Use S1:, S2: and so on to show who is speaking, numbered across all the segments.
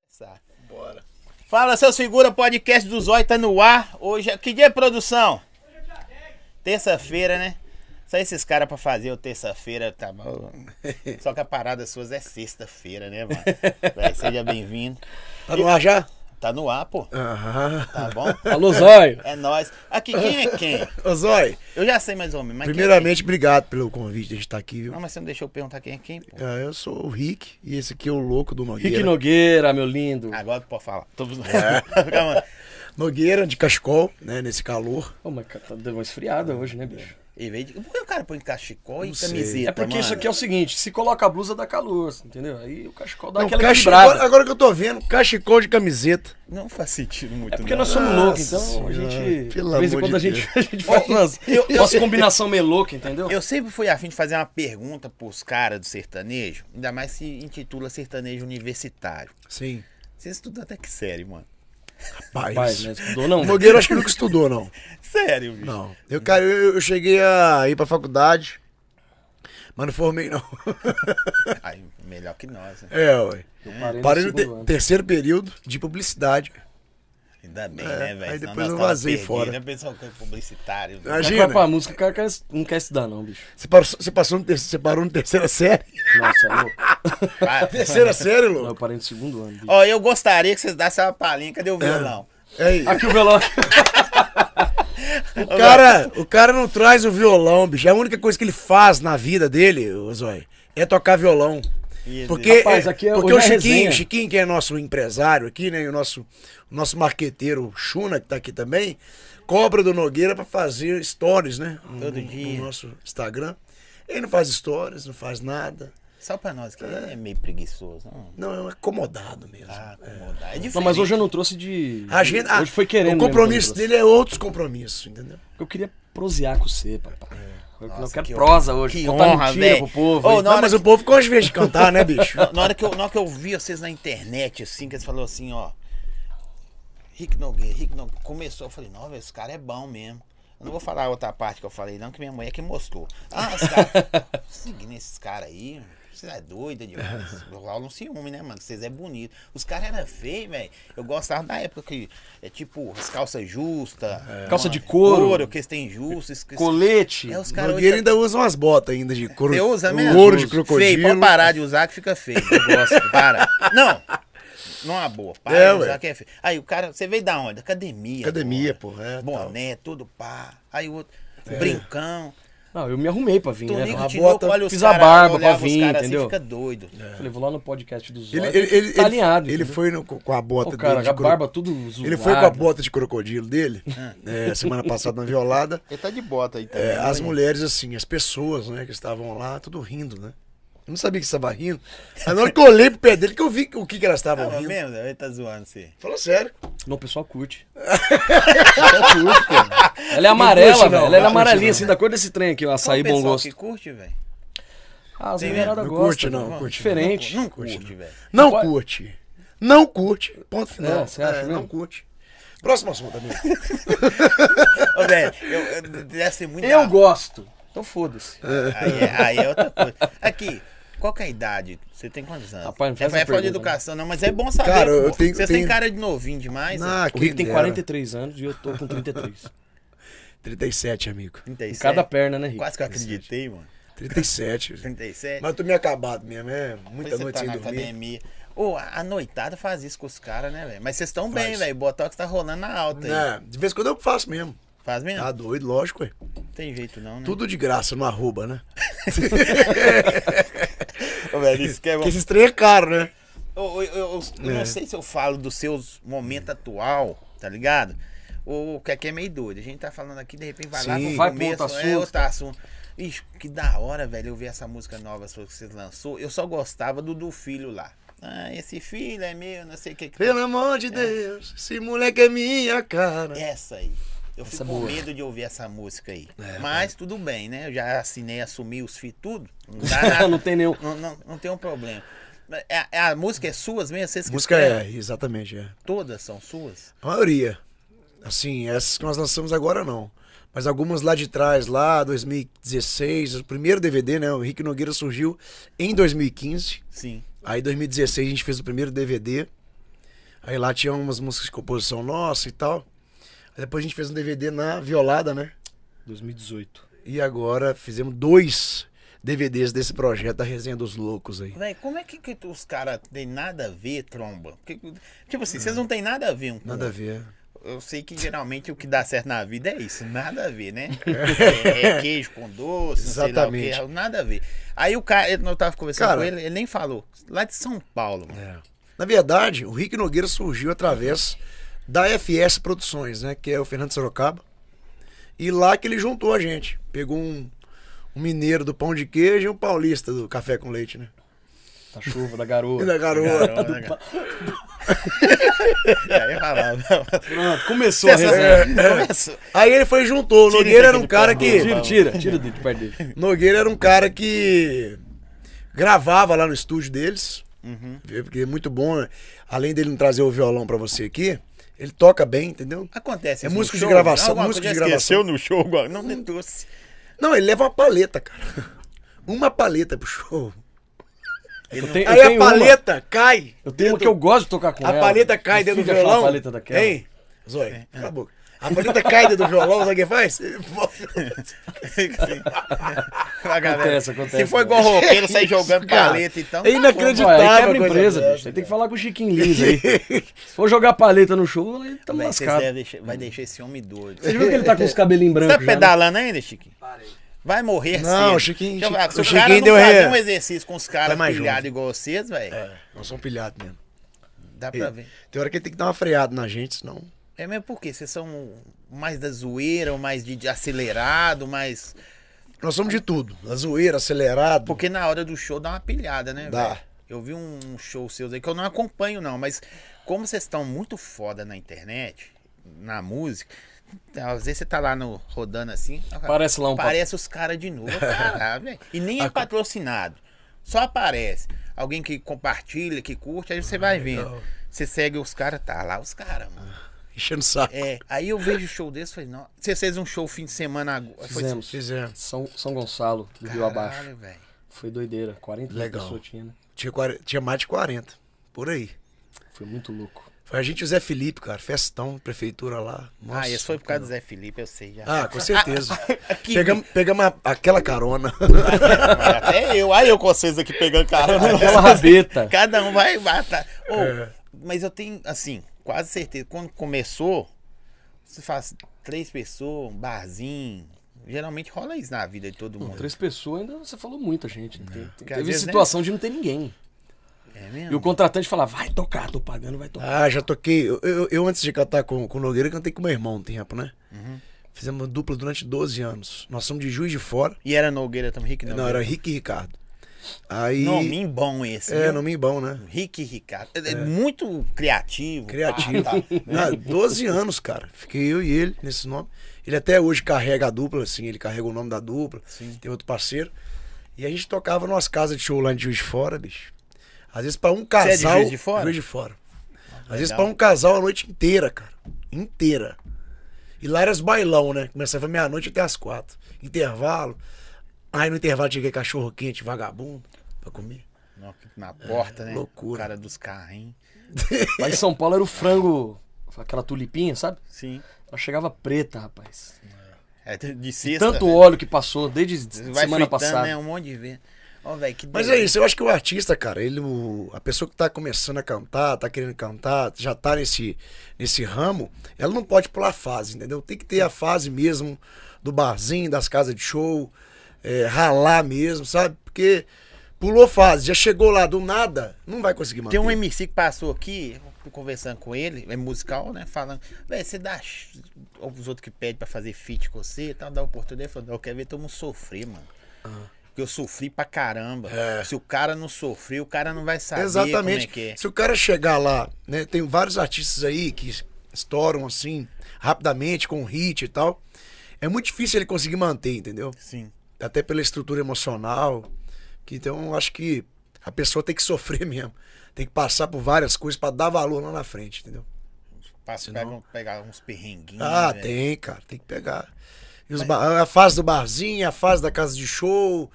S1: começar.
S2: Bora.
S1: Fala, seus figura, podcast do Zói tá no ar. Hoje é... Que dia é produção? Terça-feira, né? Só esses caras pra fazer o terça-feira, tá bom. Só que a parada suas é sexta-feira, né, mano? Véi, seja bem-vindo.
S2: Tá no ar já?
S1: Tá no ar, pô.
S2: Aham.
S1: Tá bom?
S3: Alô, Zóio.
S1: É nóis. Aqui, quem é quem?
S2: Ô, Zói,
S1: Eu já sei mais ou menos. mas quem é
S2: primeiramente, obrigado pelo convite de a gente estar aqui,
S1: quem?
S2: viu?
S1: Não, mas você não deixou eu perguntar quem é quem, pô.
S2: Ah, eu sou o Rick e esse aqui é o louco do Nogueira.
S3: Rick Nogueira, meu lindo.
S2: Ah.
S1: Agora que pode falar. Tô... Calma.
S2: Nogueira de Cascol, né? Nesse calor.
S3: Ô, mas cara, tá deu uma esfriada hoje, né, bicho?
S1: Em vez de... Por que o cara põe cachecol e
S2: Não sei.
S1: camiseta?
S3: É porque isso
S1: mano?
S3: aqui é o seguinte, se coloca a blusa dá calor, entendeu? Aí o cachecol dá
S2: Não,
S3: aquela
S2: cachecol-
S3: equilibrada.
S2: agora que eu tô vendo, cachecol de camiseta.
S1: Não faz sentido muito.
S3: um- É porque
S1: não.
S3: nós somos
S2: Nossa
S3: loucos, então a
S2: senhora,
S3: gente.
S2: pelo
S3: de vez em
S2: amor
S3: quando a
S2: de
S3: gente, a gente faz umas,
S1: Eu- eu-
S3: umas combinação meio louca, entendeu?
S1: Eu sempre fui afim de fazer uma pergunta pros caras do sertanejo, ainda mais se intitula sertanejo universitário.
S2: Sim.
S1: Você estudou até que série, mano?
S2: Paz.
S3: Rapaz, né? Estudou não.
S2: Nogueira acho que nunca estudou, não.
S1: Sério, bicho.
S2: Não. Eu, cara, eu, eu cheguei a ir pra faculdade, mas não formei, não.
S1: Ai, melhor que nós, né?
S2: É, ué.
S3: Eu parei no
S2: Parei no
S3: segundo
S2: te-
S3: ano.
S2: terceiro período de publicidade.
S1: Ainda bem,
S2: É,
S1: né, velho? Senão
S2: aí depois
S1: nós
S2: eu
S1: tava
S2: vazei
S1: perdido,
S2: fora.
S1: Né? Pensou que é publicitário. né?
S3: Mas
S2: Imagina.
S3: Vai pra música, o cara quer- não quer estudar, não, bicho.
S2: Você passou, você passou no terceiro, você parou no terceira série?
S3: Nossa, é louco.
S1: Ah,
S2: Terceira série,
S3: Não, Eu
S2: louco?
S3: parei no segundo ano, bicho.
S1: Ó, eu gostaria que vocês dessem uma palhinha. Cadê o violão?
S2: É aí.
S3: Aqui o violão.
S2: O cara, o cara não traz o violão, bicho. É A única coisa que ele faz na vida dele, ô Zói, é tocar violão.
S1: Isso,
S2: Porque,
S3: Rapaz, aqui é-
S2: porque
S3: hoje
S2: o
S3: é
S2: Chiquinho,
S3: resenha.
S2: o Chiquinho, que é nosso empresário aqui, né? E o nosso, o nosso marqueteiro Chuna, que tá aqui também, cobra do Nogueira pra fazer stories, né? No-
S1: Todo dia.
S2: No nosso Instagram. Ele não faz stories, não faz nada.
S1: Só pra nós, que é meio preguiçoso. Não.
S2: Não, é um acomodado mesmo.
S1: Ah, acomodar. É difícil.
S3: Não, mas hoje eu não trouxe de.
S2: A gente, a-
S3: hoje foi querendo.
S2: o
S3: mesmo que eu
S2: compromisso
S3: trouxe.
S2: dele é outros compromissos, entendeu?
S3: Eu queria prosear com você, papai.
S2: É.
S3: Eu
S1: Nossa,
S3: quero
S1: que
S3: prosa
S1: honra.
S3: hoje.
S1: Que
S3: contar
S1: honra,
S3: mentira
S1: velho.
S3: pro povo.
S1: Ô,
S3: hein?
S1: Na
S2: Não,
S1: hora
S2: mas
S1: que-
S2: o povo gosta de vez de cantar, né, bicho?
S1: Na hora que eu, na hora que eu vi vocês na internet, assim, que eles falaram assim, ó. Rick Nogueira, Rick Nogueira. Começou, eu falei, não, velho, esse cara é bom mesmo. Eu não vou falar a outra parte que eu falei, não, que minha mulher que mostrou. Ah, os caras. seguindo esses caras aí. Vocês é doida de rola um ciúme, né, mano? Vocês é bonito. Os caras eram feios, velho. Eu gostava da época que é tipo as calças justas.
S3: É. Calça de couro.
S1: Couro, que eles têm justo. esses- esses-
S3: Colete.
S1: É, os
S2: O
S1: caras. hoje
S2: Nogueira ainda usa umas botas ainda de couro.
S1: você usa mesmo?
S2: Couro de
S1: Uso. Feio,
S2: crocodilo.
S1: pode parar de usar que fica feio. Eu gosto, para. Não, não é uma boa. Para
S2: É,
S1: de usar
S2: ué.
S1: que é feio. Aí o cara, você veio da onde? Academia.
S2: Academia,
S1: porra.
S2: pô. É,
S1: Boné, tudo pá. Aí o outro, brincão.
S3: Não, eu me arrumei pra vir, né?
S1: Tonico
S2: uma
S3: velho?
S1: tirou,
S2: bota,
S1: olha os
S3: fiz a
S1: caras,
S3: barba
S1: olhava
S3: pra
S1: os
S3: vir,
S1: caras
S3: entendeu?
S1: Assim, fica doido.
S3: Falei, vou lá no podcast do Zóio.
S2: Ele, ele, ele,
S3: tá alinhado.
S2: Ele
S3: entendeu?
S2: foi no- com a
S3: Ô,
S2: bota dele.
S3: cara,
S2: de
S3: a
S2: cro-
S3: barba tudo zoada.
S2: Ele foi com a bota de crocodilo dele,
S1: Ah.
S2: é, semana passada na violada.
S1: Ele tá de bota aí também.
S2: É, as mulheres, assim, as pessoas, né, que estavam lá, tudo rindo, né? Eu não sabia que estava rindo. Aí na hora que eu olhei pro pé dele, que eu vi o que, que elas estavam
S1: Não,
S2: rindo.
S1: mesmo, velho, ele tá zoando você.
S2: Falou sério.
S3: Não, o pessoal curte. O pessoal curte, pô. Ela é amarela,
S2: curte, não,
S3: velho.
S2: não
S3: Ela é
S2: curte,
S3: amarelinha,
S2: não.
S3: assim, da cor desse trem aqui, o açaí
S1: Qual o
S3: bom
S1: um pessoal
S3: gosto.
S1: que curte, velho?
S3: Ah, as
S1: Tem
S3: mulheradas
S2: mesmo?
S3: gostam.
S2: Não curte, não,
S3: velho.
S2: curte,
S3: Diferente.
S1: Não curte,
S3: né?
S1: velho.
S2: Não
S3: Pode-
S2: curte. Não curte. Ponto final.
S3: É, você acha mesmo?
S2: Não curte. Próximo assunto, amigo.
S1: Ô, velho, eu, eu, deve ser muito
S3: Eu
S1: da-
S3: gosto. Então foda-se.
S1: Aí é, aí é outra coisa. Aqui, qual que é a idade? Você tem quantos anos?
S3: Rapaz, não faz essa
S1: é, é falta de
S3: pergunta, né?
S1: educação, não, mas é bom saber.
S2: Cara, eu
S1: pô.
S2: tenho-
S1: Vocês têm
S2: tenho-
S1: cara de novinho demais?
S2: Ah,
S1: né?
S3: O
S2: quem
S3: Rick tem
S2: dera.
S3: 43 anos e eu tô com 33.
S2: 37, amigo.
S1: 37.
S3: Cada
S2: é
S3: perna, né, Rick?
S1: Quase que eu acreditei, mano.
S2: 37.
S1: 37.
S2: Mas eu tô meio acabado mesmo, é
S1: Depois
S2: muita
S1: você
S2: noite
S1: tá
S2: sem
S1: na
S2: dormir.
S1: academia. Ô, a a noitada faz isso com os caras, né, velho? Mas vocês estão bem,
S2: Faz.
S1: velho. O Botox tá rolando na alta aí.
S2: É, de vez em quando eu faço mesmo.
S1: Faz mesmo?
S2: Tá doido, lógico, ué.
S1: Não tem jeito não, né?
S2: Tudo de graça no arroba, né?
S1: Ô, velho, isso que é bom.
S2: Porque esses trem é caro, né?
S1: Eu, eu- eu- eu não
S2: É.
S1: sei se eu falo dos seus momentos atual, tá ligado? Ou o que é que é meio doido. A gente tá falando aqui, de repente vai lá
S2: Sim.
S1: pro
S3: Vai pro
S1: começo,
S3: outro
S1: é
S3: assunto.
S1: outro assunto. Ixi, que da hora, velho, eu vi essa música nova sua que vocês lançou. Eu só gostava do do filho lá. Ah, esse filho é meu, não sei o que. que-
S2: Pelo amor de Deus, esse moleque é minha cara.
S1: Essa aí. Eu fico
S2: é
S3: Essa
S1: com
S3: boa.
S1: medo de ouvir essa música aí. Mas tudo bem, né? Eu já assinei, assumi os FII tudo. Não dá nada.
S3: Não tem nenhum.
S1: Não, não, não tem um problema. Mas é- é A, música é suas mesmo? Vocês
S2: A
S1: que
S2: música
S1: escrevem?
S2: é, exatamente, é.
S1: Todas são suas?
S2: A maioria. Assim, essas que nós lançamos agora não. Mas algumas lá de trás, lá, 2016, o primeiro DVD, né? O Henrique Nogueira surgiu em 2015.
S1: Sim.
S2: Aí em 2016 a gente fez o primeiro DVD. Aí lá tinha umas músicas de composição nossa e tal. Aí depois a gente fez um DVD na Violada, né?
S4: 2018.
S2: E agora fizemos dois DVDs desse projeto da Resenha dos Loucos aí.
S1: Véi, como é que, que os caras têm nada a ver, tromba? Porque, tipo assim, vocês não têm nada a ver um com o
S2: Nada a
S1: outro.
S2: ver.
S1: Eu sei que geralmente o que dá certo na vida é isso, nada a ver, né? É, é queijo com doce, Exatamente.
S2: Exatamente.
S1: é, nada a ver. Aí o cara, ele- eu tava conversando
S2: Cara-
S1: com ele, ele nem falou. Lá de São Paulo, mano.
S2: É. Na verdade, o Rick Nogueira surgiu através da FS Produções, né? Que é o Fernando Sorocaba. E lá que ele juntou a gente. Pegou um, um mineiro do pão de queijo e um paulista do café com leite, né?
S4: Da Tá chuva, da garoa.
S2: E da garoa.
S1: Garoa, né, cara? Aí eu falava,
S4: Pronto, começou a
S1: Pensa
S2: é
S4: resenha.
S1: assim, começou.
S2: Aí ele foi e juntou. O
S1: Tira
S2: Nogueira era
S1: ele
S2: um cara
S1: do
S2: que.
S1: pão.
S4: Tira, tira, tira dele, de perto dele.
S2: Nogueira era um cara que gravava lá no estúdio deles.
S4: Uhum.
S2: Vê, Porque é muito bom. né? Além dele não trazer o violão pra você aqui, ele toca bem, entendeu?
S1: Acontece.
S2: É
S1: isso no
S2: músico de
S1: show,
S2: gravação,
S1: alguma
S2: músico
S1: coisa
S2: de gravação.
S1: Esqueceu no show, agora, não me trouxe.
S2: Não, ele leva uma paleta, cara. Uma paleta pro show.
S4: Eu tenho,
S2: Aí
S4: eu
S2: a
S4: tenho uma.
S2: paleta cai.
S4: Eu tenho uma que eu gosto de tocar com
S2: A
S4: ela.
S2: paleta cai dentro do
S4: Difícil achar
S2: violão.
S4: uma paleta daquela. É,
S2: Hein? Zói, cala a boca. A paleta cai dentro do violão, sabe o que faz?
S1: Pra galera.
S4: Acontece, acontece. né?
S1: Se for igual roqueiro, sair jogando paleta, então.
S2: É
S4: Ué, aí
S2: inacreditável.
S4: quebra a empresa, bicho. Aí Tem que falar com o Chiquinho Lins aí. Se for jogar paleta no show, aí tamo
S2: é
S1: Véi, vocês
S4: lascado.
S1: devem deixar- vai deixar esse homem doido.
S4: Você viu que ele tá com os cabelinhos
S2: é
S1: Você tá
S4: brancos já, né?
S1: pedalando ainda, Chiquinho? Vai morrer
S2: Não,
S1: cedo.
S2: o Chiquinho-
S1: Deixa eu falar, se
S2: o
S1: o cara
S2: Chiquinho
S1: não
S2: deu
S1: fazer
S2: ré.
S1: um exercício com os caras
S2: Vai mais É.
S1: pilhados
S2: junto.
S1: igual vocês, velho,
S2: Nós somos pilhados mesmo.
S1: dá
S2: É.
S1: pra ver.
S2: Tem hora que ele tem que dar uma freada na gente, senão.
S1: É mesmo por quê? Vocês são mais da zoeira, ou mais de, de acelerado, mais...
S2: Nós somos de tudo. A zoeira, acelerado.
S1: Porque na hora do show dá uma pilhada, né,
S2: Dá.
S1: velho? Eu vi um show seu aí que eu não acompanho, não, mas como vocês estão muito foda na internet, na música, às vezes você tá lá no, rodando assim.
S3: Aparece lá um pa-
S1: Aparece os caras de novo. Caralho, velho. E nem é patrocinado. Só aparece. Alguém que compartilha, que curte, aí você vai vendo. Você segue os caras, tá lá os caras, mano.
S2: Enchendo o saco.
S1: É, aí eu vejo o show desse e falei, não. Você fez um show fim de semana agora. Foi-
S3: Fizemos.
S2: Fizemos.
S3: São, São Gonçalo, do Rio Abaixo.
S1: Caralho, velho.
S3: Foi doideira. 40
S2: Legal.
S3: pessoas tinha, né?
S2: Tinha, quare- tinha mais de 40. Por aí.
S3: Foi muito louco.
S2: Foi a gente e o Zé Felipe, cara. Festão, prefeitura lá. Nossa,
S1: Ah, esse foi por causa do Zé Felipe, eu sei já.
S2: Ah, com certeza.
S1: Aqui.
S2: pegamos pegamos a- aquela carona.
S1: Mas Até eu, aí eu com vocês aqui pegando carona.
S3: Aquela
S2: assim.
S3: rabeta.
S1: Cada um vai matar. Ô, Mas eu tenho, assim, quase certeza. Quando começou, você faz três pessoas, um barzinho. Geralmente rola isso na vida de todo mundo.
S3: Três pessoas ainda você falou muita gente. Te- te-
S1: Porque às
S3: Teve
S1: vezes, né?
S3: situação de não ter ninguém.
S1: É
S3: E
S1: mesmo?
S3: o contratante fala, vai tocar, tô pagando, vai tocar.
S2: Ah, já toquei. Eu, eu- eu, antes de cantar com, com o Nogueira, cantei com meu irmão um tempo, né?
S1: Uhum.
S2: Fizemos uma dupla durante 12 anos. Nós somos de Juiz de Fora.
S1: E era Nogueira também, Rick
S2: Não,
S1: Nogueira.
S2: era Rick e Ricardo. Aí.
S1: Nominho bom esse.
S2: É,
S1: viu?
S2: nome bom, né?
S1: Rick e Ricardo. É, muito criativo.
S2: Criativo.
S1: pá, tá.
S2: Ah, 12 anos, cara. Fiquei eu e ele nesse nome. Ele até hoje carrega a dupla, assim, ele carrega o nome da dupla. Tem outro parceiro. E a gente tocava numas casas de show lá em Juiz de Fora, bicho. Às vezes pra um
S1: é
S2: casal.
S1: de Juiz de Fora?
S2: Juiz de Fora. Às vezes pra um casal a noite inteira, cara. Inteira. E lá era os bailão, né? Começava meia-noite até as quatro. Intervalo. Aí no intervalo tinha que cachorro quente, vagabundo, pra comer.
S1: Não, Na porta, né?
S2: É, loucura.
S1: O cara dos carrinhos.
S3: Lá em São Paulo era o frango, aquela tulipinha, sabe?
S1: Sim.
S3: Ela chegava preta, rapaz.
S1: É de sexta.
S3: Tanto óleo que passou desde
S1: vai
S3: semana
S1: fritando,
S3: passada.
S1: né? Um monte de vento. Ó, velho, que
S2: Mas é
S1: doideira.
S2: isso, eu acho que o artista, cara, ele, o- a pessoa que tá começando a cantar, tá querendo cantar, já tá nesse, nesse ramo, ela não pode pular fase, entendeu? Tem que ter a fase mesmo do barzinho, das casas de show, é, ralar mesmo, sabe? Porque pulou fase, já chegou lá do nada, não vai conseguir manter.
S1: Tem um MC que passou aqui, eu conversando com ele, é musical, né? Falando, velho, você dá. ch- Os outros que pedem pra fazer feat com você e tal, dá oportunidade. Ele falou, não, eu quero ver todo mundo sofrer, mano.
S2: Ah.
S1: Porque eu sofri pra caramba. Se o cara não sofrer, o cara não vai saber como é
S2: É. Exatamente.
S1: que é.
S2: Se o cara chegar lá, né? Tem vários artistas aí que estouram assim, rapidamente, com hit e tal. É muito difícil ele conseguir manter, entendeu?
S1: Sim.
S2: até pela estrutura emocional. Que, então, eu acho que a pessoa tem que sofrer mesmo. Tem que passar por várias coisas pra dar valor lá na frente, entendeu?
S1: Passa, pega, um- pega uns perrenguinhos. né?
S2: ah,
S1: velho.
S2: tem, cara, tem que pegar. E os ba- A fase do barzinho, a fase da casa de show,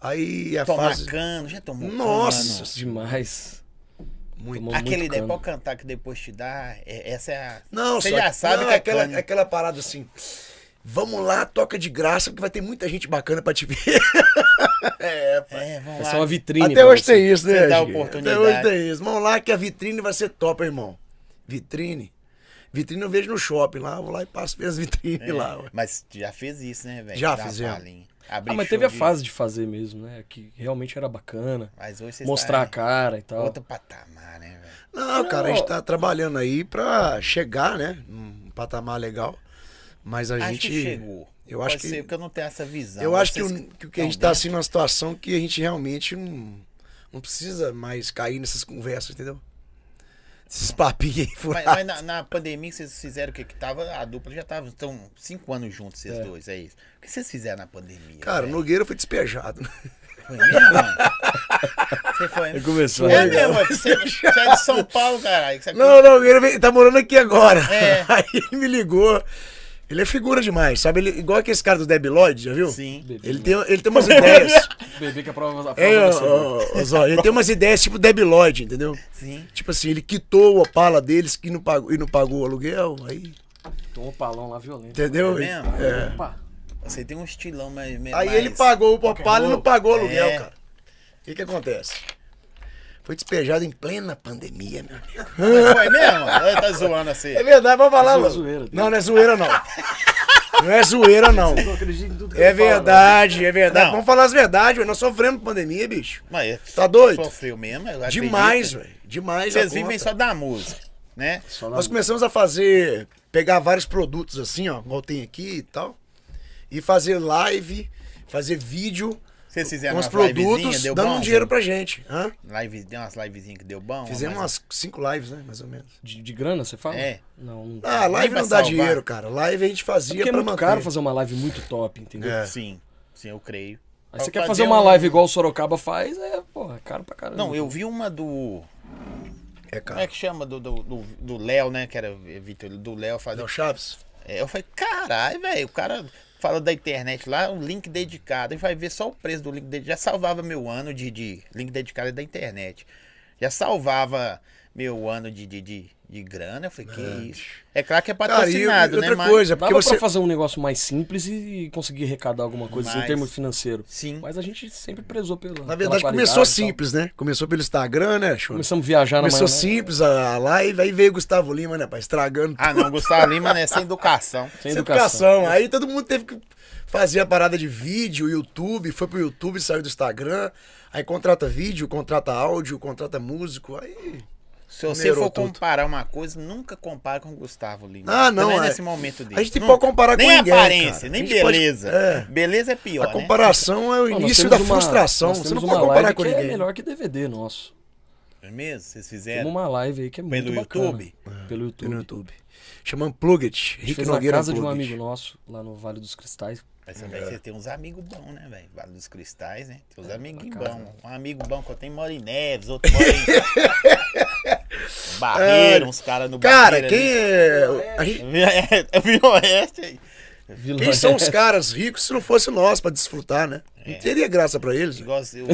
S2: aí a
S1: Tomar
S2: fase.
S1: cano, já tomou
S2: Nossa!
S1: cano?
S3: Demais.
S2: Muito.
S4: Tomou
S1: Aquele
S4: muito
S1: ideia,
S4: cano.
S1: pode cantar que depois te dá. é- essa é a.
S2: Não,
S1: Você
S2: só-
S1: já sabe
S2: não,
S1: que é
S2: aquela,
S1: cano.
S2: aquela parada assim. Vamos lá, toca de graça, porque vai ter muita gente bacana pra te ver. é, pá.
S1: É, vamos
S4: É
S1: lá.
S4: só uma vitrine.
S2: Até
S4: pra
S2: hoje
S4: você.
S2: tem isso, né?
S1: Você dá
S2: Chiquinho?
S1: oportunidade.
S2: Até hoje tem isso. Vamos lá que a vitrine vai ser top, irmão. Vitrine? Vitrine eu vejo no shopping lá, eu vou lá e passo minhas vitrines
S1: É,
S2: lá. ué.
S1: Mas já fez isso, né, velho?
S2: Já
S1: Dar uma
S2: fizemos.
S1: palhinha. Abrir
S4: Ah, mas
S1: show
S4: teve a
S1: de-
S4: fase de fazer mesmo, né? Que realmente era bacana.
S1: Mas hoje vocês
S4: mostrar a
S1: tá
S4: cara e tal.
S1: Outro patamar, né, velho?
S2: Não, cara, a gente tá trabalhando aí pra chegar, né? Num patamar legal. Mas a
S1: Acho
S2: gente.
S1: que chegou.
S2: Eu acho
S1: Pode
S2: que.
S1: ser, porque eu não tenho essa visão.
S2: Eu acho que
S1: Vocês né?
S2: o que, o que a gente
S1: tão
S2: tá assim numa situação que a gente realmente não, não precisa mais cair nessas conversas, entendeu? Esses papinhos aí
S1: Mas,
S2: furados.
S1: mas na, na pandemia que vocês fizeram o que que tava? A dupla já tava, estão cinco anos juntos, vocês dois, é isso. O que vocês fizeram na pandemia?
S2: Cara, o
S1: velho?
S2: Nogueira foi despejado. né?
S1: Foi mesmo, mano? Você foi mesmo?
S4: começou.
S1: É mesmo, mano. Você, você é de São Paulo, caralho. é Isso aqui-
S2: Não, o Nogueira vem- tá morando aqui agora.
S1: É.
S2: Aí ele me ligou. Ele é figura demais, sabe? Ele, igual aquele cara do Debbie Lloyd, já viu?
S1: Sim.
S4: Bebê,
S2: Ele tem, ele tem umas ideias.
S4: Bebê que a prova, a prova
S2: É,
S4: da
S2: ó,
S4: cebola.
S2: ó, ó, Zó, ele tem umas ideias tipo Debbie Lloyd, entendeu?
S1: Sim.
S2: Tipo assim, ele quitou o Opala deles que não pagou, e não pagou o aluguel, aí,
S4: Tomou um palão lá violento.
S2: entendeu?
S1: É mesmo?
S2: É.
S4: Opa.
S1: Você tem um estilão mais.
S2: Aí ele pagou o Popala e não pagou o aluguel,
S1: É.
S2: cara. O que que acontece? Foi despejado em plena pandemia, meu amigo.
S1: Foi mesmo? Ele tá zoando assim.
S2: É verdade, vamos falar,
S4: Isso é
S2: mano.
S4: zoeira, tá?
S2: não, não é zoeira, não. Não é zoeira, não.
S4: Eu acredito em tudo que
S2: É
S4: ele fala, né?
S2: verdade, é verdade.
S1: Não.
S2: Vamos falar as verdades, velho. Nós sofremos pandemia, bicho.
S1: Mas é,
S2: Tá doido?
S1: Sofreu mesmo. eu acredito.
S2: Demais, velho. Demais. a
S1: Vocês vivem
S2: conta.
S1: só da música, né?
S4: né? Só na-
S2: Nós começamos a fazer, pegar vários produtos assim, ó, igual tem aqui e tal, e fazer live, fazer vídeo
S1: Vocês fizeram
S2: com os
S1: umas
S2: produtos,
S1: livezinhas, deu
S2: dando
S1: bom?
S2: um dinheiro pra gente. Hã?
S1: Live, deu umas livezinhas que deu bom?
S2: Fizemos
S1: mas-
S2: umas cinco lives, né, mais ou menos.
S4: De, de grana, você fala?
S1: É.
S4: Não, não.
S2: Ah,
S1: Nem
S2: live
S1: pra
S2: não dá
S1: salvar.
S2: dinheiro, cara. Live a gente
S4: É
S2: fazia
S4: porque é
S2: pra
S4: muito
S2: manter.
S4: caro fazer uma live muito top, entendeu?
S2: É.
S1: Sim, sim, eu creio.
S4: Aí você
S1: Pra
S4: quer fazer uma
S1: um-
S4: live igual o Sorocaba faz, é, porra, é caro pra caramba.
S1: Não, eu vi uma do.
S2: É
S1: Como é
S2: caro.
S1: que chama? Do Léo, do, do Léo, né? Que era Vitor, do Léo fazer.
S2: Léo Chaves?
S1: É, eu falei, caralho, velho, o cara fala da internet lá, um link dedicado, e vai ver só o preço do link dedicado. Já salvava meu ano de, de link dedicado da internet. Já salvava meu ano de, de, de, de grana. Eu falei, que isso. É claro que é
S2: Cara, e, e
S1: patrocinado,
S2: outra
S1: né? Mas-
S2: coisa,
S4: Dava
S2: porque você...
S4: pra fazer um negócio mais simples e conseguir arrecadar alguma coisa assim, em
S1: Mas-
S4: termos financeiros.
S1: Sim.
S4: Mas a gente sempre prezou pela.
S2: Na
S4: pela
S2: verdade,
S4: qualidade
S2: começou
S4: e tal.
S2: simples, né? Começou pelo Instagram, né, Choro?
S4: Começamos a viajar
S2: Começou assim,
S4: na manhã.
S2: simples a a live, aí veio o Gustavo Lima, né, pá, estragando
S1: Ah, não, Gustavo Lima, né? Sem educação.
S4: Sem
S2: Sem
S4: educação.
S2: educação. Aí todo mundo teve que fazer a parada de vídeo, YouTube, foi pro YouTube, saiu do Instagram, aí contrata vídeo, contrata áudio, contrata músico, aí...
S1: Se você
S2: Numerou
S1: for
S2: tudo.
S1: comparar uma coisa, nunca compara com o Gustavo Lima.
S2: Ah, não,
S1: Também
S2: é.
S1: nesse momento dele.
S2: A gente não
S1: Nunca.
S2: pode comparar com
S1: nem
S2: ninguém,
S1: aparência,
S2: cara.
S1: nem
S2: A gente pode-
S1: beleza.
S2: É.
S1: Beleza é pior,
S2: A
S1: né?
S2: comparação é o
S4: Não, nós
S2: início
S4: temos
S2: da
S4: uma-
S2: frustração,
S4: nós
S2: você
S4: temos
S2: não
S4: uma
S2: pode comparar
S4: live
S2: com
S4: que
S2: ninguém.
S4: É melhor que DVD nosso.
S1: É mesmo? Vocês
S4: Temos
S1: fizeram
S4: uma live aí que é muito
S1: pelo
S4: bacana.
S1: YouTube?
S4: Pelo
S2: Tem
S4: YouTube.
S2: no YouTube. Chamando Plugget,
S4: A gente
S2: Rick
S4: fez na
S2: Ah. Nogueira
S4: casa de um
S2: Plugged.
S4: amigo nosso, lá no Vale dos Cristais.
S1: Mas você
S2: É.
S1: vai ter uns amigos bons, né, velho? Vale dos Cristais, né? Tem uns amiguinhos
S4: É, bacana. né?
S1: bons. Um amigo bom que eu tenho mora em Neves, outro mora em... Barreiro, uns caras no
S2: É. Cara,
S1: Barreiro
S2: quem
S1: ali.
S4: né?
S2: é... a gente-
S1: Eu vi o Oeste aí.
S4: Vila-
S2: Quem são os caras ricos se não fosse nós pra desfrutar, né?
S4: É.
S2: Não teria graça pra eles. né?
S1: Igual se o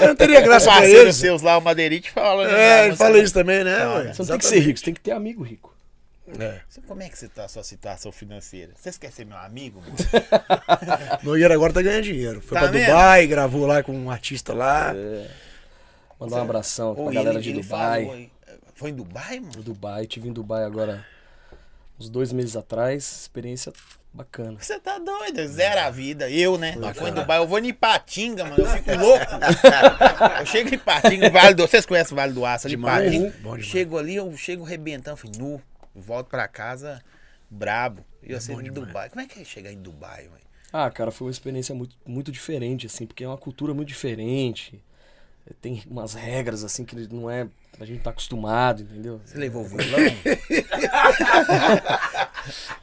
S2: Não teria graça pra
S4: né,
S1: parceiro
S2: eles.
S1: seus lá, o Madeirite, fala... né,
S2: É,
S1: na
S2: ele
S1: música.
S2: fala isso também, né? ué?
S4: Você não tem que ser rico, você tem que ter amigo rico.
S2: É.
S1: Você- Como é que você tá a sua situação financeira? Você quer ser meu amigo, mano?
S2: Nogueira agora tá ganhando dinheiro. Foi
S1: Tá
S2: pra
S1: vendo?
S2: Dubai, gravou lá com um artista lá.
S1: é
S4: Mandar um abração
S1: Ou
S4: pra galera de Dubai.
S1: falou, hein? foi em Dubai, mano?
S4: Dubai, tive em Dubai agora uns dois meses atrás, experiência bacana.
S1: Você tá doido? Zero a vida. Eu, né? Mas
S2: é.
S1: Foi em Dubai. Eu vou em Ipatinga, mano. Eu fico louco. cara. Eu chego em Ipatinga, Vale do... Vocês conhecem o Vale do Aço? ali,
S2: Demais.
S1: Ipatinga.
S2: Uhum. Bom demais.
S1: Chego ali, eu chego rebentando. Falei, nu. Volto pra casa brabo. E você em Dubai. Como é que é chegar em Dubai, mano?
S4: Ah, cara, foi uma experiência muito, muito diferente, assim, porque é uma cultura muito diferente. É, Tem umas regras, assim, que não é. A gente tá acostumado, entendeu?
S1: Você levou o violão?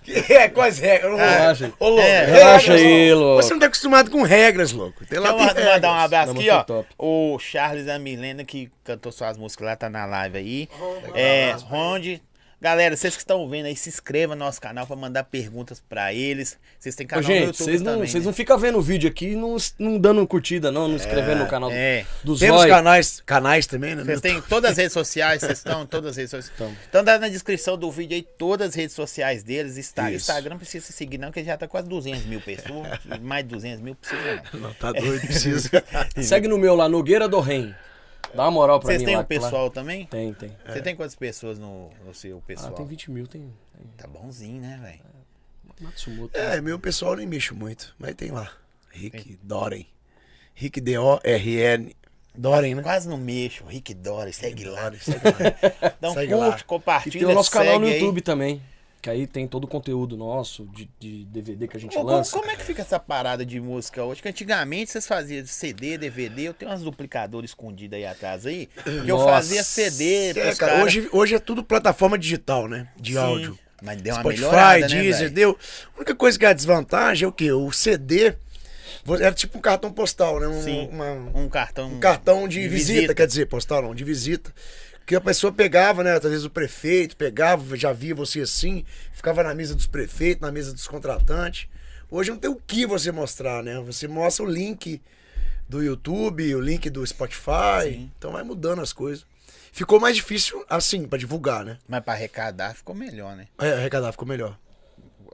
S2: É, quais regras? Ô,
S4: Relaxa.
S2: Ô, louco.
S1: É,
S4: relaxa
S2: regras,
S4: aí,
S2: louco.
S4: louco.
S2: Você não tá acostumado com regras, louco. Tem lá
S1: Então,
S2: tem
S1: vou mandar um
S2: regras.
S1: abraço
S4: é, Não,
S1: aqui,
S4: mas foi
S1: ó.
S4: top.
S1: O Charles e a Milena, que cantou suas músicas lá, tá na live aí. é, Ronde. Galera, vocês que estão vendo aí, se inscreva no nosso canal pra mandar perguntas pra eles. Vocês têm
S4: Ô,
S1: canal no
S4: gente,
S1: YouTube
S4: vocês não,
S1: também.
S4: vocês
S1: né?
S4: não ficam vendo o vídeo aqui e não, não dando curtida, não, não inscrevendo no canal do,
S1: é.
S4: do
S2: Temos
S4: Zói.
S2: canais, canais também, né?
S1: Vocês têm todas as redes sociais, vocês estão em todas as redes sociais. Então dá na descrição do vídeo aí todas as redes sociais deles. Insta-
S2: Isso.
S1: Instagram não precisa se seguir, não, que já tá quase 200 mil pessoas. mais de 200 mil precisa, não.
S2: Não, tá doido, precisa.
S4: Segue no meu lá, Nogueira do Ren. Dá uma moral pra
S1: né? Vocês
S4: mim
S1: têm
S4: lá.
S1: um
S4: que tá lá-
S1: pessoal também?
S4: Tem, tem.
S1: Você tem quantas pessoas no, no seu
S4: Ah,
S1: pessoal?
S4: tem 20 mil, tem. tem
S1: Tá bonzinho, né, velho?
S4: Matsumoto.
S2: é, meu pessoal nem mexo muito, mas tem lá. Rick Doren. Rick D-O-R-N. Doren, né?
S1: Quase não mexo. Rick Dora, segue lá.
S2: Segue lá.
S1: Então
S2: Segue
S1: curte,
S2: lá.
S4: E
S1: compartilha,
S4: tem o nosso canal no
S1: segue aí.
S4: YouTube também. Que aí tem todo o conteúdo nosso, de, de DVD que a gente
S1: Ô, Como,
S4: lança.
S1: como é que fica essa parada de música hoje? Que antigamente vocês faziam de CD, DVD, eu tenho umas duplicadoras escondidas aí atrás aí. Porque eu
S4: Nossa.
S1: fazia CD,
S2: É,
S1: pros
S2: cara,
S1: cara-
S2: Hoje, hoje é tudo plataforma digital, né? De
S1: Sim,
S2: áudio.
S1: Mas deu uma
S2: Spotify,
S1: melhorada,
S2: Deezer,
S1: né, velho?
S2: deu. A única coisa que é a desvantagem é o quê? O CD vo- era tipo um cartão postal, né? Um,
S1: Sim.
S2: uma-
S1: Um cartão.
S2: um cartão de, visita, quer dizer, postal não, de visita. Que a pessoa pegava, né? Talvez o prefeito pegava, já via você assim, ficava na mesa dos prefeitos, na mesa dos contratantes. Hoje não tem o que você mostrar, né? Você mostra o link do YouTube, o link do Spotify. Então vai mudando as coisas. Ficou mais difícil assim, pra divulgar, né?
S1: Mas pra arrecadar ficou melhor, né?
S2: É, arrecadar ficou melhor.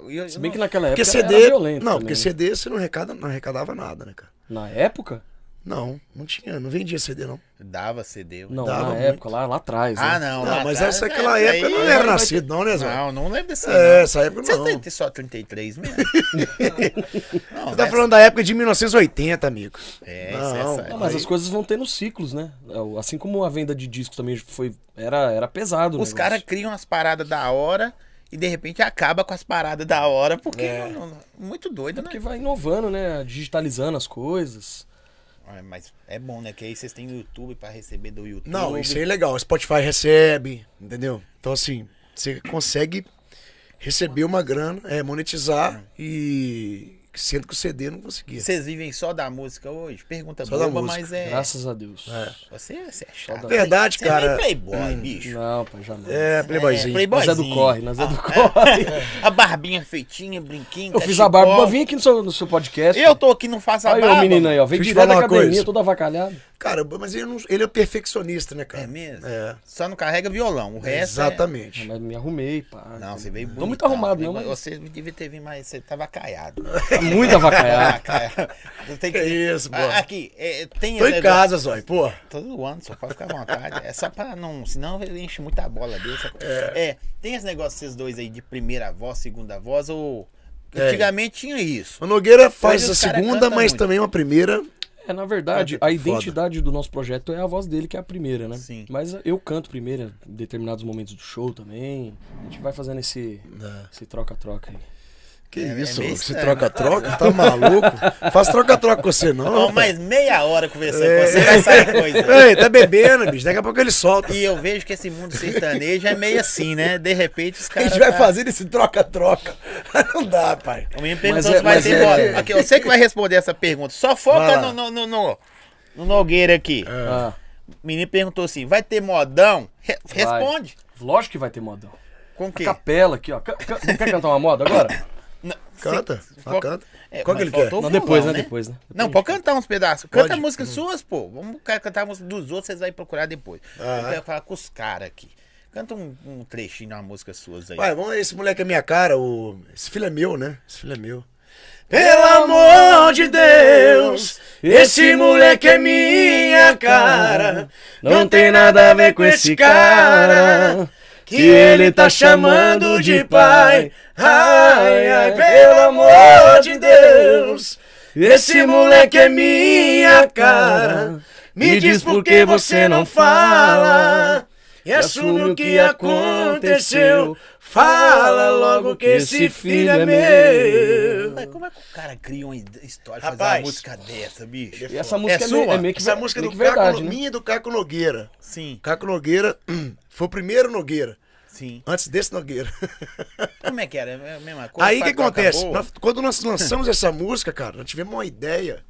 S1: E eu-
S4: Se bem que
S1: não-
S4: naquela época
S2: Porque CD.
S4: É era violento.
S2: não,
S4: também,
S2: porque
S4: né?
S2: CD você não, arrecada, não arrecadava nada, né, cara?
S4: Na época?
S2: Não, não tinha, não vendia CD, não.
S1: Dava CD. velho.
S4: Não,
S2: Dava
S4: na
S2: muito.
S4: época, lá, lá atrás.
S1: Ah,
S4: né?
S1: não.
S2: Não,
S1: lá
S2: mas
S1: atrás,
S2: essa é aquela
S1: essa
S2: época eu não
S1: aí-
S2: era nascido, não, né, Zé?
S1: Não, não lembro dessa.
S2: É, essa época
S1: Vocês
S2: não.
S1: têm só 33 mesmo? não, é.
S2: Você tá
S1: essa-
S2: falando da época de 1980, amigo.
S1: É,
S2: Não,
S1: essa, essa.
S4: Não, mas
S2: Aí-
S4: as coisas vão tendo ciclos, né? Assim como a venda de disco também foi. Era, era pesado. o
S1: Os
S4: negócio.
S1: caras criam as paradas da hora e de repente acaba com as paradas da hora, porque não- não- muito doido, né?
S4: É Porque vai inovando, né? Digitalizando as coisas.
S1: Ah, Mas é bom, né? Que aí vocês têm o YouTube pra receber do YouTube.
S2: Não, isso aí é legal. O Spotify recebe, entendeu? Então, assim, você consegue receber uma grana, é, monetizar e. Sendo que o CD não conseguia.
S1: Vocês vivem só da música hoje? Pergunta
S2: Só da
S1: boba,
S2: música.
S1: mas é.
S4: Graças a Deus.
S1: Você, você é chato.
S4: da-
S2: Verdade,
S1: Você é meio
S2: cara.
S1: playboy, bicho.
S4: Não, pai, jamais.
S2: É,
S1: É,
S2: playboyzinho.
S4: Nós é do
S1: playboyzinho.
S4: corre, nós é do
S1: Ah,
S4: corre.
S1: A barbinha feitinha, brinquinho.
S4: Eu fiz a barba,
S1: cachecol.
S4: mas vim aqui no seu, no seu podcast.
S1: tipo, Eu tô aqui, não faço a
S4: Aí,
S1: barba.
S4: o menino aí, ó. Vem
S2: Deixa eu te
S4: direto da
S2: falar uma
S4: academia,
S2: coisa.
S4: todo avacalhado.
S2: Cara, mas ele, não- ele é perfeccionista, né, cara?
S1: É mesmo?
S2: É.
S1: Só não carrega violão. O resto. é-
S2: Exatamente.
S4: Mas me arrumei, pá.
S1: Não, você veio
S4: Tô muito
S1: bonitão,
S4: arrumado,
S1: veio
S4: não.
S1: bo-
S4: Mas...
S1: Você devia ter vindo mais. Você tava caiado. Ah,
S4: Tá muito avacalhado.
S1: Tem
S2: É. Que é isso, pô.
S1: Ah, Aqui, é, tem.
S2: Tô
S1: esse
S2: em
S1: negócio-
S2: casa, Zói, pô.
S1: Tô zoando, só pode ficar à vontade. É só pra não. Senão ele enche muita bola dele. essa coisa. É. tem esse negócio vocês dois aí de primeira voz, segunda voz, ou.
S2: Tem.
S1: Antigamente tinha isso.
S2: O Nogueira faz
S1: Hoje
S2: a
S1: os cara
S2: segunda,
S1: canta
S2: mas
S1: muito.
S2: também uma primeira.
S4: É, na verdade,
S2: Foda.
S4: a identidade do nosso projeto é a voz dele, que é a primeira, né?
S1: Sim.
S4: Mas eu canto primeiro em determinados momentos do show também. A gente vai fazendo esse
S2: Ah,
S4: esse troca-troca aí.
S2: Que
S1: É, é
S2: isso,
S1: meio
S2: louco? Você
S1: estranho,
S2: troca-troca? Tá maluco? Faz troca-troca com você, não?
S1: Não, mas meia hora conversando
S2: É.
S1: com você vai sair coisa.
S2: Ei, tá bebendo, bicho. Daqui a pouco ele solta.
S1: E eu vejo que esse mundo sertanejo é meio assim, né? De repente os
S2: A
S1: caras.
S2: gente vai
S1: tá-
S2: fazer esse troca-troca. Não dá, pai.
S1: O menino perguntou
S4: Mas é-
S1: se vai
S4: mas
S1: ter
S4: é-
S1: bola. Aqui, eu sei que vai responder essa pergunta. Só
S2: Vai
S1: foca
S2: lá. É.
S1: no, no, no, no- no Nogueira aqui.
S4: Ah,
S1: O menino perguntou assim: vai ter modão? Re- responde.
S4: lógico que vai ter modão.
S1: Com o quê?
S4: Capela aqui, ó. Ca- ca- quer cantar uma moda agora?
S1: Não,
S2: Canta,
S1: cê-
S2: só
S1: qual-
S2: canta.
S1: É,
S2: Qual que
S1: mas
S2: ele quer?
S1: faltou o
S4: Não,
S1: violão,
S4: depois, né? Depois, né? Depois
S1: Não,
S4: a
S1: pode
S4: gente
S1: cantar uns pedaços. Canta
S2: Pode?
S1: músicas suas, pô. Vamos ca- cantar a música dos outros, vocês vão procurar depois.
S2: Ah.
S1: Eu quero falar com os caras aqui. Canta um, um trechinho de uma música suas aí.
S2: Vai, vamos, esse moleque é minha cara. O... Esse filho é meu, né? Esse filho é meu. Pelo amor de Deus, esse moleque é minha cara. Não tem nada a ver com esse cara. Que ele tá chamando de pai. Ai, ai, pelo amor de Deus, esse moleque é minha cara. Me diz por que você não fala. E assume o que aconteceu. Fala logo que esse filho é meu.
S1: Mas como é que o cara cria uma ide- história fazer uma
S2: Rapaz.
S1: música dessa, bicho?
S4: E essa música é, meio-
S1: sua?
S4: é meio que,
S2: Essa
S4: ver-
S2: música
S4: meio
S2: do
S4: que
S2: Caco,
S4: verdade, né?
S2: minha e do Caco Nogueira.
S1: Sim,
S2: Caco Nogueira hum, foi o primeiro Nogueira,
S1: sim.
S2: antes desse Nogueira.
S1: Como é que era? É a mesma coisa?
S2: Aí o que
S1: Patrão
S2: acontece?
S1: acabou?
S2: Nós- quando nós lançamos essa música, cara, nós tivemos uma ideia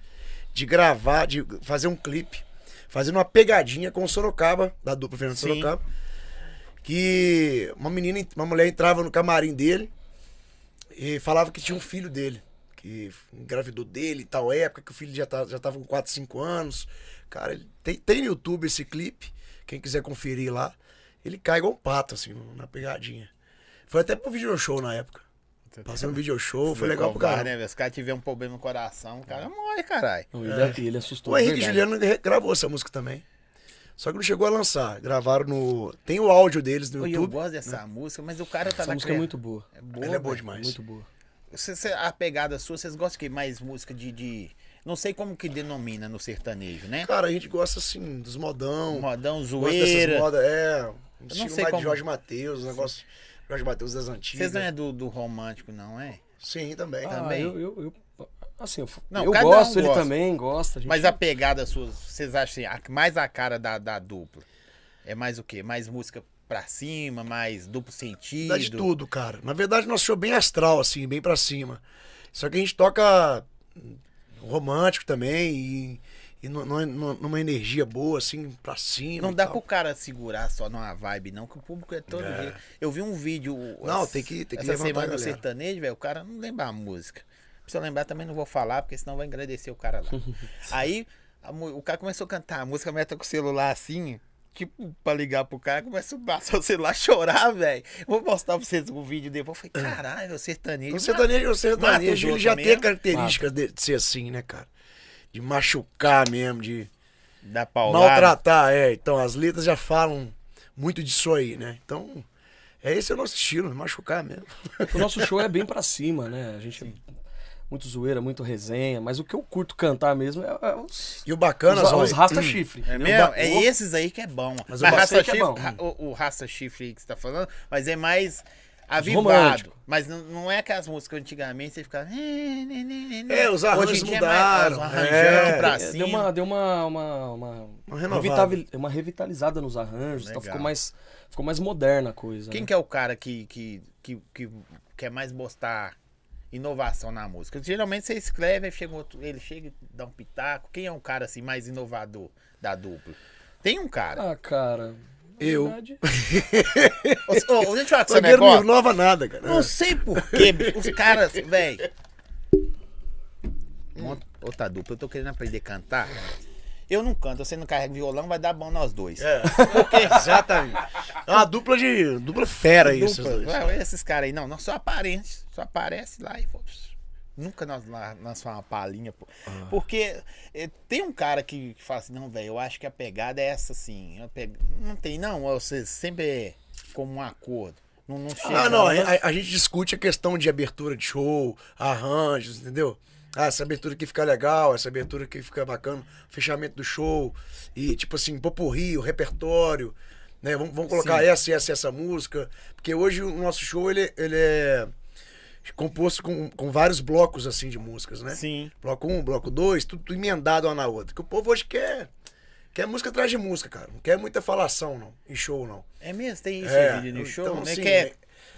S2: de gravar, de fazer um clipe, fazendo uma pegadinha com o Sorocaba, da dupla Fernando
S1: Sim.
S2: Sorocaba. que uma menina, uma mulher entrava no camarim dele e falava que tinha um filho dele, que engravidou dele, tal época, que o filho já, tá, já tava com 4, 5 anos. Cara, ele- tem, tem no YouTube esse clipe, quem quiser conferir lá. Ele cai igual um pato, assim, na pegadinha. Foi até pro video show na época. Passei um video show, foi legal pro É.
S1: Covarde,
S2: cara.
S1: né, velho? Se o cara tiver um problema no coração, o cara morre, caralho.
S3: Não, ele, é. ele assustou.
S2: O
S3: de
S2: Henrique
S3: verdade.
S2: Juliano re- gravou essa música também. Só que não chegou a lançar. Gravaram no. Tem o áudio deles no
S1: Pô, Eu
S2: YouTube.
S1: gosto dessa música, mas o cara tá
S3: Essa
S1: na
S3: música é
S1: cria-
S3: muito boa.
S1: É boa,
S2: Ela é boa
S1: velho.
S2: demais.
S3: Muito boa.
S1: Cê- cê- a pegada sua, vocês gostam que mais música de, de- Não sei como que denomina no sertanejo, né?
S2: Cara, a gente gosta assim, dos modão.
S1: Modão,
S2: Gosta dessas
S1: zoeira.
S2: modas, é. Um estilo
S1: sei
S2: mais
S1: como-
S2: de Jorge Matheus, um negócio. Jorge Matheus das antigas.
S1: Vocês não é do, do romântico, não, é?
S2: Sim, também.
S1: Ah,
S3: Ah,
S1: Também.
S3: eu, eu, eu- assim, eu,
S1: Não,
S3: eu
S1: cada um
S3: gosto, ele
S1: gosta.
S3: também gosta. a gente-
S2: é
S1: Mas a pegada sua, vocês acham assim, a- mais a cara da, da dupla? É mais o quê? Mais música pra cima, mais duplo sentido?
S2: Dá de tudo, cara. Na verdade, nosso show é bem astral, assim, bem pra cima. Só que a gente toca romântico também e, e nu- nu- nu- numa energia boa, assim, pra cima.
S1: Não
S2: e
S1: dá
S2: tal.
S1: pro cara segurar só numa vibe, não, que o público é todo.
S2: É.
S1: dia. Eu vi um vídeo. o-
S2: Não,
S1: essa-
S2: tem que- tem que
S1: Essa
S2: levantar a
S1: semana do
S2: galera.
S1: sertanejo, velho, o cara não lembra a música. Se eu lembrar, também não vou falar, porque senão vai agradecer o cara lá. Aí a mu- o cara começou a cantar a música, a mulher tá com o celular assim. Tipo, pra ligar pro cara, começa a passar o celular a chorar, velho. Vou mostrar pra vocês o vídeo depois. Eu falei, caralho, o sertanejo.
S2: Ah. O sertanejo, o
S1: mata os
S2: sertanejo ele
S1: outros né?
S2: já tem a
S1: mesmo.
S2: característica de, de ser assim, né, cara? De machucar mesmo, de
S1: Da paulada.
S2: maltratar, é. Então, as letras já falam muito disso aí, né? Então, é esse é o nosso estilo, machucar mesmo.
S3: O nosso show é bem pra cima, né? A gente é muito zoeira, muito resenha, mas o que eu curto cantar mesmo é, é os,
S2: E o bacana, hum,
S3: os, tá
S2: Zóia,
S3: os rasta chifre.
S1: É,
S3: entendeu?
S1: mesmo?
S3: Ba-
S1: é
S3: o-
S1: esses aí que é bom.
S3: Mas
S1: Mas,
S3: o
S1: raça
S3: Bacen que é
S1: chifre,
S3: bom.
S1: ra- o, o raça chifre aí que você tá falando, mas é mais avivado.
S3: romântico.
S1: Mas não, não é aquelas músicas antigamente você ficava. É,
S2: É, os arranjos
S1: É mais,
S2: mudaram,
S1: os arranjão
S2: é.
S1: aqui pra
S3: é,
S1: cima.
S3: deu uma, deu uma, uma, uma,
S2: Uma renovada.
S3: revitali- uma revitalizada nos arranjos,
S1: Legal.
S3: tá, ficou, mais, ficou mais moderna a coisa.
S1: Quem
S3: né?
S1: que é o cara que, que, que, que quer mais botar inovação na música? Geralmente você escreve, aí chega um outro- ele chega e dá um pitaco. Quem é um cara assim mais inovador da dupla? Tem um
S2: é?
S1: cara.
S3: Ah, cara. na
S2: Eu.
S3: verdade,
S1: Ô, ô, deixa eu falar com você
S2: Zagueiro não
S1: negócio.
S2: inova nada, cara.
S1: Não sei porquê, os caras, velho. Outra dupla, eu tô querendo aprender a cantar. Eu não canto, você não carrega violão, vai dar bom nós dois.
S2: É, exatamente. É uma dupla de. dupla fera
S1: Dupla,
S2: isso. essas-
S1: vai, olha esses caras aí, não, não só aparece, só aparece lá e pô, pss, Nunca nós, lá- nós falamos uma palhinha, pô.
S2: Ah.
S1: Porque eh, tem um cara que fala assim, não, velho, eu acho que a pegada é essa assim. a peg- Não tem, não, ou você sempre é como um acordo. Não, não chega. né?
S2: Ah, não, a, a- a gente discute a questão de abertura de show, arranjos, entendeu? Ah, essa abertura aqui fica legal, essa abertura aqui fica bacana, fechamento do show, e tipo assim, popurri, o repertório, né? Vamos, vamos colocar essa e essa e essa música, porque hoje o nosso show, ele, ele é composto com, com vários blocos, assim, de músicas, né?
S1: Sim.
S2: Bloco 1, um, bloco 2, tudo, tudo emendado uma na outra, que o povo hoje quer, quer música atrás de música, cara, não quer muita falação, não, em show, não.
S1: É mesmo, tem isso
S2: É,
S1: aí no show,
S2: então,
S1: né?
S2: assim,
S1: que é-
S2: é-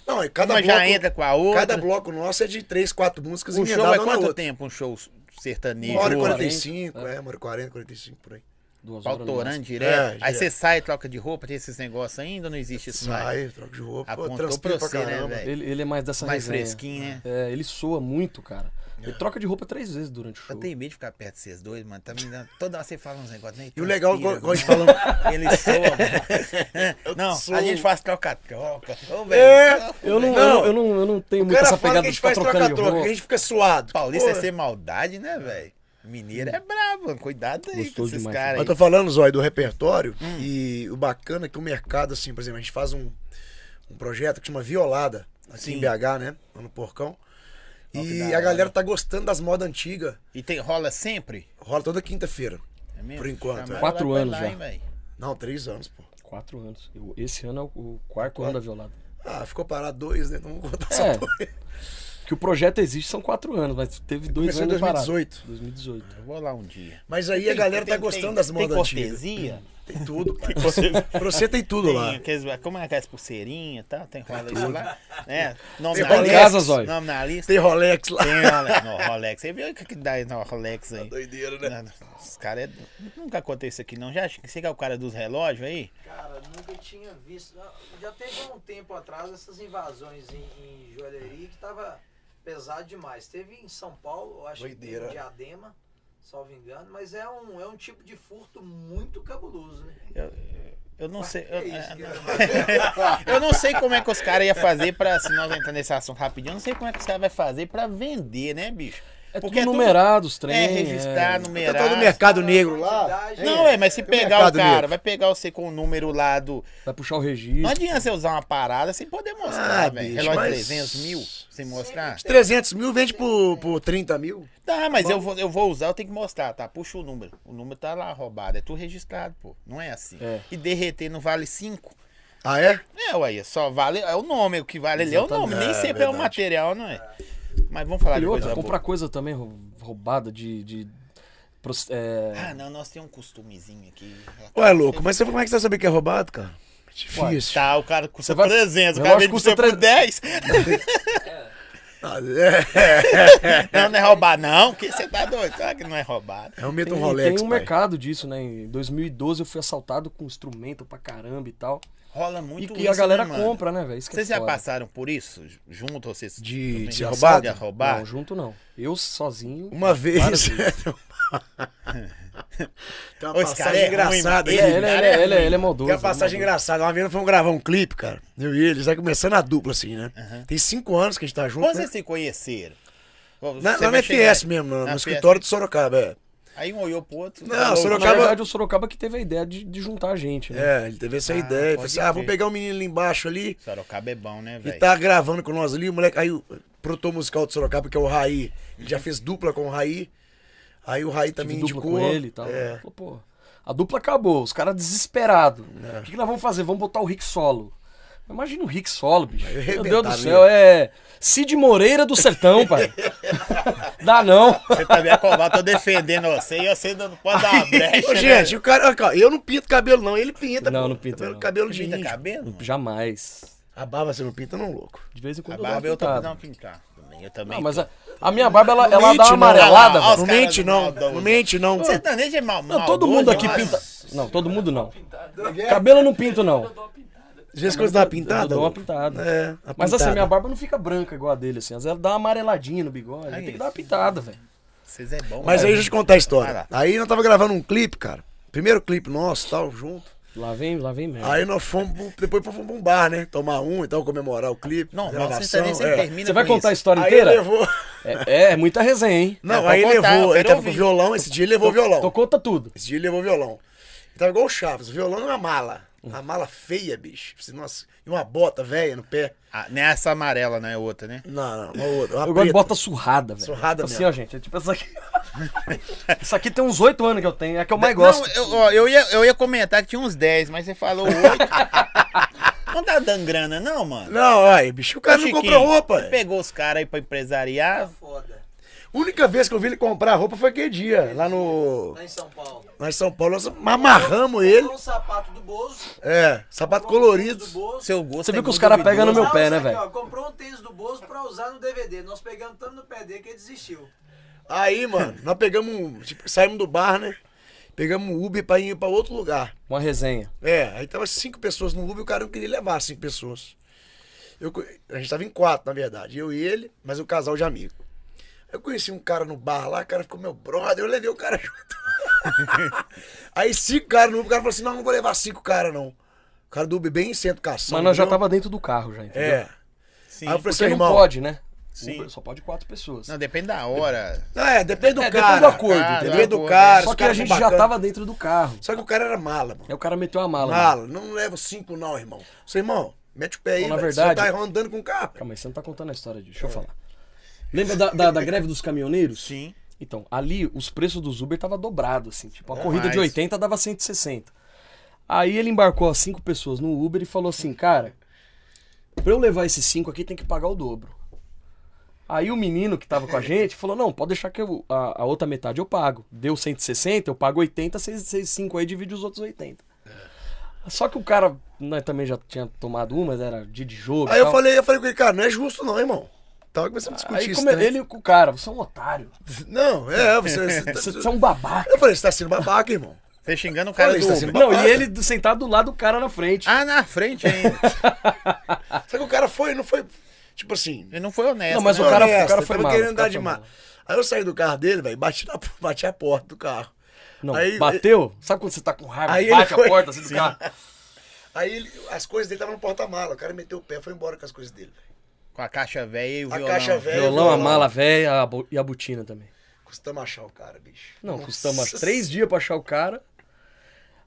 S2: Não, e cada
S1: Uma
S2: bloco,
S1: já entra com a outra.
S2: Cada bloco nosso é de três, quatro músicas
S1: Um show
S2: emendadas
S1: é
S2: uma na
S1: quanto
S2: outra.
S1: tempo um show sertanejo?
S2: Uma hora e
S1: Ou-
S2: 45, é, uma hora e 40, 45 por aí.
S3: duas horas no
S1: Pautorando
S3: máximo.
S1: direto.
S2: É,
S1: Aí
S2: direto.
S1: você sai, troca de roupa, tem esses negócios ainda, ou não existe isso mais.
S2: Sai, troca de roupa, pô,
S1: Apontou
S2: transpira
S1: pra
S2: pra
S1: você, né,
S2: caramba.
S1: velho?
S3: Ele, ele é mais dessa
S1: Mais
S3: resenha.
S1: fresquinho, né?
S3: É, ele soa muito, cara.
S2: Ah.
S3: Ele troca de roupa três vezes durante o show.
S1: Eu tenho medo de ficar perto de vocês dois, mano. Tá me dando... Toda hora você fala uns negócios, né?
S2: e o legal, igual
S1: Transpira,
S2: igual a gente
S1: mano.
S2: falando,
S1: Ele soa, mano. Não,
S2: sou.
S1: a gente faz troca-troca. Ô, velho.
S3: Eu não,
S2: É, Não.
S3: eu não, eu não tenho
S2: o
S3: muito
S2: cara
S3: essa pegada
S2: fala que a
S3: de
S2: gente
S3: ficar
S2: faz
S3: trocando de
S2: troca-troca,
S3: roupa.
S2: que a gente fica suado.
S1: Paulista é
S2: Pô,
S1: ser maldade, né, velho? Mineiro é brabo, cuidado aí com
S3: Gostoso
S1: esses
S3: demais.
S1: caras
S2: Mas
S1: aí. Hum.
S2: tô falando, Zói, do repertório. E o bacana é que o mercado, assim, por exemplo, a gente faz um, um projeto que chama Violada, aqui
S1: Sim.
S2: em BH, né? lá No Porcão.
S1: Ó, que da
S2: E
S1: hora.
S2: a galera tá gostando das modas antigas.
S1: E tem, rola sempre?
S2: Rola toda quinta-feira.
S1: É mesmo?
S2: Por enquanto,
S1: Chamar
S2: é.
S3: Quatro
S1: lá pra
S3: anos
S1: lá,
S3: já.
S1: hein, velho?
S2: Não, três anos, pô.
S3: Quatro anos. Eu- esse ano é o, o quarto ano da violada.
S2: Ah, ficou parado dois, né? Então vamos contar só
S3: É.
S2: dois.
S3: Que o projeto existe são quatro anos, mas teve dois
S4: é
S2: Começou em
S3: anos parados.
S2: 2018.
S3: 2018.
S1: Eu vou lá um dia.
S2: Mas aí
S1: Tem-
S2: a galera
S1: tem-
S2: tá gostando
S1: tem-
S2: das modas
S1: tem
S2: antigas.
S1: cortesia?
S2: Tem tudo, pai.
S1: Você
S2: Pra você tem tudo
S1: tem
S2: lá.
S1: aqueles- como é aquelas pulseirinhas e tal? Tem rola isso
S2: tudo.
S1: lá? É, nome
S2: Tem
S1: na
S2: Rolex.
S1: lista,
S2: Casa,
S4: Zóio.
S1: Nome na lista.
S2: Tem Rolex lá.
S1: Tem Rolex. Não, Rolex. Você viu o que, que dá aí no Rolex aí?
S2: Doideira, né?
S1: Não, não, Os caras. É... Nunca aconteceu isso aqui, não. Já acho que você que é o cara dos relógios aí?
S5: Cara, nunca tinha visto. Já teve um tempo atrás essas invasões em, em joalheria que tava pesado demais. Teve em São Paulo, eu acho
S2: Doideira.
S5: que teve em Diadema, salvo engano, mas é um, é um tipo de furto muito cabuloso, né?
S1: Eu, eu não sei. Eu,
S5: Que isso, que
S1: é,
S5: era-
S1: eu não sei como é que os caras iam fazer pra. Se nós entrar nesse assunto rapidinho, eu não sei como é que os caras vão fazer pra vender, né, bicho?
S4: É
S1: Porque é
S4: tudo
S1: tudo-
S4: numerado os trem.
S1: É, registrar,
S2: Tem
S1: numerar.
S2: Tá todo o mercado negro lá.
S5: Quantidade-
S1: Não, é, mas se
S2: Tem um
S1: pegar o
S2: mercado
S1: cara,
S2: negro.
S1: vai pegar você com o número lá do.
S4: Vai puxar o
S1: Não
S4: registro.
S1: adianta você usar uma parada sem poder mostrar,
S2: Ah,
S1: velho.
S2: bicho,
S1: Relógio
S2: mas-
S1: 300 mil sem mostrar.
S2: 300 mil vende por, por 30 mil.
S1: Tá, mas eu vou, eu vou usar, eu tenho que mostrar, tá? Puxa o número. O número tá lá roubado, é tu registrado, pô. Não é assim.
S4: É.
S1: E derreter não vale 5.
S2: Ah, é?
S1: É, ué, só vale. É o nome, o que vale ali é o nome. Nem
S2: É,
S1: sempre é o
S2: verdade.
S1: material, não é? Mas vamos falar
S4: E
S1: de coisa
S4: outra,
S1: boa.
S4: comprar coisa também rou- roubada de. de pros- é,
S1: Ah, não, nós temos um costumezinho aqui.
S2: Ué, louco, mas você, como é que você vai saber que é roubado, cara? Difícil.
S1: Tá, o cara custa
S4: Você vai-
S1: 300, o
S4: o
S1: cara vende
S4: relógio custa
S1: custa por 10.
S2: Ah, é,
S1: Não, não é roubar, não. Que você tá doido? Claro que não é roubado.
S2: é um medo
S4: tem,
S2: um Rolex,
S4: tem um
S2: pai.
S4: mercado disso, né? Em 2012 eu fui assaltado com instrumento pra caramba e tal.
S1: Rola
S4: E,
S1: muito
S4: e a
S1: isso,
S4: galera
S1: né, mano?
S4: compra, né, velho? Isso que é
S1: Vocês já
S4: foda.
S1: passaram por isso? j- Junto? Vocês
S2: De- de
S1: ser
S2: ser roubado?
S1: De roubar?
S4: Não, junto não. Eu sozinho.
S2: Uma vez.
S4: várias
S2: Tem
S4: vezes.
S2: uma
S1: Ô, esse cara é ruim,
S2: passagem
S1: mano.
S2: engraçada
S1: Ele
S4: É,
S2: aqui.
S4: ele, ele, ele, ele, é maldoso.
S2: Tem uma
S4: ele é
S2: passagem
S4: maldoso.
S2: engraçada. Uma vez nós fomos gravar um clipe, cara. Eu e ele, já começando a dupla, assim, né? Tem cinco anos que a gente tá junto.
S4: é-
S1: Quando
S2: Né?
S1: vocês se conheceram? Você
S2: Na, lá
S1: vai
S2: na
S1: chegar-
S2: FS mesmo, no,
S1: na
S2: no
S1: FS.
S2: escritório de Sorocaba. É,
S1: Aí um olhou pro outro.
S2: Não,
S1: falou,
S2: Sorocaba-
S4: Na verdade, o Sorocaba que teve a ideia de, de juntar a gente, né?
S2: É, ele teve essa
S1: Ah,
S2: ideia. Ele falou
S1: pode
S2: assim: ah, vou
S1: crer.
S2: pegar o menino ali embaixo ali.
S1: Sorocaba é bom, né,
S2: E
S1: velho?
S2: tá gravando com nós ali, o moleque. Aí o produtor musical de Sorocaba, que é o Raí, ele já fez dupla com o Raí. Aí o Raí
S4: Tive
S2: também
S4: dupla
S2: indicou.
S4: com ele e tal. né?
S2: É.
S4: Falou, pô, a dupla acabou, os caras desesperados. O que, que nós vamos fazer? Vamos botar o Rick solo. Imagina o Rick solo, bicho. Meu
S2: arrebentar
S4: Deus do
S2: mesmo.
S4: céu, é Cid Moreira do Sertão, pai. Dá não.
S1: Você também é covarde, tô defendendo você e você ainda não pode dar uma brecha.
S2: Ô,
S1: né?
S2: gente, o cara, ó, cara, eu não pinto cabelo, não. Ele pinta.
S4: Não,
S2: pô.
S4: não pinta,
S2: Cabelo,
S4: não.
S2: cabelo de
S1: Pinta
S2: índio.
S1: cabelo? mano?
S4: Jamais.
S2: A barba você não pinta, não, louco.
S4: De vez em
S1: A
S4: quando eu
S1: barba
S4: dou uma
S1: eu tô
S4: pintada.
S1: não pintar. Também, eu também.
S4: Não, mas a, a minha barba, ela, ela
S2: mente,
S4: dá uma
S2: não.
S4: amarelada,
S1: Ah, lá,
S4: velho.
S1: os
S2: Não
S1: caras
S2: mente,
S1: do
S2: não.
S1: Maldão,
S2: Não
S1: né?
S2: mente, não.
S1: Você tá nem de mal,
S4: Não, é. todo mundo aqui
S1: demais.
S4: pinta. Não, todo mundo não. Cabelo eu não pinto, não.
S2: Às vezes quando dá uma
S4: Eu
S2: pintada.
S4: dou uma
S2: louco.
S4: pintada.
S2: É, a
S4: Mas assim,
S2: pintada.
S4: minha barba não fica branca igual a dele, assim. Às vezes ela dá uma amareladinha no
S1: É
S4: bigode. Aí tem
S1: isso.
S4: que dar uma pintada, velho.
S1: Vocês é bom.
S2: Mas aí
S1: velho.
S2: deixa eu te contar a
S1: Vai lá.
S2: história. Aí nós tava gravando um clipe, cara. Primeiro clipe nosso, tal, junto.
S4: Lá vem, lá vem merda.
S2: Aí nós fomos, pro- depois fomos pra um bar, né? Tomar um e tal, comemorar o clipe.
S1: Não, mas você
S2: gravação,
S1: também você
S2: é.
S1: termina
S4: Você vai
S1: com
S4: contar a
S1: isso.
S4: história
S2: Aí ele
S4: inteira?
S2: levou.
S4: É, é, muita resenha, hein?
S2: Não,
S1: pra
S2: aí
S1: contar, eu
S2: levou. Ele
S1: quero
S2: tava com
S1: ouvir.
S2: violão, esse dia ele levou violão.
S4: Então conta tudo.
S2: Esse dia ele levou violão. Ele tava igual o Chaves, o violão é uma mala. Uma mala feia, bicho. Assim, Nossa, e uma bota velha no pé.
S1: Ah, não é essa amarela, não é outra, né?
S2: Não, não, uma outra. Uma
S4: Eu gosto de
S2: preta.
S4: bota surrada, velho.
S2: Surrada
S4: assim,
S2: mesmo.
S4: ó, gente. É tipo essa aqui. Isso aqui tem uns oito anos que eu tenho. É a que eu mais
S1: Não,
S4: gosto.
S1: eu, ó, eu, ia, eu ia comentar que tinha uns 10, mas você falou 8. não tá dando grana, não, mano.
S2: Não, aí, bicho, o cara
S1: Ô,
S2: não
S1: Chiquinho,
S2: comprou roupa.
S1: Você pegou os caras aí pra empresariar.
S5: Foda.
S2: Única vez que eu vi ele comprar roupa foi aquele dia, lá no.
S5: Lá Tá em São Paulo.
S2: Lá em São Paulo, nós amarramos ele.
S5: Comprou um sapato do Bozo.
S2: É, sapato
S5: comprou um
S2: colorido.
S5: tênis Do Bozo.
S1: Seu gosto
S4: Você
S1: é
S4: viu que os
S1: muito
S4: caras pegam no
S1: duvidoso.
S4: meu pé, né,
S5: Aqui,
S4: velho?
S5: ó, Comprou um tênis do Bozo pra usar no DVD. Nós pegamos tanto no pé dele que ele desistiu.
S2: Aí, mano, nós pegamos um. Tipo, saímos do bar, né? Pegamos um Uber pra ir pra outro lugar.
S4: Uma resenha.
S2: É, aí tava cinco pessoas no Uber e o cara não queria levar cinco pessoas. Eu, co- a gente tava em quatro, na verdade. Eu e ele, mas um casal de amigo. Eu conheci um cara no bar lá, o cara ficou meu brother, eu levei o cara junto. aí cinco caras no Uber, o cara falou assim: não, não vou levar cinco caras, não. O cara do Uber bem sem educação.
S4: Mas nós já
S2: entendeu?
S4: tava dentro do carro, já, entendeu?
S2: É.
S1: Sim.
S2: Aí eu falei assim,
S4: Porque não
S2: irmão.
S4: pode, né?
S1: Sim.
S4: Uber Só pode quatro pessoas.
S1: Não, depende da hora.
S2: É, depende do
S4: É,
S2: cara.
S4: depende do acordo,
S2: Ah,
S4: entendeu?
S2: Depende do
S1: Acordo,
S2: cara.
S1: é.
S2: se
S4: Só
S2: o
S4: que
S2: cara
S4: a
S2: for
S4: gente já
S2: bacana.
S4: tava dentro do carro.
S2: Só que o cara era mala, mano.
S4: Aí o cara meteu a mala. mano.
S2: Mala, não leva cinco, não, irmão. Seu irmão, mete o pé aí,
S4: Bom, Então, na
S2: velho,
S4: verdade-
S2: você tá andando com o carro.
S4: Calma aí, você não tá contando a história, disso, deixa eu
S2: É.
S4: falar. Lembra da, da- da greve dos caminhoneiros?
S1: Sim.
S4: Então, ali os preços dos Uber tava dobrado, assim. Tipo, a
S2: É
S1: Não
S4: corrida de
S1: mais.
S4: 80 dava 160. Aí ele embarcou as cinco pessoas no Uber e falou assim, cara, pra eu levar esses cinco aqui tem que pagar o dobro. Aí o menino que tava com a gente falou, não, pode deixar que eu- a, a outra metade eu pago. Deu 160, eu pago 80, vocês 5 aí divide os outros 80.
S2: É.
S4: Só que o cara né, também já tinha tomado umas, era dia de jogo. e
S2: Aí eu
S4: tal.
S2: falei, eu falei com ele, cara, não é justo não, irmão. Tava começando a discutir
S4: Então- Aí
S2: isso.
S4: come-
S2: né?
S4: ele com o cara, você é um otário.
S2: Não, é, você. você tá-
S4: Você, você é um babaca.
S2: Eu falei, você tá sendo babaca, irmão.
S1: Você xingando o cara
S2: Olha,
S1: do
S2: está
S1: Uber.
S2: sendo-
S4: Não,
S2: Babaca.
S4: e ele do- sentado do lado do cara na frente.
S1: Ah, na frente ainda.
S2: Só que o cara foi, não foi. Tipo assim.
S1: Ele não foi honesto.
S4: Não, mas
S1: né?
S4: o cara-
S2: honesto,
S4: o cara
S2: ele
S4: foi
S2: tava
S4: mal,
S2: querendo
S4: o
S2: andar
S4: cara
S2: de
S4: foi
S2: mar.
S4: mal.
S2: Aí eu saí do carro dele, velho, bati, na- bati a porta do carro.
S4: Não,
S2: aí,
S4: bateu. Sabe quando você tá com raiva,
S2: Aí ele
S4: bate
S2: foi-
S4: a porta assim do
S2: Sim.
S4: carro?
S2: Aí ele- as coisas dele estavam no porta-mala. O cara meteu o pé e foi embora com as coisas dele. velho.
S1: Com a caixa velha e o
S2: A
S1: violão.
S2: caixa velha.
S4: Violão, a
S2: violão.
S4: mala velha a bo- e a botina também.
S2: Custamos achar o cara, bicho.
S4: Não,
S2: Nossa.
S4: custamos três dias pra achar o cara.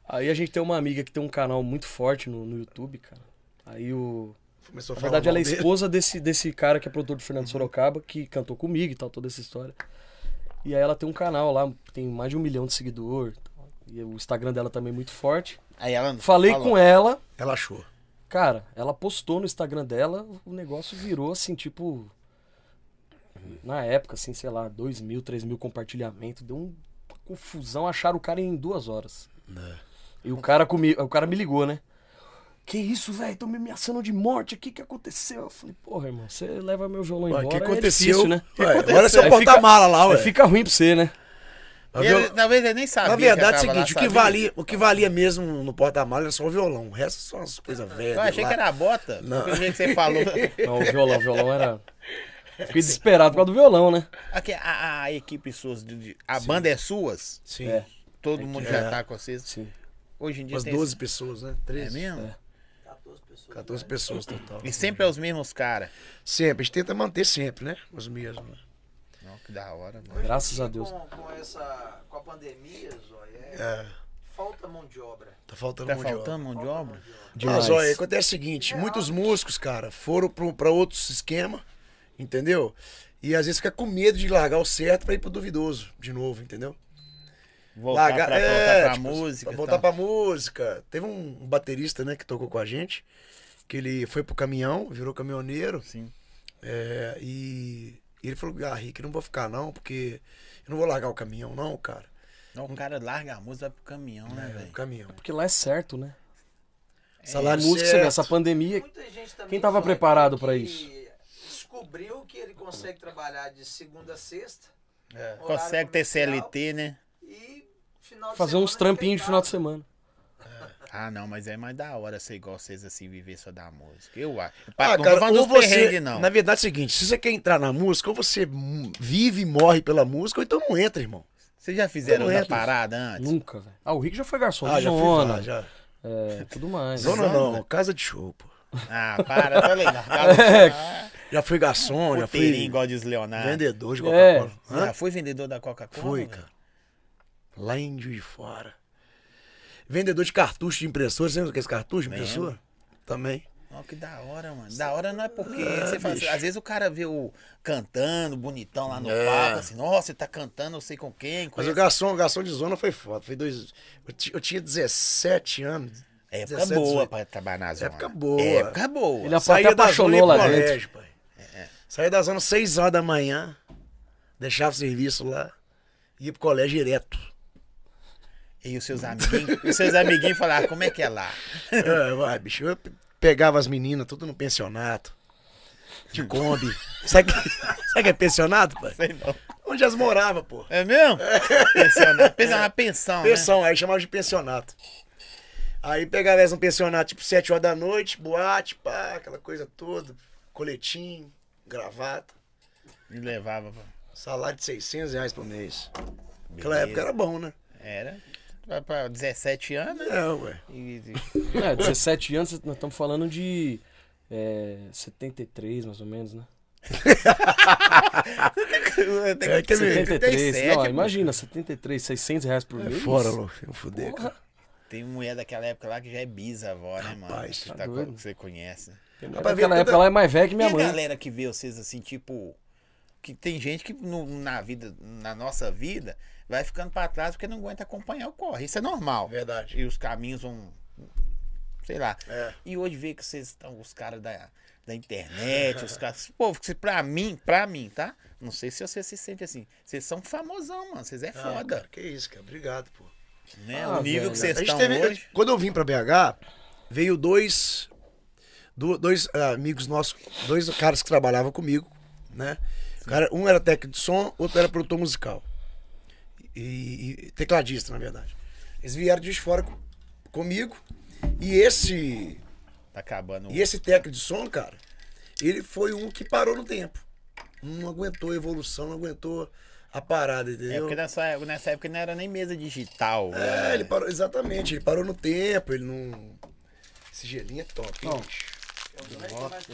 S4: Aí a gente tem uma amiga que tem um canal muito forte no, no YouTube, cara. Aí o.
S2: Começou a
S4: Na
S2: falar
S4: verdade,
S2: mal
S4: ela é
S2: dele. Uhum.
S4: esposa desse, desse cara que é produtor do Fernando Sorocaba, que cantou comigo e tal, toda essa história. E aí ela tem um canal lá, tem mais de um milhão de seguidor. E o Instagram dela também é muito forte.
S1: Aí ela
S4: Falei
S1: falou.
S4: com ela,
S2: Ela achou.
S4: cara, ela postou no Instagram dela, o negócio virou assim, tipo. Na época, assim, sei lá, 2 mil, 3 mil compartilhamentos, deu um- uma confusão, acharam o cara em duas horas.
S2: É.
S4: E o cara comigo, o cara me ligou, né? Que isso, velho? Estão me ameaçando de morte aqui, o que aconteceu? Eu falei, porra, irmão, você leva meu violão
S2: Ué,
S4: embora.
S2: o que
S4: é
S2: aconteceu?
S4: difícil, né?
S2: Ué, olha seu
S4: Aí
S2: porta-mala lá,
S4: fica-
S2: ué. Tá
S4: aí fica ruim pra você, né?
S2: Mas
S1: E
S2: viol-
S1: ele- talvez ele nem sabia.
S2: Na verdade é o seguinte, o
S1: o
S2: que, valia, o que valia mesmo no porta-mala era só o violão. O resto são as coisas velhas.
S1: Ah, Eu achei
S2: lá.
S1: que era a bota.
S2: Não.
S1: Pelo jeito que você falou.
S4: Não, o violão, o violão era. Fiquei desesperado por causa do violão, né?
S1: Aqui, a, a equipe suas, de- de- a banda é suas?
S2: Sim.
S4: É.
S1: Todo mundo já
S2: é.
S1: tá com vocês?
S4: Sim.
S1: Hoje em dia
S2: Umas
S1: tem...
S2: 12 pessoas, né?
S1: É
S2: 13.
S1: mesmo?
S5: 14 pessoas.
S2: 14 pessoas total.
S1: E sempre é os mesmos caras.
S2: Sempre, a gente tenta manter sempre, né? Os mesmos.
S1: Não, que da hora, mano.
S5: Hoje em
S4: Graças
S5: dia,
S4: a Deus.
S5: Com, com essa, com a pandemia, Zóia, é-
S2: É,
S5: falta mão de obra.
S2: tá faltando
S1: Tá
S2: mão de obra. Ah,
S1: faltando mão de
S5: Falta
S1: obra?
S5: mão de obra.
S4: Demais.
S2: Mas olha, acontece o seguinte, muitos músicos, cara, foram pro- pra outros esquema, entendeu? E às vezes fica com medo de largar o certo pra ir pro duvidoso de novo, entendeu?
S1: Voltar
S2: Largar-
S1: pra,
S2: é,
S1: voltar pra
S2: tipo,
S1: música. e
S2: Voltar
S1: tal.
S2: pra música. Teve um baterista, né, que tocou com a gente, que ele foi pro caminhão, virou caminhoneiro,
S1: Sim.
S2: é, e, e ele falou, ah, Rick, eu não vou ficar não, porque eu não vou largar o caminhão não, cara.
S1: Não, o cara larga a música, vai pro caminhão, né,
S2: É, o
S1: velho?
S2: caminhão.
S4: Porque lá é certo, né?
S1: É
S2: Salário é
S4: música, você vê,
S2: certo.
S4: essa pandemia.
S5: Muita gente também
S4: Quem tava
S5: fala
S4: preparado
S5: que
S4: pra isso?
S5: Descobriu que ele consegue trabalhar de segunda a sexta
S2: É.
S5: horário
S1: Consegue ter
S5: comercial,
S1: CLT, né?
S5: e final de
S4: Fazer uns
S5: semana
S4: trampinhos de
S5: fica em
S4: final de
S5: casa.
S4: semana.
S1: Ah, não, mas é mais da hora ser igual vocês assim, viver só da música. Eu acho.
S2: Ah,
S1: não tô
S2: cara,
S1: falando
S2: ou
S1: dos
S2: você,
S1: perrengues, não.
S2: na verdade é o seguinte, se você quer entrar na música, ou você hum, vive e morre pela música, ou então não entra, irmão.
S1: Vocês já fizeram
S2: Eu não
S1: da
S2: entro.
S1: parada antes?
S4: Nunca, velho. Ah, o Rick já foi garçom
S2: Ah,
S4: de
S2: já fui
S4: zona.
S2: lá, já.
S4: É, tudo mais.
S2: Zona não, casa de show, pô.
S1: Ah, para, tá legal. Ah,
S2: Já fui garçom, É, já
S1: Roteirinho
S2: fui
S1: igual diz Leonardo.
S2: vendedor de
S4: É.
S2: Coca-Cola. Hã?
S1: Já foi vendedor da Coca-Cola?
S2: Fui,
S1: velho?
S2: cara. Lá em Juiz de Fora. Vendedor de cartucho de impressora, você lembra aqueles cartuchos de impressora? Também.
S1: Ó, que da hora, mano. Da hora não é porque. você fala assim, às vezes o cara vê o cantando, bonitão lá no
S2: É.
S1: palco, assim, nossa, você tá cantando, não sei com quem.
S2: Mas
S1: Conhece...
S2: o garçom, o garçom de zona foi foda. Foi dois, eu, ti- eu tinha 17 anos.
S1: É Época
S2: 17,
S1: boa
S2: 18.
S1: pra trabalhar na zona. É
S2: Época boa. é um
S1: Época boa.
S4: Ele É, até apaixonou
S2: zona
S4: lá
S2: ia pro
S4: dentro. É,
S2: colégio, pai. Saía da zona 6 horas da manhã, deixava o serviço lá, ia pro colégio direto.
S1: E os seus amiguinhos, os seus amiguinhos falaram, "Ah, como é que é lá?
S2: É, vai, bicho, eu pe- pegava as meninas tudo no pensionato. De Kombi. Sabe que, sabe que é pensionato, pai?
S1: Sei não.
S2: Onde elas moravam, pô.
S1: É mesmo? Pensionato. Pensar na pensão, né?
S2: Pensão, aí chamava de pensionato. Aí pegava elas no pensionato, tipo, 7 horas da noite, boate, pá, aquela coisa toda. Coletinho, gravata.
S1: Me levava. pra-
S2: Salário de 600 reais por mês. Naquela
S1: Beleza.
S2: época era bom, né?
S1: Era. Pra, pra 17 anos, né?
S2: É, ué.
S1: E, e-
S4: É, 17 anos, nós estamos falando de. É, 73, mais ou menos, né?
S2: É,
S1: Tem que ter
S4: 73.
S1: 77,
S4: não,
S1: pô.
S4: imagina, 73, 600 reais por mês.
S2: É Fora, louco. Eu fudei, cara.
S1: Tem mulher daquela época lá que já é bisavó, né, mano?
S2: Rapaz,
S1: que,
S4: tá
S1: tá co-
S4: doido.
S1: que você conhece.
S2: Dá
S4: Tem mulher
S2: pra ver
S4: Naquela
S2: toda-
S4: época ela é mais velha que minha
S1: e
S4: mãe.
S1: a galera que vê vocês assim, tipo. Que tem gente que no- na vida, na nossa vida, vai ficando pra trás porque não aguenta acompanhar o corre. Isso é normal.
S2: Verdade.
S1: E os caminhos vão. Sei lá.
S2: É.
S1: E hoje vê que vocês estão, os caras da, da internet, os caras. Pô, que pra mim, pra mim, tá? Não sei se você se sente assim. Vocês são famosão, mano. Vocês é
S2: Ah,
S1: foda.
S2: cara, que isso, cara. Obrigado, pô.
S1: Né?
S4: Ah,
S1: o nível
S4: velho.
S1: que vocês
S2: A gente
S1: estão
S2: teve- eu-
S1: hoje.
S2: quando eu vim pra BH, veio dois, du- dois ah, amigos nossos, dois caras que trabalhavam comigo, né? O cara, um era técnico de som, outro era produtor musical. E, e tecladista, na verdade. Eles vieram de fora co- comigo. E esse,
S1: Tá acabando.
S2: e esse técnico de som, cara, ele foi um que parou no tempo. Não aguentou a evolução, não aguentou a parada,
S1: É
S2: entendeu?
S1: porque nessa, época- nessa época não era nem mesa digital.
S2: É,
S1: né?
S2: ele parou, exatamente, ele parou no tempo, ele não. Esse gelinho é top, hein?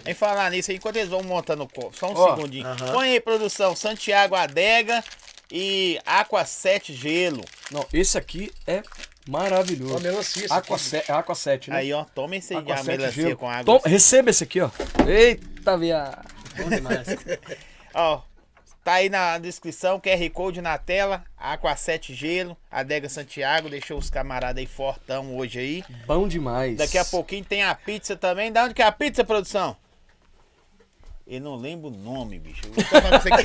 S1: Em falar nisso, aí, enquanto eles vão montando o copo, só um
S4: Ó,
S1: segundinho.
S2: aham.
S1: Põe aí, produção, Santiago Adega e Aqua 7 Gelo.
S4: Não, esse aqui é
S2: Ó, a
S4: maravilhoso.
S2: melancia, assim, esse
S4: Aqua
S2: aqui,
S4: 7, Aqua 7, né?
S1: Aí, ó, toma esse de
S4: Aqua
S1: a
S4: 7
S1: melancia
S4: gelo.
S1: com água. assim.
S4: Toma, receba esse aqui, ó. Eita, viado. Bom demais.
S1: Ó, tá aí na descrição, QR Code na tela, Aqua 7 Gelo, Adega Santiago, deixou os camaradas aí fortão hoje aí.
S4: Bom demais.
S1: Daqui a pouquinho tem a pizza também. Da onde que é a pizza, produção? Eu não lembro o nome, bicho. Eu Tô falando, pra você que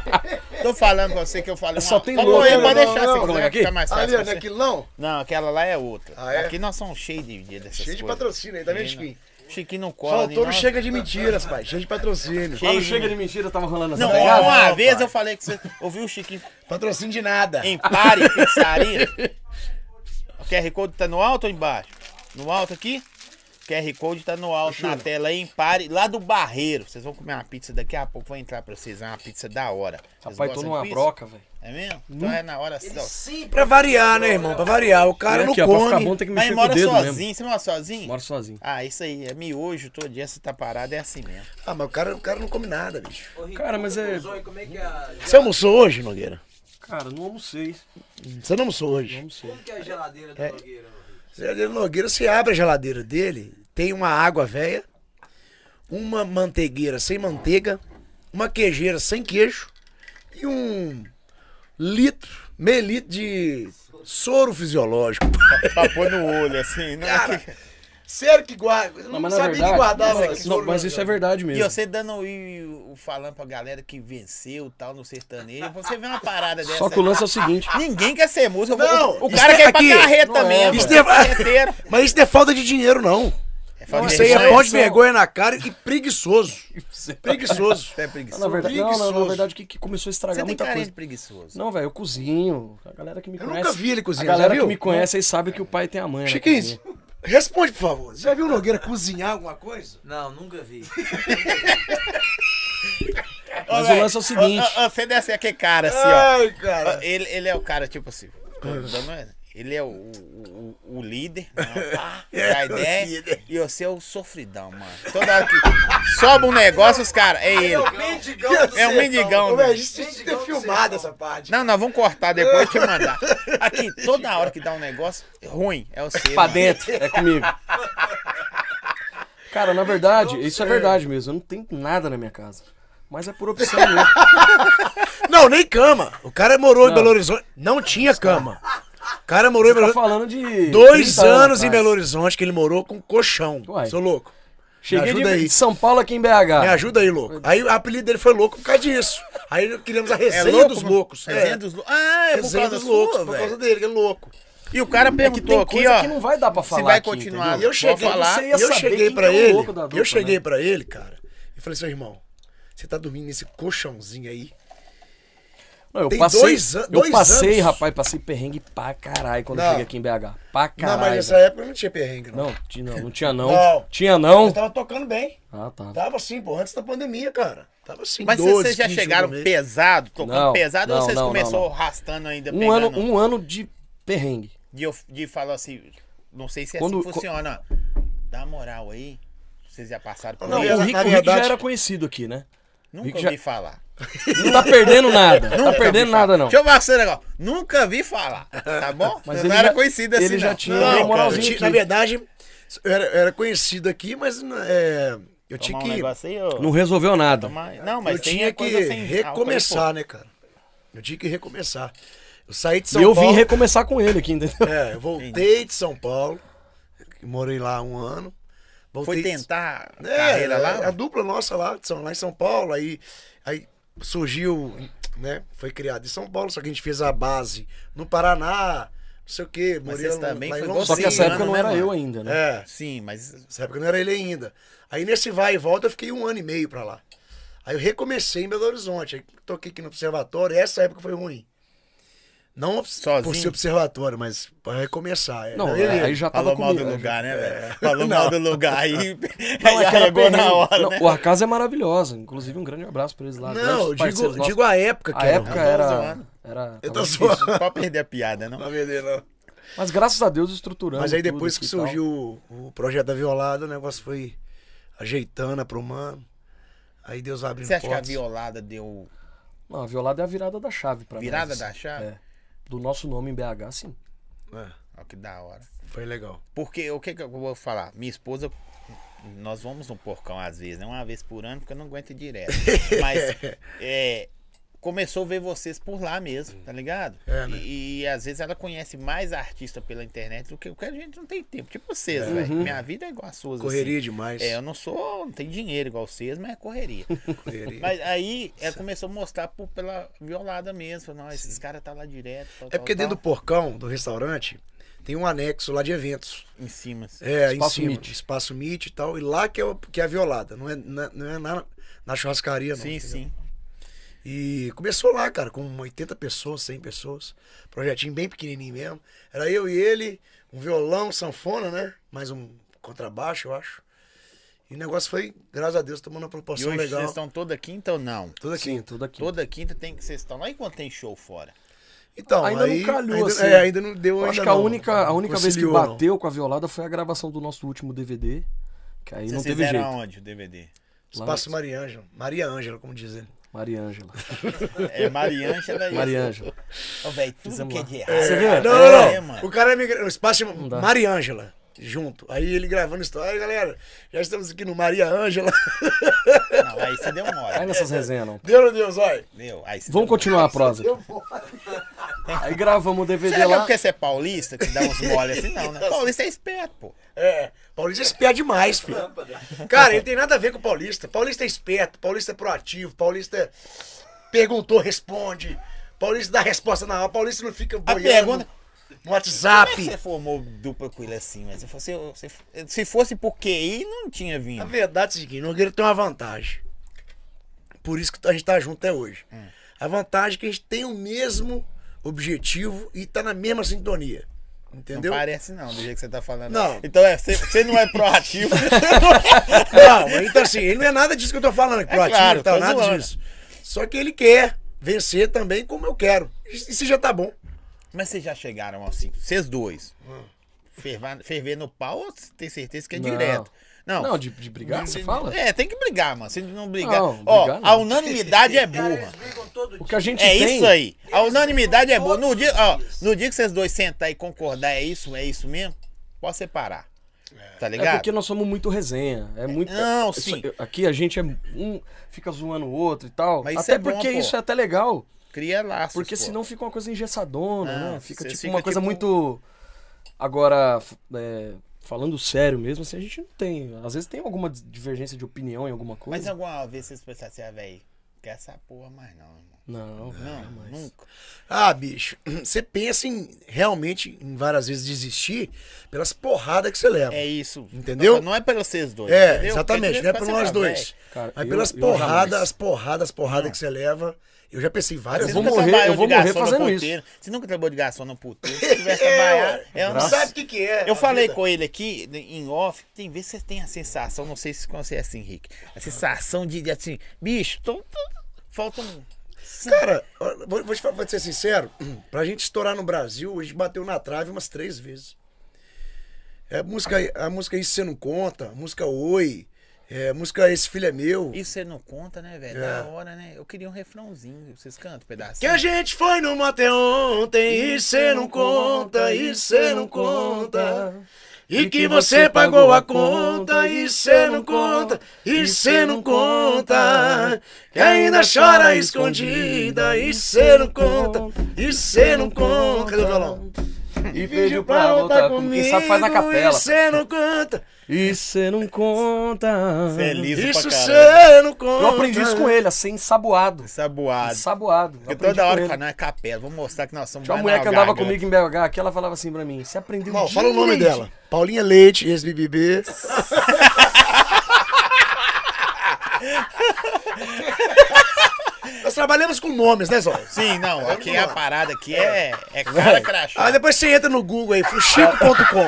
S1: desse- Tô falando pra você que eu falei.
S4: Só
S1: uma-
S4: tem
S1: Pode
S4: louco,
S1: pôr aí,
S4: né?
S1: pode
S4: Não,
S1: deixar,
S4: não,
S1: se
S4: não.
S1: quiser,
S4: Aqui? né,
S1: fica mais fácil.
S2: Ali, ó,
S1: pra você.
S2: naquilo não?
S1: Não, aquela lá é outra.
S2: Ah, é?
S1: Aqui nós somos cheios de, de dessas
S2: Cheio de
S1: coisas.
S2: patrocínio aí, tá vendo,
S1: Cheio,
S2: Chiquinho?
S1: não. Chiquinho não cola. nem
S2: Faltou não
S1: nós.
S2: chega de mentiras, pai. Cheio de patrocínio.
S1: Cheio.
S4: Quando chega de mentira, tava rolando essa
S1: Não,
S4: pegada?
S1: uma
S2: Tá Não,
S1: vez
S2: pai.
S1: eu falei que você ouviu o Chiquinho
S2: Patrocínio de nada.
S1: em pare, pizzaria. O QR Code tá no alto ou embaixo? No alto aqui? O QR Code tá no alto na tela aí, em pare, lá do Barreiro. Vocês vão comer uma pizza daqui a pouco, vou entrar pra vocês. É uma pizza da hora. Vocês
S4: Rapaz, tô
S1: gostam de
S4: numa
S1: pizza?
S4: broca, velho.
S1: É mesmo? Então é na hora.
S5: Ele
S1: ó.
S5: sempre.
S2: Pra variar, né, irmão? Pra variar. O cara
S4: E
S2: não
S4: É aqui, ó, pra ficar bom
S2: come.
S4: tem que
S1: Mas
S4: mexer com o
S1: mora
S4: dedo
S1: sozinho?
S4: mesmo.
S1: Você mora sozinho?
S4: Moro sozinho.
S1: Ah, isso aí. É miojo todo dia, você tá parado, é assim mesmo.
S2: Ah, mas o cara, o cara não come nada, bicho.
S5: Ô, Rico,
S4: Cara, mas
S5: conta
S4: é-
S5: pros oi, Como é que a,
S2: Você almoçou hoje, Nogueira?
S4: Cara, não almocei.
S2: Você não almoçou hoje.
S4: Não sei.
S5: como que é a geladeira do Nogueira? ô, Rico?
S2: Geladeira Nogueira, você abre a geladeira dele, tem uma água velha, uma manteigueira sem manteiga, uma queijeira sem queijo e um litro, meio litro de soro fisiológico.
S1: Pra pôr no olho, assim. Não é que-
S2: Sério que guarda? Eu não,
S4: Não, mas na
S2: sabia
S4: É verdade.
S2: que guardava
S4: não,
S2: esse
S4: não,
S2: soro
S4: mas isso é verdade
S1: E
S4: mesmo.
S1: você dando e o- falando pra galera que venceu e tal no sertanejo, você vê uma parada dessa.
S4: Só que o lance é o seguinte.
S1: Ninguém quer ser músico.
S2: Não,
S1: o, o
S2: isso
S1: cara
S2: é
S1: quer ir pra
S2: aqui.
S1: carreta
S4: Não é,
S1: mesmo.
S2: Isso é-
S1: carreteiro.
S2: Mas isso não é falta de dinheiro, não.
S1: É
S2: Isso aí é
S1: fazer-
S2: pão de vergonha na cara e preguiçoso. Preguiçoso.
S1: Você é preguiçoso.
S4: Na verdade, não, não, na
S2: preguiçoso.
S4: verdade, que, que começou a estragar
S1: Você tem
S4: muita
S1: carinha
S4: coisa.
S1: de preguiçoso.
S4: Não, velho, eu cozinho. A galera que me
S2: Eu
S4: conhece.
S2: nunca vi ele
S4: A
S2: cozinhar,
S4: galera
S2: já
S4: que
S2: viu?
S4: me conhece aí sabe que o pai tem a mãe. né,
S2: Chiquinho,
S4: cozinha.
S2: responde, por favor. Você já viu o Nogueira cozinhar alguma coisa?
S5: Não, nunca vi.
S1: Ô,
S4: Mas o
S1: velho,
S4: lance é o seguinte.
S1: ô, ô, ô, Você desce aquele cara assim, ó.
S2: cara.
S1: Ó, Ele, ele é o cara, tipo assim. Ele é o, o, o- o líder, né? Pá,
S2: É,
S1: dá
S2: o
S1: ideia.
S2: líder.
S1: E você é o sofridão, mano. Toda hora que sobe um negócio, os caras. É ele.
S5: Mendigão do
S1: É o mendigão.
S2: Ô,
S1: né?
S2: velho, a gente tem que ter
S5: é
S2: filmado essa parte.
S1: Não, nós vamos cortar depois e te mandar. Aqui, toda hora que dá um negócio ruim, é o seu.
S4: Pra
S1: mano.
S4: dentro, é comigo. Cara, na verdade, isso é verdade mesmo. Eu não tenho nada na minha casa. Mas é por opção mesmo.
S2: Não, nem cama. O cara morou em
S4: Não.
S2: Belo Horizonte. Não tinha cama. O cara morou em Belo
S4: Tá
S2: Horizonte.
S4: falando de.
S2: Dois
S4: 30
S2: anos em
S4: atrás.
S2: Belo Horizonte que ele morou com colchão.
S4: Uai. Tá.
S2: Sou louco.
S4: Cheguei
S2: ajuda
S4: de,
S2: aí.
S4: de São Paulo aqui em BH.
S2: Me ajuda aí, louco. Aí o apelido dele foi louco por causa disso. Aí criamos a
S1: É
S2: resenha
S1: louco,
S2: dos
S1: mano?
S2: loucos.
S1: Resenha
S2: É.
S1: dos loucos. Ah, é por
S2: Resenha
S1: causa
S2: dos
S1: dos
S2: loucos,
S1: loucos,
S2: por causa dele, que é louco.
S1: E o cara
S4: É que
S1: perguntou
S4: tem
S1: aqui,
S4: coisa
S1: ó.
S4: que não vai dar pra falar.
S1: se vai
S4: aqui,
S1: continuar.
S4: entendeu?
S2: E eu
S1: Vou
S2: cheguei,
S1: falar.
S4: você
S2: e
S4: ia
S2: eu
S4: saber
S2: cheguei
S4: quem
S2: pra
S4: que é o
S2: ele.
S4: louco da dupla,
S2: eu cheguei
S4: né?
S2: pra ele, cara, e falei assim, irmão, você tá dormindo nesse colchãozinho aí.
S4: Não, eu
S2: Tem
S4: passei,
S2: dois an- dois
S4: eu passei,
S2: anos.
S4: rapaz, passei perrengue pra caralho quando
S2: Não.
S4: eu cheguei aqui em BH. Pra
S2: não, mas
S4: caralho.
S2: nessa época não tinha perrengue, não.
S4: Não, ti- não, não tinha não.
S2: Não. tá
S4: Tinha
S2: Eu
S4: não.
S2: tava tocando bem.
S4: Ah, tá.
S2: Tava assim, pô, antes da pandemia, cara. Tava assim,
S1: Mas
S2: 12,
S1: vocês já
S2: 15
S1: chegaram
S2: no mês.
S1: pesado, tocando
S4: Não,
S1: pesado, ou
S4: não,
S1: vocês
S4: não,
S1: começaram
S4: não,
S1: arrastando ainda,
S4: Um ano,
S1: pegando,
S4: um ano de perrengue.
S1: de, of- de falar assim, não sei se é
S4: Quando-
S1: assim que funciona. Dá moral aí, vocês já passaram por
S2: Não,
S4: Não,
S1: isso?
S2: eu-
S4: o
S2: na
S4: Rico, o Rico
S2: verdade-
S4: já era conhecido aqui, né?
S1: Nunca
S4: Rico
S1: ouvi
S4: já-
S1: falar.
S4: Não tá perdendo nada. Não tá perdendo nada, não.
S1: Deixa eu passar um negócio. Nunca vi falar, tá bom?
S4: Mas
S1: Mas não
S4: ele
S1: era
S4: já-
S1: conhecido assim,
S4: ele já
S1: não.
S4: tinha
S1: Não,
S4: uma
S1: cara,
S2: Não, eu
S4: moralzinha
S2: tinha-
S4: aqui.
S2: na verdade, eu era, eu era conhecido aqui, mas é, eu tinha
S1: Tomar um
S2: que,
S1: negócio aí, ô.
S4: Não resolveu nada.
S1: Tomar- Não, mas
S2: eu
S1: tem
S2: tinha que
S1: coisa assim, ah, sem álcool aí, pô.
S2: recomeçar, né, cara? Eu tinha que recomeçar. Eu saí de São
S4: E eu vim
S2: Paulo.
S4: recomeçar com ele aqui, entendeu?
S2: É, eu voltei de São Paulo, morei lá um ano.
S1: Foi
S2: Voltei de-
S1: tentar
S2: É,
S1: carreira lá?
S2: A dupla nossa lá, de São- lá em São Paulo, aí, aí surgiu, né? Foi criada em São Paulo, só que a gente fez a base no Paraná, sei o quê,
S1: Mas
S2: Murilo
S1: vocês também
S2: lá em
S1: foi
S2: Londrina.
S3: Só que essa
S1: Sim,
S3: época
S1: ano,
S3: não
S1: né,
S3: era
S1: mano?
S3: eu ainda, né?
S2: É,
S1: Sim, mas.
S2: essa época não era ele ainda. Aí nesse vai e volta eu fiquei um ano e meio pra lá. Aí eu recomecei em Belo Horizonte, aí toquei aqui no observatório, essa época foi ruim. Não por
S1: Sozinho?
S2: ser observatório, mas pra recomeçar. é,
S3: Não,
S2: né? Ele-
S3: aí já tava
S1: Falou mal do
S3: comigo.
S1: lugar,
S2: É.
S1: né, velho? Falou mal do lugar aí.
S3: Não,
S1: aí
S3: é que era
S1: arregou na
S3: perrengue.
S1: hora,
S3: Não,
S1: né?
S3: O Arcasa é maravilhosa. Inclusive, um grande abraço pra eles lá. grandes
S2: Não, eu
S3: parceiros
S2: digo,
S3: nossos.
S2: digo a época que
S3: a
S2: era
S3: época
S2: ruim.
S3: era.
S1: zoando.
S3: era tava
S2: Eu tô
S3: difícil.
S2: zoando.
S1: Pode perder a piada, não?
S2: Não, verdade, não.
S3: Mas graças a Deus estruturamos.
S2: Mas aí
S3: tudo
S2: depois
S3: aqui
S2: que
S3: e tal.
S2: surgiu o, o projeto da Violada, o negócio foi ajeitando, aprumando. Aí Deus abriu
S1: Você acha que é a
S2: portas.
S1: violada deu
S3: Não, a violada é a virada da chave pra
S1: virada
S3: nós.
S1: da chave?
S3: É. Do nosso nome em BH, sim.
S2: É,
S1: Olha que da hora.
S2: foi legal.
S1: Porque o que, que eu vou falar? Minha esposa. Nós vamos no porcão às vezes, né? Uma vez por ano, porque eu não aguento ir direto. Mas é, começou a ver vocês por lá mesmo, tá ligado?
S2: É, né?
S1: e, e às vezes ela conhece mais artista pela internet do que o que a gente não tem tempo. Tipo vocês, velho. Minha vida é igual a suas. assim.
S2: Uhum. Correria demais.
S1: É, eu não sou, não tenho dinheiro igual vocês, mas é correria.
S2: correria.
S1: mas aí ela começou a mostrar por- pela violada mesmo. Falou, não, esses caras tá lá direto. tal,
S2: É
S1: tal,
S2: porque dentro do
S1: tal."
S2: porcão, do restaurante, tem um anexo lá de eventos.
S1: Em cima. assim.
S2: É,
S3: Espaço
S2: em cima,
S3: Meet.
S2: espaço Meet e tal. E lá que é, o- que é a violada, não é na, não é na, na churrascaria, não.
S1: sim,
S2: entendeu?
S1: sim.
S2: E começou lá, cara, com 80 pessoas, 100 pessoas. Projetinho bem pequenininho mesmo. Era eu e ele, um violão, sanfona, né? Mais um contrabaixo, eu acho. E o negócio foi, graças a Deus, tomando uma
S1: E
S2: proporção
S1: hoje
S2: legal.
S1: vocês estão toda quinta ou não?
S2: Tudo aqui.
S3: Sim, tudo aqui.
S1: Toda quinta tem que vocês estão lá enquanto tem show fora.
S2: Então,
S3: Ainda não
S2: aí,
S3: calhou,
S2: ainda,
S3: assim.
S2: é, ainda não deu
S3: Eu
S2: ainda
S3: acho que a
S2: não.
S3: única, a única vez que
S2: Conciliou, não.
S3: bateu com a violada foi a gravação do nosso último DVD. Que aí
S1: Vocês
S3: não teve
S1: fizeram
S3: jeito.
S1: aonde o DVD?
S3: Lá
S2: Espaço
S3: no-
S2: Maria Ângela. Maria Ângela, como diz ele.
S3: Maria Ângela.
S1: É Mariângela e.
S3: Mariângela.
S1: Ô, velho, tudo
S3: Fizemos
S1: que é
S3: lá.
S1: de errado.
S3: Você viu?
S2: Não, não, não.
S1: É, mano.
S2: O cara é migra... O espaço chama
S3: dá.
S2: Maria Ângela. Junto. Aí ele gravando história. Aí, galera, já estamos aqui no Maria Ângela.
S1: Não, aí você deu uma
S3: Aí
S1: hora.
S3: nessas resenhas, não.
S2: Deus, meu Deus, olha.
S1: Meu, aí
S3: Vamos
S1: você deu uma
S3: continuar a prosa. Aí gravamos o
S1: hora.
S3: DVD
S1: Será que é
S3: lá.
S1: porque você é paulista que dá uns mole assim? Não, né? Paulista é esperto, pô.
S2: É, paulista é esperto demais, filho. Cara, ele tem nada a ver com o paulista. Paulista é esperto, paulista é proativo, paulista é- perguntou, responde. Paulista dá resposta na hora, paulista não fica boiando
S1: pergunta-
S2: no
S1: Como é que você
S2: WhatsApp.
S1: formou dupla com ele assim, mas se fosse, se- se fosse por QI, não tinha
S2: Na
S1: vindo.
S2: verdade é o seguinte, Nogueira tem uma vantagem. Por isso que a gente tá junto até hoje.
S1: Hum.
S2: A vantagem é que a gente tem o mesmo objetivo e tá na mesma sintonia. Entendeu?
S1: Não parece não, do jeito que você tá falando.
S2: Não.
S1: Então é, você- você não é proativo.
S2: Não, então assim, ele não é nada disso que eu tô falando, que proativo
S1: claro,
S2: e tal,
S1: tô
S2: tá nada
S1: zoando.
S2: disso. Só que ele quer vencer também como eu quero. Isso já tá bom.
S1: Mas vocês já chegaram assim, vocês dois.
S2: Hum.
S1: Fervar, ferver no pau, ou você tem certeza que é
S3: Não.
S1: direto. Não.
S3: Não, de, de brigar, você fala?
S1: É, tem que brigar, mano. Se não brigar.
S3: Não,
S1: Ó,
S3: brigar não.
S1: a unanimidade é
S5: Cara, eles
S1: burra.
S5: brigam todo
S3: O
S5: dia.
S3: que a gente
S1: É
S3: tem.
S1: isso aí. A unanimidade é burra. No
S5: todos
S1: dia,
S5: os
S1: ó,
S5: dias.
S1: no dia que vocês dois sentar e concordar, é isso, é isso mesmo, pode separar. Tá
S3: É
S1: ligado?
S3: porque nós somos muito resenha. É muito.
S1: Não,
S3: é-
S1: sim.
S3: isso- Aqui a gente é um fica zoando o outro e tal.
S1: Mas isso
S3: até
S1: é bom,
S3: porque
S1: pô.
S3: isso é até legal.
S1: Cria laços.
S3: Porque
S1: pô.
S3: senão fica uma coisa engessadona,
S1: Não,
S3: né? Fica
S1: cê
S3: tipo
S1: fica
S3: uma coisa
S1: tipo-
S3: muito. Agora, f- é, falando sério mesmo, assim, a gente não tem. Às vezes tem alguma dis- divergência de opinião em alguma
S1: Mas é
S3: coisa.
S1: alguma vez vocês pensaram assim, ah, velho, quer essa porra mais não, irmão.
S3: Não,
S1: um Não,
S3: não, mas.
S1: nunca.
S2: Ah, bicho, você pensa em realmente em várias vezes desistir pelas porradas que você leva.
S1: É
S2: É,
S1: isso.
S2: Entendeu?
S1: Não é pelos vocês dois. entendeu?
S2: exatamente,
S1: Porque assim,
S2: não é
S1: de
S2: por
S1: vez em
S2: nós
S1: quando você fala,
S2: dois.
S3: Cara,
S2: mas
S3: eu-
S2: pelas
S3: eu
S2: porradas,
S3: jamais.
S2: as porradas, as porradas que você leva. Eu já pensei várias
S1: Você
S3: vou
S1: nunca
S3: morrer-
S1: trabalhou
S3: eu vou
S1: de
S3: morrer
S1: garçom no
S3: fazendo
S1: puteiro? Você nunca trabalhou de garçom no puteiro? Se tivesse trabalhado, é um
S2: não
S1: saco.
S2: sabe o que, que é.
S1: Eu
S2: a
S1: falei
S2: vida.
S1: com ele aqui, em off, tem vezes que você tem a sensação, não sei se você é assim, Rick, a sensação de, de assim, bicho, tô, tô- falta um...
S2: Cara, ó, vou, vou te falar, vou te ser sincero, pra gente estourar no Brasil, a gente bateu na trave umas três vezes. É, a música, a música Isso Você Não Conta, a música Oi, é, a música Esse Filho é Meu.
S1: Isso você não conta, né, velho?
S2: É.
S1: Da hora, né? Eu queria um refrãozinho, vocês cantam um pedacinho.
S2: Que a gente foi no motel ontem, e cê não conta, e cê não conta. E que você pagou a conta, e cê não conta, e cê não conta. Que ainda chora escondida, e cê não conta, e cê não conta. Cadê o violão?
S4: E pediu pra voltar comigo. Quem sabe faz na capela.
S2: Você não canta.
S4: E você não conta.
S1: Feliz
S2: Isso
S1: pra caralho.
S2: você não conta.
S4: Eu aprendi isso com ele, assim, ensaboado.
S1: Saboado.
S4: Ensaboado. Eu
S1: Porque
S4: aprendi
S1: toda
S4: com
S1: hora
S4: ele.
S1: fala, não, é capela, vou mostrar que nós somos
S4: Tinha uma
S1: mais
S4: mulher que
S1: nalgada.
S4: andava comigo em BH que ela falava assim pra mim: Você aprendeu
S2: Bom, fala o nome
S4: direito."
S2: dela. Paulinha Leite, ex-BBB. Nós trabalhamos com nomes, né, Zó?
S1: Sim, não, aqui é a parada aqui é, é cara crachá.
S2: Aí depois você entra no Google aí, fuxico.com.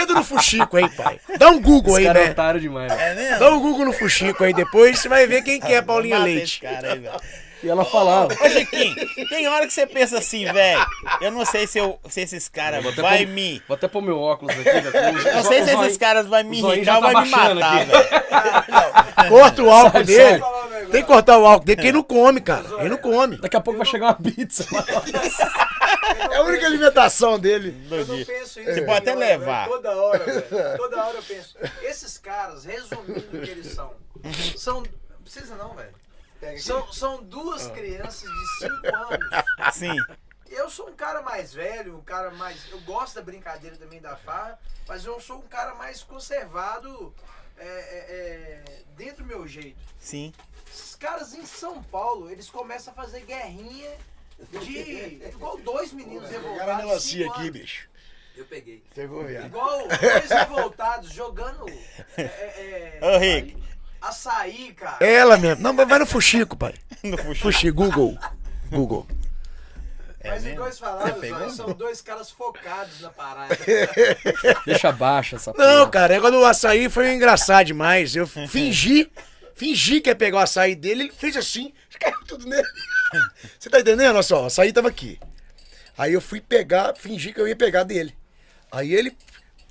S2: entra no fuxico aí, pai. Dá um Google aí,
S4: Esse cara é
S2: né?
S4: otário demais.
S1: É mesmo?
S2: Dá um Google no fuxico aí depois, você vai ver quem que é Paulinha
S1: Mata esse
S2: Leite.
S1: Cara aí, velho.
S4: E ela falava.
S1: Ô, Chiquinho, tem hora que você pensa assim, velho. Eu não sei se, eu, se esses caras
S4: até
S1: vai
S4: pôr-
S1: me.
S4: Vou até pôr meu óculos aqui.
S1: Eu não sei se esses caras vão me
S4: o zoinho
S1: irritar
S4: já
S1: ou
S4: tá
S1: vai me
S4: baixando
S1: matar,
S4: aqui.
S1: velho.
S2: Corta o álcool
S4: Sai,
S2: dele.
S5: Falar um negócio.
S2: Tem que cortar o álcool dele, porque ele não come, cara. Ele não come.
S4: Daqui a pouco vai chegar uma pizza.
S2: É a única alimentação dele.
S5: Eu não penso isso.
S1: Você
S5: em
S1: pode até
S5: hora,
S1: levar.
S5: velho. Toda hora, velho. Toda hora eu penso. Esses caras, resumindo o que eles são, são. Não precisa não, velho. São, são
S1: Ah.
S5: duas crianças de 5 anos.
S1: Sim.
S5: Eu sou um cara mais velho, um cara mais. Eu gosto da brincadeira também da farra, mas eu sou um cara mais conservado é, é, é, dentro do meu jeito.
S1: Sim.
S5: Esses caras em São Paulo, eles começam a fazer guerrinha de. igual dois meninos
S2: Cara,
S5: revoltados.
S2: melancia
S5: cinco
S2: aqui,
S5: anos.
S2: bicho.
S5: Eu peguei.
S2: Pegou, viado.
S5: Igual dois revoltados jogando. É, é, é,
S1: Ô, Rick. É,
S5: Açaí, cara.
S2: Ela mesmo. Não, vai no fuxico, pai.
S1: No fuxi.
S2: Fuxico, Google. Google.
S1: É
S5: Mas em
S1: mesmo?
S5: dois
S1: Você
S5: falados,
S1: pegou? É.
S5: ó, são dois caras focados na parada.
S4: Deixa baixa essa
S2: Não,
S4: porra.
S2: cara, é quando o açaí foi engraçado demais. Eu fingi, fingi que ia pegar o açaí dele, ele fez assim, caiu tudo nele. Você tá entendendo? Olha só, o açaí tava aqui. Aí eu fui pegar, fingi que eu ia pegar dele. Aí ele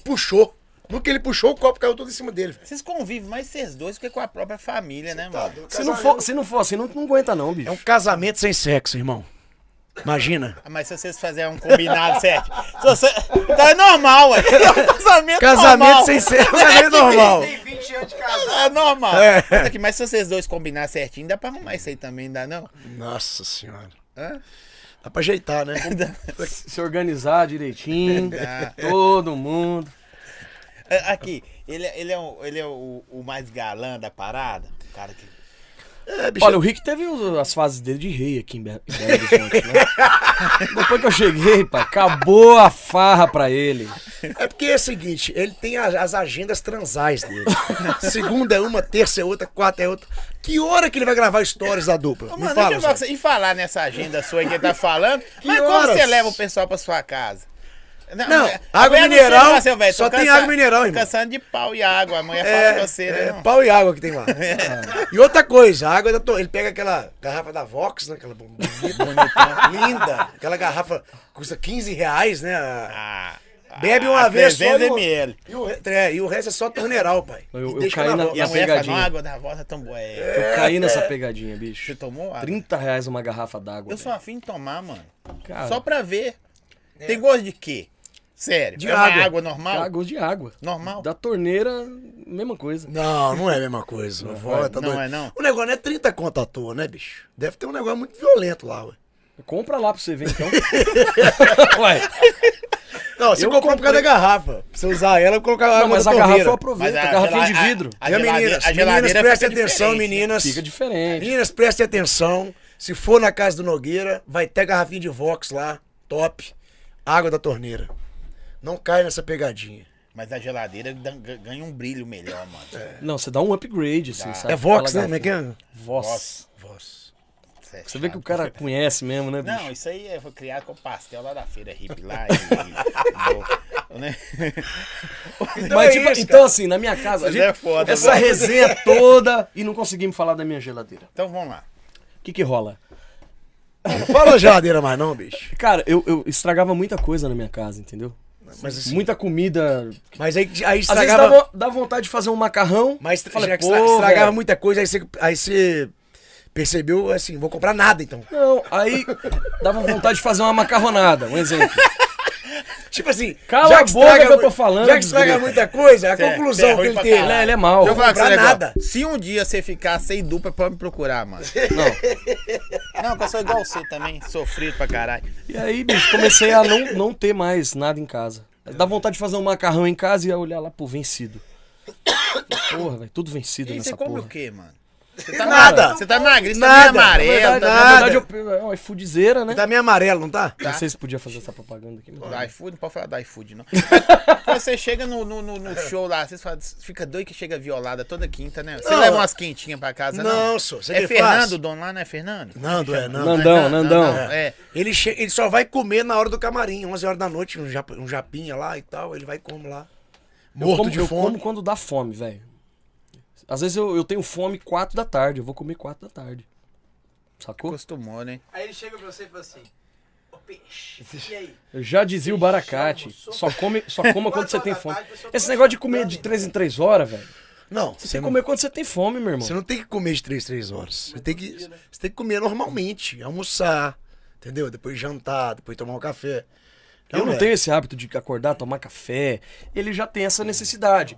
S2: puxou. No que ele puxou, o copo caiu todo em cima dele. velho.
S1: Vocês convivem mais vocês dois do que com a própria família, né, mano?
S4: Se não for, se não for assim, não, não aguenta, não, bicho.
S2: É um casamento sem sexo, irmão. Imagina.
S1: Ah, Mas se vocês fizerem um combinado certo. Se você... Tá é normal, ué. É um casamento,
S2: Casamento
S1: normal.
S2: sem sexo, um casamento normal.
S5: Tem 20 anos de casado.
S1: É normal.
S2: É.
S1: Mas aqui, Mas se vocês dois combinarem certinho, dá pra arrumar isso aí também, dá não?
S2: Nossa senhora.
S1: Hã?
S2: É? Dá pra ajeitar, né?
S4: Se organizar direitinho,
S2: É.
S4: todo mundo.
S1: É, Aqui, ele, é- ele é, o, ele é o, o mais galã da parada? O cara que.
S2: É, bicho.
S4: Olha, o Rick teve os- as fases dele de rei aqui em Be- em Belo Horizonte, né? Depois que eu cheguei, pai, acabou a farra pra ele.
S2: É porque é o seguinte, ele tem a- as agendas transais dele. Segunda é uma, terça é outra, quarta é outra. Que hora que ele vai gravar stories da dupla?
S1: Ô,
S2: Me
S1: mano,
S2: fala,
S1: deixa eu falar,
S2: Zé.
S1: com você. e falar nessa agenda sua aí que ele tá falando. mas como
S2: horas?
S1: você leva o pessoal pra sua casa?
S2: Não,
S1: mas-
S2: água
S1: a mulher não chega
S2: mineral,
S1: e fala assim, "Ô, velho, tô
S2: só tem água mineral,
S1: Tô
S2: irmão."
S1: cansando de pau e água. A mulher fala
S2: É,
S1: com você, né? É.
S2: é
S1: não?
S2: pau e água que tem lá. E outra coisa, a água da to... ele pega aquela garrafa da Vox, né? Aquela bonita, linda. Aquela garrafa custa 15 reais, né? A-
S1: Ah,
S2: Bebe
S1: ah,
S2: uma vez só.
S1: 300
S2: E o...
S1: ml.
S2: E, o... re- é, e o resto é só torneral, pai.
S4: Eu-
S2: E
S4: eu
S2: deixa
S4: caí
S2: na
S4: na-
S2: Vox.
S1: E a mulher fala,
S4: pegadinha.
S1: não, a água da voz é tão boa. É,
S4: Eu caí nessa pegadinha,
S1: Você
S4: bicho.
S1: tomou água?
S4: 30 reais uma garrafa d'água.
S1: Eu sou
S4: velho.
S1: afim de tomar, mano.
S4: Cara,
S1: Só pra ver. Tem gosto de quê? Sério?
S2: De
S1: é uma água,
S2: água.
S1: normal?
S4: cara, gosto de É. água.
S1: Normal?
S4: Da torneira, mesma coisa.
S2: Não, não é a mesma coisa. Não, vó, tá
S1: não
S2: doido.
S1: é, não?
S2: O negócio não é 30 conto à toa, né, bicho? Deve ter um negócio muito violento lá, ué.
S4: Compra lá pra você ver, então. Ué,
S2: Não, você
S4: Eu
S2: comprou por causa da
S4: comprei-
S2: garrafa. Pra você usar ela, eu colocar a
S4: não,
S2: água
S4: mas
S2: da
S4: a garrafa
S2: torneira.
S4: eu aproveito, a garrafinha de vidro.
S1: A, a,
S2: Minha
S1: geladeira,
S2: meninas,
S1: a geladeira
S2: meninas, prestem
S1: fica
S2: atenção,
S1: diferente, né?
S2: meninas.
S4: Fica diferente.
S2: Meninas, prestem atenção. Se for na casa do Nogueira, vai ter garrafinha de Vox lá, top. Água da torneira. Não cai nessa pegadinha.
S1: Mas a geladeira dan- ga- ganha um brilho melhor, mano.
S4: Não, você dá um upgrade, assim, sabe?
S2: É Vox, né?
S4: Aquela
S2: Como é que
S4: garrafinha.
S2: é?
S4: Voz.
S2: Vox.
S4: Você vê que o cara conhece mesmo, né,
S1: é
S4: bicho?
S1: Não, isso aí é- foi criado com pastel lá da feira hippie lá. E, e, né?
S2: Então
S4: Mas,
S2: é
S4: tipo,
S2: isso,
S4: então, assim, na minha casa, a
S1: Vocês
S4: gente-
S1: é foda,
S4: essa
S1: né?
S4: resenha toda e não conseguimos falar da minha geladeira.
S1: Então vamos lá.
S4: O que que rola?
S2: é? Não fala geladeira mais não, bicho.
S4: Cara, eu, eu estragava muita coisa na minha casa, entendeu?
S2: Mas, assim,
S4: Muita comida.
S2: mas aí, aí
S4: Às vezes
S2: estragava...
S4: dá, vo- dá vontade de fazer um macarrão.
S2: Mas
S4: eu
S2: estra-
S4: falei,
S2: já que
S4: pô,
S2: estra- estragava
S4: velho.
S2: muita coisa, aí você, aí você percebeu assim, vou comprar nada então.
S4: Não, aí dava vontade de fazer uma macarronada, um exemplo.
S2: Tipo assim,
S4: Cala
S2: já
S4: a
S2: que
S4: boca
S2: estraga
S4: que eu tô
S2: mu-
S4: falando,
S2: Já que estraga muita coisa, a
S1: Cê é- cê
S2: conclusão
S1: é
S2: que
S1: ruim
S2: ele
S1: pra
S2: teve. né?
S1: caralho.
S4: Não, ele é mau.
S1: Deixa eu falar com
S2: Pra
S1: você um negócio.
S2: nada.
S1: Se um dia você ficar sem dupla, pode me procurar, mano. Não. Não, que eu sou igual você também, sofrido pra caralho.
S4: E aí, bicho, comecei a não, não ter mais nada em casa. Dá vontade de fazer um macarrão em casa e ia olhar lá, pô, vencido. Porra, velho, tudo
S1: E
S4: vencido
S1: aí, você
S4: nessa
S1: come
S4: porra.
S1: o quê, mano? Você tá
S2: Nada.
S1: magrinho, Você tá magrinho, você tá meio
S2: Nada.
S1: amarelo.
S2: Na verdade,
S1: tá
S4: Na
S2: nada.
S4: verdade, eu, é uma iFoodzeira, né?
S2: Tá meio amarelo, não tá?
S4: Não sei se podia fazer essa propaganda aqui. Mas...
S1: Do iFood, não pode falar do iFood, não. Quando você chega no, no, no- no show lá, você fala- fica doido que chega violada toda quinta, né? Você
S2: Não.
S1: leva umas quentinhas pra casa, não?
S2: Não, senhor, você
S1: É
S2: que
S1: Fernando,
S2: faz.
S1: o dono lá, não é Fernando?
S2: Nando, é, não.
S4: Nandão,
S1: Não, não,
S4: Nandão.
S1: não, É.
S2: Ele, che- ele só vai comer na hora do camarim, 11 horas da noite, um, jap- um japinha lá e tal, ele vai e come lá.
S4: Eu
S2: Morto
S4: como,
S2: de
S4: eu como
S2: fome.
S4: quando dá fome, velho. Às vezes eu, eu tenho fome 4 da tarde, eu vou comer 4 da tarde. Sacou?
S1: Acostumou, né?
S5: Aí ele chega pra você e fala assim: Ô peixe, e aí?
S4: Eu já dizia o Baracate, só, come, só coma quando você tem fome. Esse negócio de comer de 3 em 3 horas, velho.
S2: Não,
S4: Você tem que comer quando você tem fome, meu irmão.
S2: Você não tem que comer de 3, 3 horas. Você tem, que,
S4: né?
S2: você tem que comer normalmente, almoçar, entendeu? Depois jantar, depois tomar um café.
S4: Eu não
S2: é.
S4: tenho esse hábito de acordar, tomar café. Ele já tem essa necessidade.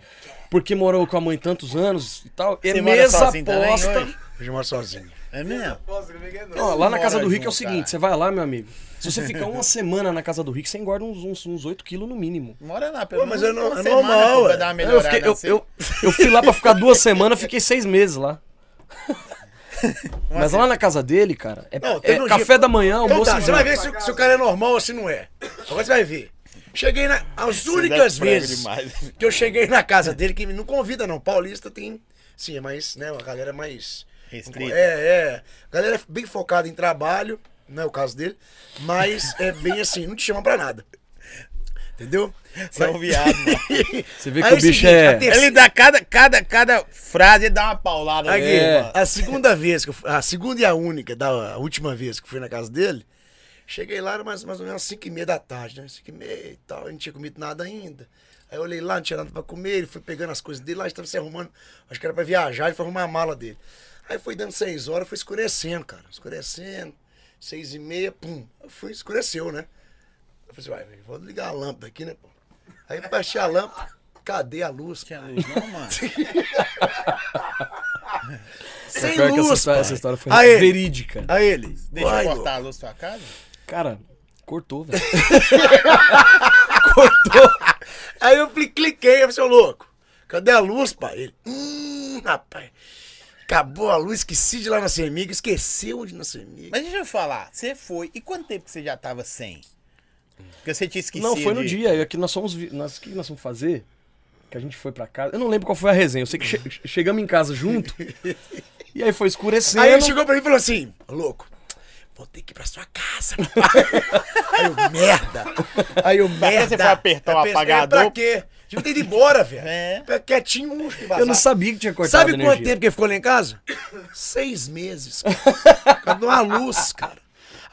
S4: Porque morou com a mãe tantos anos e tal. É
S1: Você mora
S4: mesa
S1: sozinho também
S4: aposta.
S1: hoje?
S2: Hoje eu moro sozinho.
S1: É mesmo?
S5: Nossa, como é que é novo?
S4: Ó, lá na
S1: Mora
S4: casa do Rick é o
S1: junto,
S4: seguinte:
S1: cara.
S4: você vai lá, meu amigo. Se você ficar uma semana na casa do Rick, você engorda uns, uns, uns 8 quilos no mínimo.
S1: Mora lá, pelo
S2: Pô, mas
S1: menos
S2: é no-
S1: uma
S2: é
S1: semana
S2: normal,
S1: pô, pra
S2: ué.
S1: dar uma
S4: Eu,
S1: melhorada.
S4: fiquei-
S2: né?
S4: eu,
S1: assim.
S4: eu, eu fui lá pra ficar duas semanas, fiquei seis meses lá. Mas lá na casa dele, cara, é,
S2: Não,
S4: é
S2: teve um
S4: café
S2: dia-
S4: da manhã,
S2: Então
S4: almoço
S2: tá,
S4: e
S2: você vai
S4: janta.
S2: ver se, o- se o cara é normal ou se não é. Agora você vai ver. Cheguei na. As únicas
S1: dá prego
S2: vezes
S1: demais.
S2: que eu cheguei na casa dele, que me não convida, não. Paulista tem. Sim, é mais, né? A galera é mais.
S1: Restrita.
S2: É, é. A galera é bem focada em trabalho, não é o caso dele. Mas é bem assim, não te chama pra nada. Entendeu?
S1: Você é um viado, mano.
S4: Você vê que o bicho é-
S2: a terceira-
S1: Ele dá cada, cada, cada frase, ele dá uma paulada.
S2: Aqui,
S1: nele,
S4: É.
S1: mano.
S2: a segunda vez, que eu fui- a segunda e a única, da a última vez que eu fui na casa dele, cheguei lá, era mais, mais ou menos 5 e meia da tarde, né? 5 e meia e tal, eu não tinha comido nada ainda. Aí eu olhei lá, não tinha nada pra comer, ele foi pegando as coisas dele, lá estava se arrumando, acho que era pra viajar, ele foi arrumar a mala dele. Aí foi dando 6 horas, foi escurecendo, cara, escurecendo, 6 e meia, pum, foi, escureceu, né? Eu falei assim, vai, vou ligar a lâmpada aqui, né, pô? Aí eu baixei a lâmpada, cadê a luz?
S1: Tinha luz, não, mano.
S2: Sem
S4: É Pior que essa,
S2: luz,
S4: história,
S2: pai.
S4: essa história foi
S2: Aí ele,
S4: verídica.
S2: aí ele.
S1: Deixa
S2: vai,
S1: eu
S2: Lu.
S1: cortar a luz da sua casa.
S4: Cara, cortou, velho.
S2: Aí eu fli- cliquei, eu falei, assim, ô louco, cadê a luz, pai? Ele, hum, rapaz, acabou a luz, esqueci de ir lá na Semiga, esqueceu de ir na Semiga.
S1: Mas deixa eu falar, você foi. E quanto tempo que você já tava sem? Porque você tinha esquecido.
S4: Não, foi no
S1: de-
S4: dia. É que nós fomos. vi- Nós, o que nós fomos fazer? Que a gente foi pra casa. Eu não lembro qual foi a resenha. Eu sei que che- chegamos em casa junto. e aí foi escurecendo.
S2: Aí ele chegou pra mim e falou assim, "Ô, louco, vou ter que ir pra sua casa. pai." aí eu, merda. Aí eu,
S1: que
S2: merda.
S1: você foi apertar o
S2: Eu pensei, "É,
S1: apagador?
S2: Pra quê? Tipo, Devia ter ido embora, velho.
S1: É.
S2: Fica Quietinho, um, acho que
S4: Eu não
S2: vazar.
S4: sabia que tinha cortado
S2: Sabe
S4: a
S2: quanto
S4: energia.
S2: tempo que ele ficou lá em casa? Seis meses. Cara. Cadê uma luz, cara?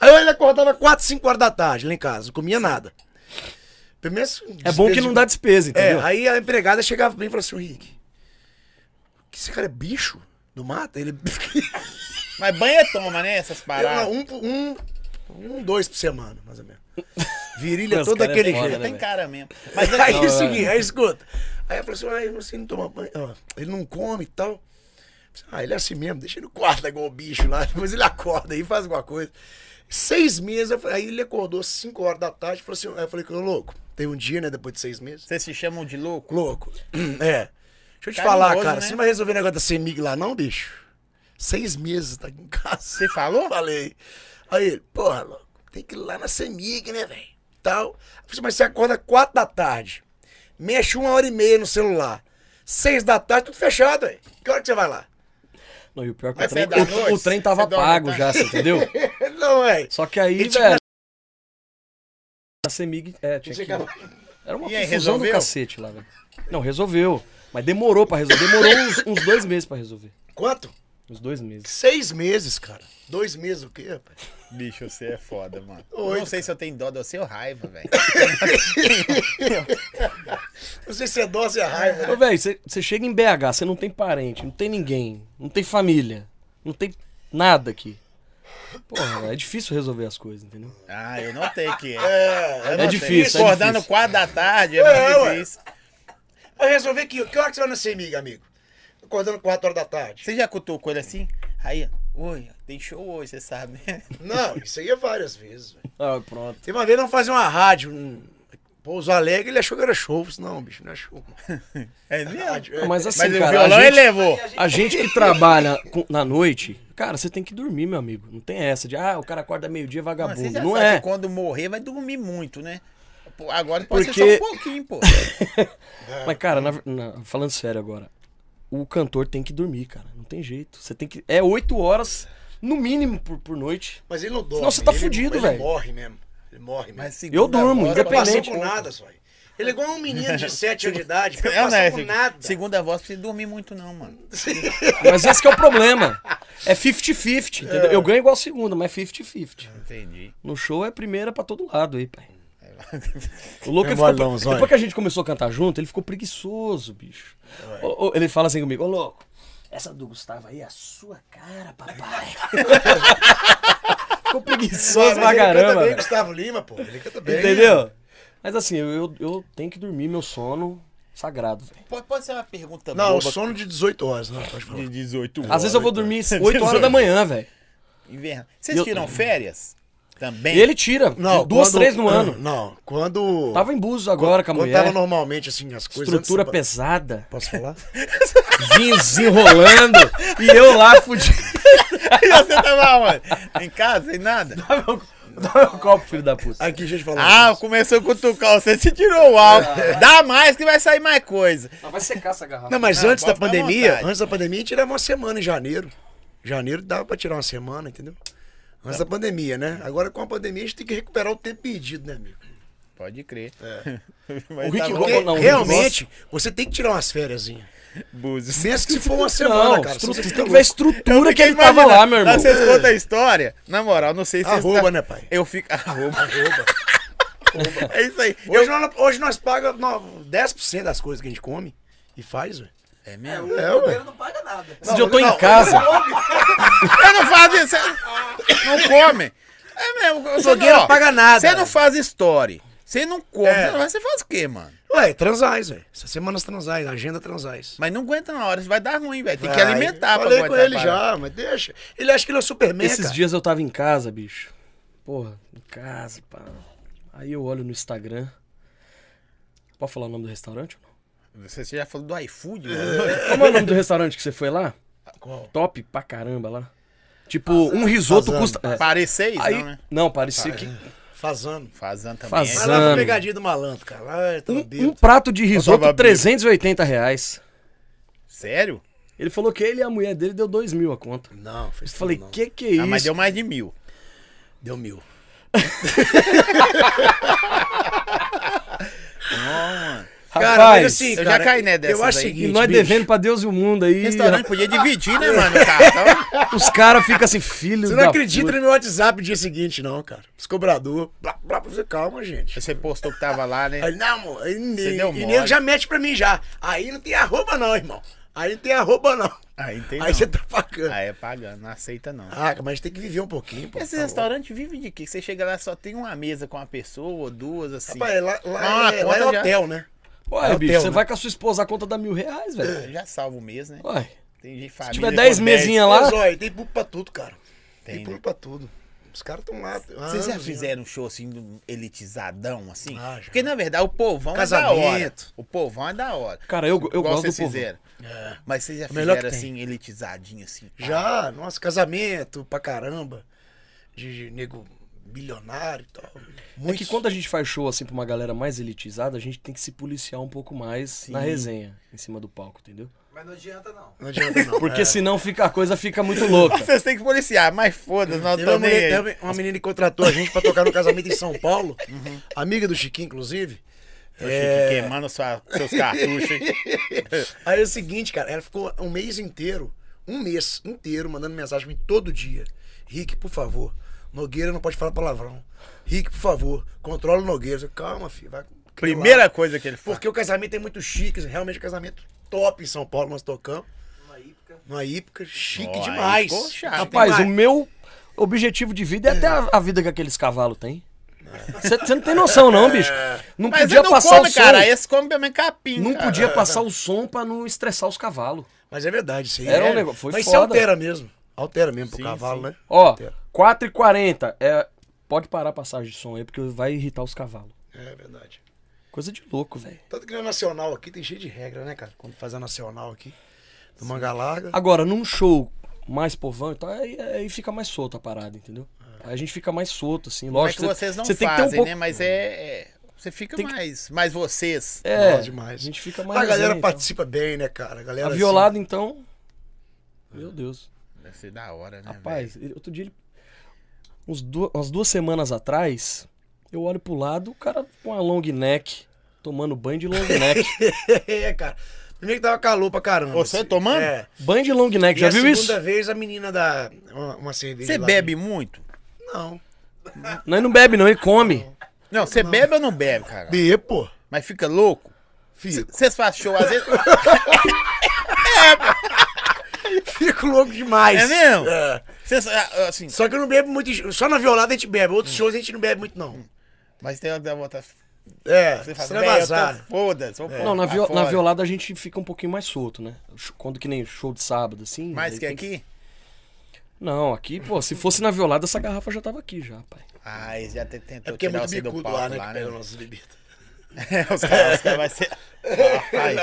S2: Aí eu ainda acordava 4, 5 horas da tarde lá em casa, não comia nada. Primeiro, assim,
S4: É bom que não dá despesa,
S2: É,
S4: entendeu?
S2: aí a empregada chegava pra mim e falou assim: "Ô, Rick, que esse cara é bicho do mato? Ele.
S1: Mas banha toma, né? Essas paradas.
S2: um, um, um, dois por semana, mais ou menos. Virilha
S4: Mas
S2: todo
S4: cara é
S2: aquele
S4: foda,
S2: jeito.
S4: né,
S1: Tem
S4: velho?
S1: cara mesmo. Mas
S2: Mas aí é o seguinte, aí escuta. Aí eu falei assim, ah, eu não sei, não toma banho. ó, Ele não come e tal. Eu falei, Ah, ele é assim mesmo, deixa ele no quarto, é igual o bicho lá. Depois ele acorda aí, faz alguma coisa. Seis meses, eu falei- aí ele acordou cinco horas da tarde, falou assim, aí eu falei, ô louco, tem um dia, né, depois de seis meses.
S1: Vocês se chamam de louco?
S2: Louco, é. Deixa eu te
S1: Carinhoso,
S2: falar, cara,
S1: né?
S2: você não vai resolver o negócio da CEMIG lá não, bicho? Seis meses, tá aqui em casa.
S1: Você falou?
S2: Falei. Aí ele, porra, louco, tem que ir lá na CEMIG, né, velho? Tal. Eu falei, assim, mas você acorda quatro da tarde, mexe uma hora e meia no celular, seis da tarde, tudo fechado, velho. Que hora que você vai lá?
S4: Não, e o pior é que o
S1: Mas
S4: trem,
S1: você dá
S4: o- o
S1: dois?
S4: trem tava
S1: Você dorme,
S4: pago
S1: tá?
S4: já, você entendeu?
S2: não, velho.
S4: Só que aí,
S2: Ele tinha
S4: velho. A CEMIG. É, tinha que...
S2: Chegava-
S4: Era uma
S1: E aí,
S4: confusão do
S1: resolveu?
S4: cacete lá, velho. Não, resolveu. Mas demorou pra resolver. Demorou uns, uns dois meses pra resolver.
S2: Quanto?
S4: Uns dois meses.
S2: Seis meses, cara. Dois meses o quê, rapaz?
S1: Bicho, você é foda, mano.
S2: Oito,
S1: eu não sei se eu tenho dó de você ou raiva, velho.
S2: Não sei se é dose ou é raiva, né?
S4: Ô, velho, você você chega em BH, você não tem parente, não tem ninguém, não tem família, não tem nada aqui. Porra, é difícil resolver as coisas, entendeu?
S1: Ah, eu notei que é.
S2: É.
S1: Eu notei.
S4: difícil, é
S1: Acordar no
S4: difícil.
S1: 4 da tarde é,
S2: É,
S1: mais
S2: ué.
S1: difícil.
S2: Vai resolver que, que hora que você vai na CEMIG, amigo? Acordando 4 horas da tarde.
S1: Você já cutucou ele assim? Aí, oi, tem show hoje, você sabe, né?
S2: Não, isso aí é várias vezes, velho.
S4: Ah, pronto.
S2: Teve uma vez nós fazia uma rádio, um Pouso Alegre, ele achou que era show. Eu falei, não, bicho, não é show.
S1: É mesmo?
S2: Rádio, é.
S4: Mas assim,
S1: Mas o
S4: cara, a
S1: violão
S4: gente,
S1: ele levou.
S4: a gente que trabalha com- na noite, cara, você tem que dormir, meu amigo. Não tem essa de, ah, o cara acorda meio-dia
S1: Mas você
S4: vagabundo.
S1: já
S4: Não
S1: sabe
S4: é.
S1: que quando morrer vai dormir muito, né? Pô, Agora pode ser
S4: Porque-
S1: só um pouquinho, pô.
S4: Mas, cara, na- na- falando sério agora, o cantor tem que dormir, cara. Não tem jeito. Você tem que. É oito horas, no mínimo, por, por noite.
S2: Mas ele não dorme.
S4: Senão você tá
S2: ele-
S4: fudido,
S2: Ele
S4: velho.
S2: morre mesmo. Ele morre mesmo.
S1: Mas
S4: Eu durmo,
S1: voz,
S2: Não passou
S4: independente.
S2: por nada, só. Ele é igual um menino de 7 anos de idade, que não
S1: É,
S2: passou
S1: né?
S2: por nada.
S1: Segunda voz, não precisa dormir muito, não, mano.
S4: Mas esse que é o problema. É 50-50, entendeu? Eu ganho igual a segunda, mas é 50-50.
S1: Entendi.
S4: No show é primeira pra todo lado aí, pai. O louco
S2: É
S4: ele ficou,
S2: molão, zóio.
S4: Depois que a gente começou a cantar junto, ele ficou preguiçoso, bicho.
S2: É.
S4: Ô, ô, ele fala assim comigo, ô louco, essa do Gustavo aí é a sua cara, papai. ficou
S2: mas
S4: preguiçoso pra
S2: ele canta
S4: caramba.
S2: bem,
S4: velho.
S2: Gustavo Lima, pô. Ele canta bem.
S4: Entendeu? Mas assim, eu, eu, eu tenho que dormir meu sono sagrado, velho.
S1: Pode, pode ser uma pergunta
S2: Não,
S1: boba
S2: sono de 18 horas, não, pode falar.
S1: de 18 horas.
S4: Às vezes eu vou dormir 8 horas da manhã, velho.
S1: Inverno. Vocês
S4: Eu-
S1: tiram férias? Também?
S4: E ele tira
S2: Não,
S4: duas,
S2: quando-
S4: três no ano.
S2: Não, quando.
S4: Tava em Búzios agora com a
S2: quando
S4: mulher.
S2: tava normalmente, assim, as coisas.
S4: Estrutura
S2: antes-
S4: pesada.
S2: Posso falar?
S4: vinhos enrolando e eu lá fudido.
S1: E você tava onde? Em casa, sem nada?
S4: Dá meu, dá meu copo, filho da puta.
S2: Aqui, deixa eu te falar.
S1: Ah, começou a cutucar você, se tirou o álcool.
S2: Ah.
S1: Dá mais que vai sair mais coisa.
S4: vai secar essa garrafa.
S2: Não, mas
S1: Não,
S2: antes
S1: pode ficar
S2: da
S1: à
S2: pandemia,
S1: vontade.
S2: antes da pandemia, a gente tirava uma semana em janeiro. Janeiro dava pra tirar uma semana, entendeu? Antes da pandemia, né? Agora com a pandemia a gente tem que recuperar o tempo perdido, né, amigo?
S1: Pode crer.
S4: O Rick
S1: bom.
S2: Tá
S4: Como
S2: Porque
S4: não,
S2: é realmente, você tem que tirar umas férias.
S1: Búzios.
S2: Mesmo que se for uma semana,
S4: Não,
S2: cara.
S4: estru-
S2: você
S4: tem que ver a estrutura que ele tava
S1: Imagina,
S4: lá, meu irmão.
S1: Vocês contam a história, na moral, não sei se vocês...
S2: Arroba, né, pai?
S1: Eu fico... Arroba.
S2: Arroba.
S1: É isso aí.
S2: Hoje, nós, hoje nós pagamos 10% das coisas que a gente come e faz, velho.
S1: É
S5: É,
S1: mesmo?
S5: o
S2: É,
S5: governo não paga nada.
S4: Esse dia eu tô
S2: não,
S4: em casa.
S1: Eu não faço isso. Não come. É mesmo. você
S2: blogueiro não paga nada. né?
S1: Você não faz story. Você não come.
S2: É.
S1: Você não- Você faz o quê, mano?
S2: Ué, é transais, velho. Essas semanas transais, agenda transais.
S1: Mas não aguenta na hora. Isso vai dar ruim, velho. Tem que
S2: Vai.
S1: alimentar
S2: Falei
S1: aguentar
S2: com ele
S1: a parada.
S2: já, mas deixa. Ele acha que ele é o Superman,
S4: Esses
S2: cara.
S4: dias eu tava em casa, bicho. Porra, em casa, pá. Aí eu olho no Instagram. Pode falar o nome do restaurante ou não?
S1: Você você já falou do iFood, mano?
S4: Como é o nome do restaurante que você foi lá?
S2: Qual?
S4: Top pra caramba lá. Tipo, um risoto
S2: Fazano.
S4: custa. É.
S1: Parecer isso,
S4: Aí,
S1: não, né?
S4: não, parecia que.
S2: Fazano.
S1: Fazan também.
S2: Mas lá
S4: Fazan.
S2: foi
S4: Zano.
S2: pegadinha do malandro, cara. Lá é
S4: Um,
S2: tudo bêbado.
S4: um prato de risoto,
S1: Faltava bebida.
S4: 380 reais.
S1: Sério?
S4: Ele falou que ele e a mulher dele deu 2 mil a conta.
S2: Não, foi
S4: Eu
S2: isso.
S4: falei,
S2: não.
S4: que que é isso?
S1: Ah, mas deu mais de mil.
S2: Deu mil.
S1: Não, mano.
S4: Rapaz,
S1: eu já caí, né, dessas
S2: assim, Eu acho o
S1: aí.
S4: E
S2: seguinte,
S4: nós
S2: bicho,
S4: devendo pra Deus e o mundo aí. né?
S1: Restaurante podia dividir, né, mano? o cartão?
S4: Os caras ficam assim, filho
S2: Você
S4: da
S2: não acredita
S4: puta.
S2: no meu WhatsApp no dia seguinte, não, cara. Os cobrador, blá, blá, você calma, gente.
S1: Você postou que tava lá, né?
S2: Aí, não, amor, aí nem,
S1: deu
S2: e
S1: mole.
S2: nego já mete pra mim já. Aí não tem arroba não, irmão. Aí não tem arroba não.
S1: Aí não tem
S2: Aí
S1: não.
S2: você tá facando.
S1: Aí é pagando, não aceita não.
S2: Ah, mas tem que viver um pouquinho, pô.
S1: Esse
S2: tá
S1: restaurante vive de quê? Que Você chega lá só tem uma mesa com uma pessoa ou duas,
S2: bom.
S1: assim.
S2: Rapaz, lá, lá,
S1: Ah,
S2: é, lá
S1: conta
S2: é
S1: já.
S2: hotel, né?
S4: Ué,
S2: É o
S4: bicho,
S2: teu,
S4: você
S2: né?
S4: vai com a sua esposa, a conta dá mil reais,
S2: é.
S4: velho.
S1: Já salva o mês, né?
S4: Ué,
S1: Tem gente
S4: se
S1: família.
S4: tiver
S1: com
S4: 10
S1: dez.
S4: mesinhas lá...
S2: Mas, olha, tem público pra tudo, cara.
S1: Tem,
S2: Tem,
S1: né?
S2: público pra tudo. Os caras tão lá. há
S1: Vocês já
S2: anos, né?
S1: fizeram um show assim, do- elitizadão, assim?
S2: Ah, já.
S1: Porque, na verdade, o povão é da hora.
S2: Casamento.
S1: O povão é da hora.
S4: Cara, eu, eu
S1: Igual
S4: gosto do
S1: vocês
S4: povo.
S1: fizeram.
S2: É.
S1: Mas vocês já
S2: O melhor
S1: fizeram
S2: que tem.
S1: assim, elitizadinho, assim? pá?
S2: Já, nossa, casamento pra caramba. De nego milionário e tal.
S4: É
S2: Muito.
S4: que quando a gente faz show assim pra uma galera mais elitizada, a gente tem que se policiar um pouco mais na resenha, em cima do palco, entendeu?
S5: Mas não adianta, não.
S2: Não adianta, não.
S4: Porque
S2: é.
S4: senão fica, a coisa fica muito louca.
S1: Vocês têm que policiar, mas foda-se, nós
S2: Teve uma,
S1: estamos
S2: mulher,
S1: aí.
S2: teve uma menina que contratou a gente pra tocar no casamento em São Paulo.
S1: Uhum.
S2: Amiga do Chiquinho, inclusive.
S1: Ô, Chique,
S4: É.
S1: Queimando sua- seus cartuchos, hein?
S2: Aí é o seguinte, cara, ela ficou um mês inteiro, um mês inteiro, mandando mensagem pra mim todo dia. Rick, por favor, Nogueira não pode falar palavrão. Rick, por favor, controla o Nogueira. Eu falei, Calma, filho, vai.
S1: Primeira coisa que ele fala.
S2: Porque o casamento é muito chique, realmente o casamento top em São Paulo, nós tocamos.
S5: Uma hípica.
S2: Numa hípica, chique
S1: Ó, aí
S2: demais.
S1: ficou chato,
S2: Chique
S4: Rapaz, o
S2: demais.
S4: meu, objetivo de vida é até a, a vida que aqueles cavalos têm. Você não tem noção, não, bicho. Não
S1: Mas
S4: podia
S1: ele não
S4: passar
S1: come,
S4: o som.
S1: cara. Esse come pelo menos capim.
S4: Não
S1: cara.
S4: podia passar o som pra não estressar os cavalos.
S2: Mas é verdade, isso aí.
S4: Era um
S2: é-
S4: negócio- foi
S2: Mas isso
S4: foda.
S2: altera mesmo. Altera mesmo pro
S1: Sim,
S2: cavalo,
S1: sim.
S2: né?
S4: Ó,
S2: Altera.
S4: 4h40. É, pode parar a passagem de som aí, porque vai irritar os cavalos.
S2: É verdade.
S4: Coisa de louco, velho.
S2: Tanto que na nacional aqui tem cheio de regra, né, cara? Quando faz a nacional aqui, do manga larga.
S4: Agora, num show mais povão, então, aí, aí fica mais solto a parada, entendeu? Aí a gente fica mais solto, assim.
S1: Não é
S4: Lógico
S1: que vocês não
S4: você
S1: fazem,
S4: tem que ter um pouco...
S1: né? Mas é. é, você fica
S4: Tem que-
S1: mais. Mais vocês.
S4: É,
S2: Nossa, demais.
S4: a gente fica mais...
S2: A galera
S4: zen, então.
S2: participa bem, né, cara? A galera.
S4: A
S2: assim,
S4: violada, então... Meu Deus.
S1: Deve ser da hora,
S2: É,
S1: né?
S4: Rapaz, ele- outro dia ele. Uns du- umas duas semanas atrás, eu olho pro lado, o cara com a long neck, tomando banho de long neck.
S2: é, cara. Primeiro que tava calor pra caramba.
S1: Você tomando?
S2: É.
S4: banho de long neck,
S2: E
S4: já
S2: a
S4: viu
S2: segunda
S4: isso?
S2: vez a menina dá uma, uma cerveja.
S1: Você
S2: lá.
S4: né?
S1: bebe muito?
S2: Não.
S4: Não, ele não bebe, não, ele come.
S1: Não, você bebe ou não bebe, cara?
S2: Bebo, pô.
S1: Mas fica louco?
S2: Fico.
S1: Vocês fazem show às vezes.
S2: Fico louco demais.
S1: É mesmo?
S2: É.
S1: Vocês, ah, assim,
S2: Só que eu não bebo muito. em- Só na violada a gente bebe. Outros shows a gente não bebe muito, não.
S1: mas tem hora que dá vontade.
S2: É.
S1: Você
S2: Você
S1: faz
S2: vai vazar.
S1: Foda-se. vou
S2: É,
S1: pôr
S4: É. Não, na,
S2: tá
S1: pra
S4: vio- na
S1: fora.
S4: violada a gente fica um pouquinho mais solto, né? Sh- Quando que nem show de sábado, assim.
S1: Mais
S4: aí
S1: que
S4: tem
S1: aqui?
S4: Não, aqui, pô, se fosse na violada, essa garrafa já tava aqui já, pai.
S1: Ah, eles já te-
S2: É
S1: tentou
S2: porque é
S1: tirar
S2: muito
S1: você do
S2: bicudo
S1: palco
S2: lá, né? Que pega
S1: né?
S2: nossas bebidas.
S1: É, os caras os caras vai ser. Rapaz,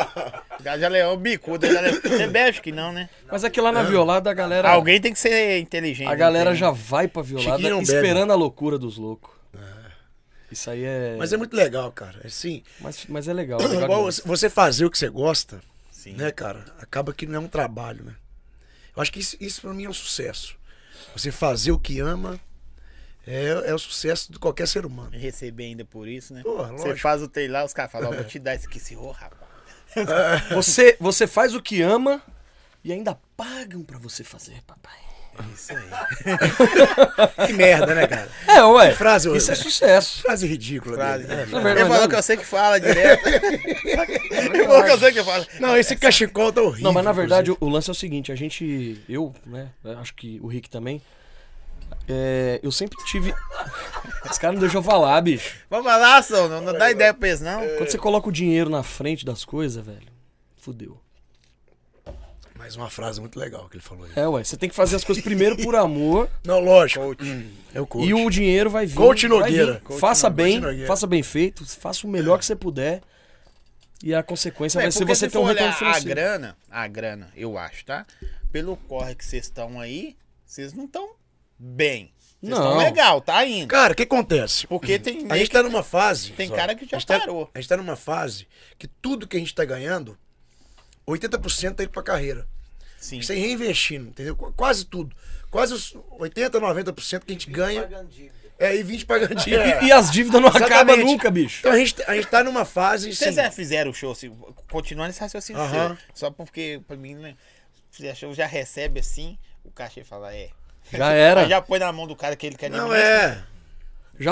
S1: o cara já levou o bicudo. já levou- Você bebe que não, né?
S4: Mas é que lá na violada a galera.
S1: Alguém tem que ser inteligente.
S4: A galera
S1: né?
S4: já vai pra violada
S2: Chiquinho não bebe. né? Ah.
S4: esperando a loucura dos loucos. Isso aí é.
S2: Mas é muito legal, cara. Assim,
S4: Mas, mas é legal. legal
S2: igual
S4: demais.
S2: você- você fazer o que você gosta,
S1: Sim.
S2: né, cara? Acaba que não é um trabalho, né? Eu acho que isso, isso pra mim é um sucesso. Você fazer o que ama é, é o sucesso de qualquer ser humano.
S1: Receber ainda por isso, né?
S2: Porra,
S1: Você
S2: lógico.
S1: faz o trem lá, os caras falam, ó, vou te dar isso aqui, esse ô, rapaz.
S4: Você, você faz o que ama e ainda pagam pra você fazer, papai.
S1: Isso aí.
S2: Que merda, né, cara?
S4: É, ué.
S2: Que frase horrível.
S4: isso é sucesso.
S2: Frase ridícula.
S1: Frase.
S2: dele. né?
S1: Ele
S4: não é verdade.
S1: falou que eu sei que fala direto. Ele falou que eu sei que fala.
S2: Não, esse cachecol tá horrível.
S4: Não, mas na verdade o, o lance é o seguinte, a gente. Eu, né? Acho que o Rick também. é, eu sempre tive. Esse cara não deixa eu falar, bicho.
S1: Vamos lá, São, não, não dá ideia pra eles, não.
S4: Quando você coloca o dinheiro na frente das coisas, velho, fudeu.
S2: inclusive. Mas uma frase muito legal que ele falou aí.
S4: É, ué, você tem que fazer as coisas primeiro por amor
S2: Não, lógico. Hum, É o coach.
S4: E o dinheiro vai vir.
S2: Coach
S4: vai
S2: Nogueira.
S4: vir.
S2: Coach
S4: faça
S2: Nogueira.
S4: bem,
S2: Coach Nogueira.
S4: faça bem feito, faça o melhor que você puder. E a consequência
S1: Ué,
S4: vai ser
S1: É, porque
S4: você
S1: se
S4: ter um
S1: for
S4: retorno
S1: olhar
S4: financeiro.
S1: A grana, a grana, eu acho, tá? Pelo corre que vocês estão aí, vocês não estão bem. Vocês
S4: Não.
S1: estão legal, tá indo.
S2: Cara, o que acontece?
S1: Porque tem
S2: A gente tá numa fase.
S1: Tem
S2: só,
S1: cara que já
S2: a gente tá-
S1: parou.
S2: a gente tá numa fase que tudo que a gente tá ganhando, 80% tá indo pra carreira.
S1: Sim.
S2: Isso aí reinvestindo, entendeu? Qu- Quase tudo. Quase os 80%, 90% que a gente ganha
S5: Pagando dívida.
S2: é e 20% pagando
S4: E,
S2: dinheiro.
S4: e- e as dívidas não acabam
S2: Exatamente.
S4: nunca, bicho.
S2: Então a gente, a gente tá numa fase. Assim,
S1: Vocês já fizeram o show, assim, continuando esse raciocínio
S2: Aham.
S1: seu, Só porque, pra mim, né? Fizer show, já recebe assim, o cachê fala, é.
S4: Já era.
S1: Aí
S4: Já,
S1: já põe na mão do cara que ele quer
S2: não
S1: nem-
S2: é.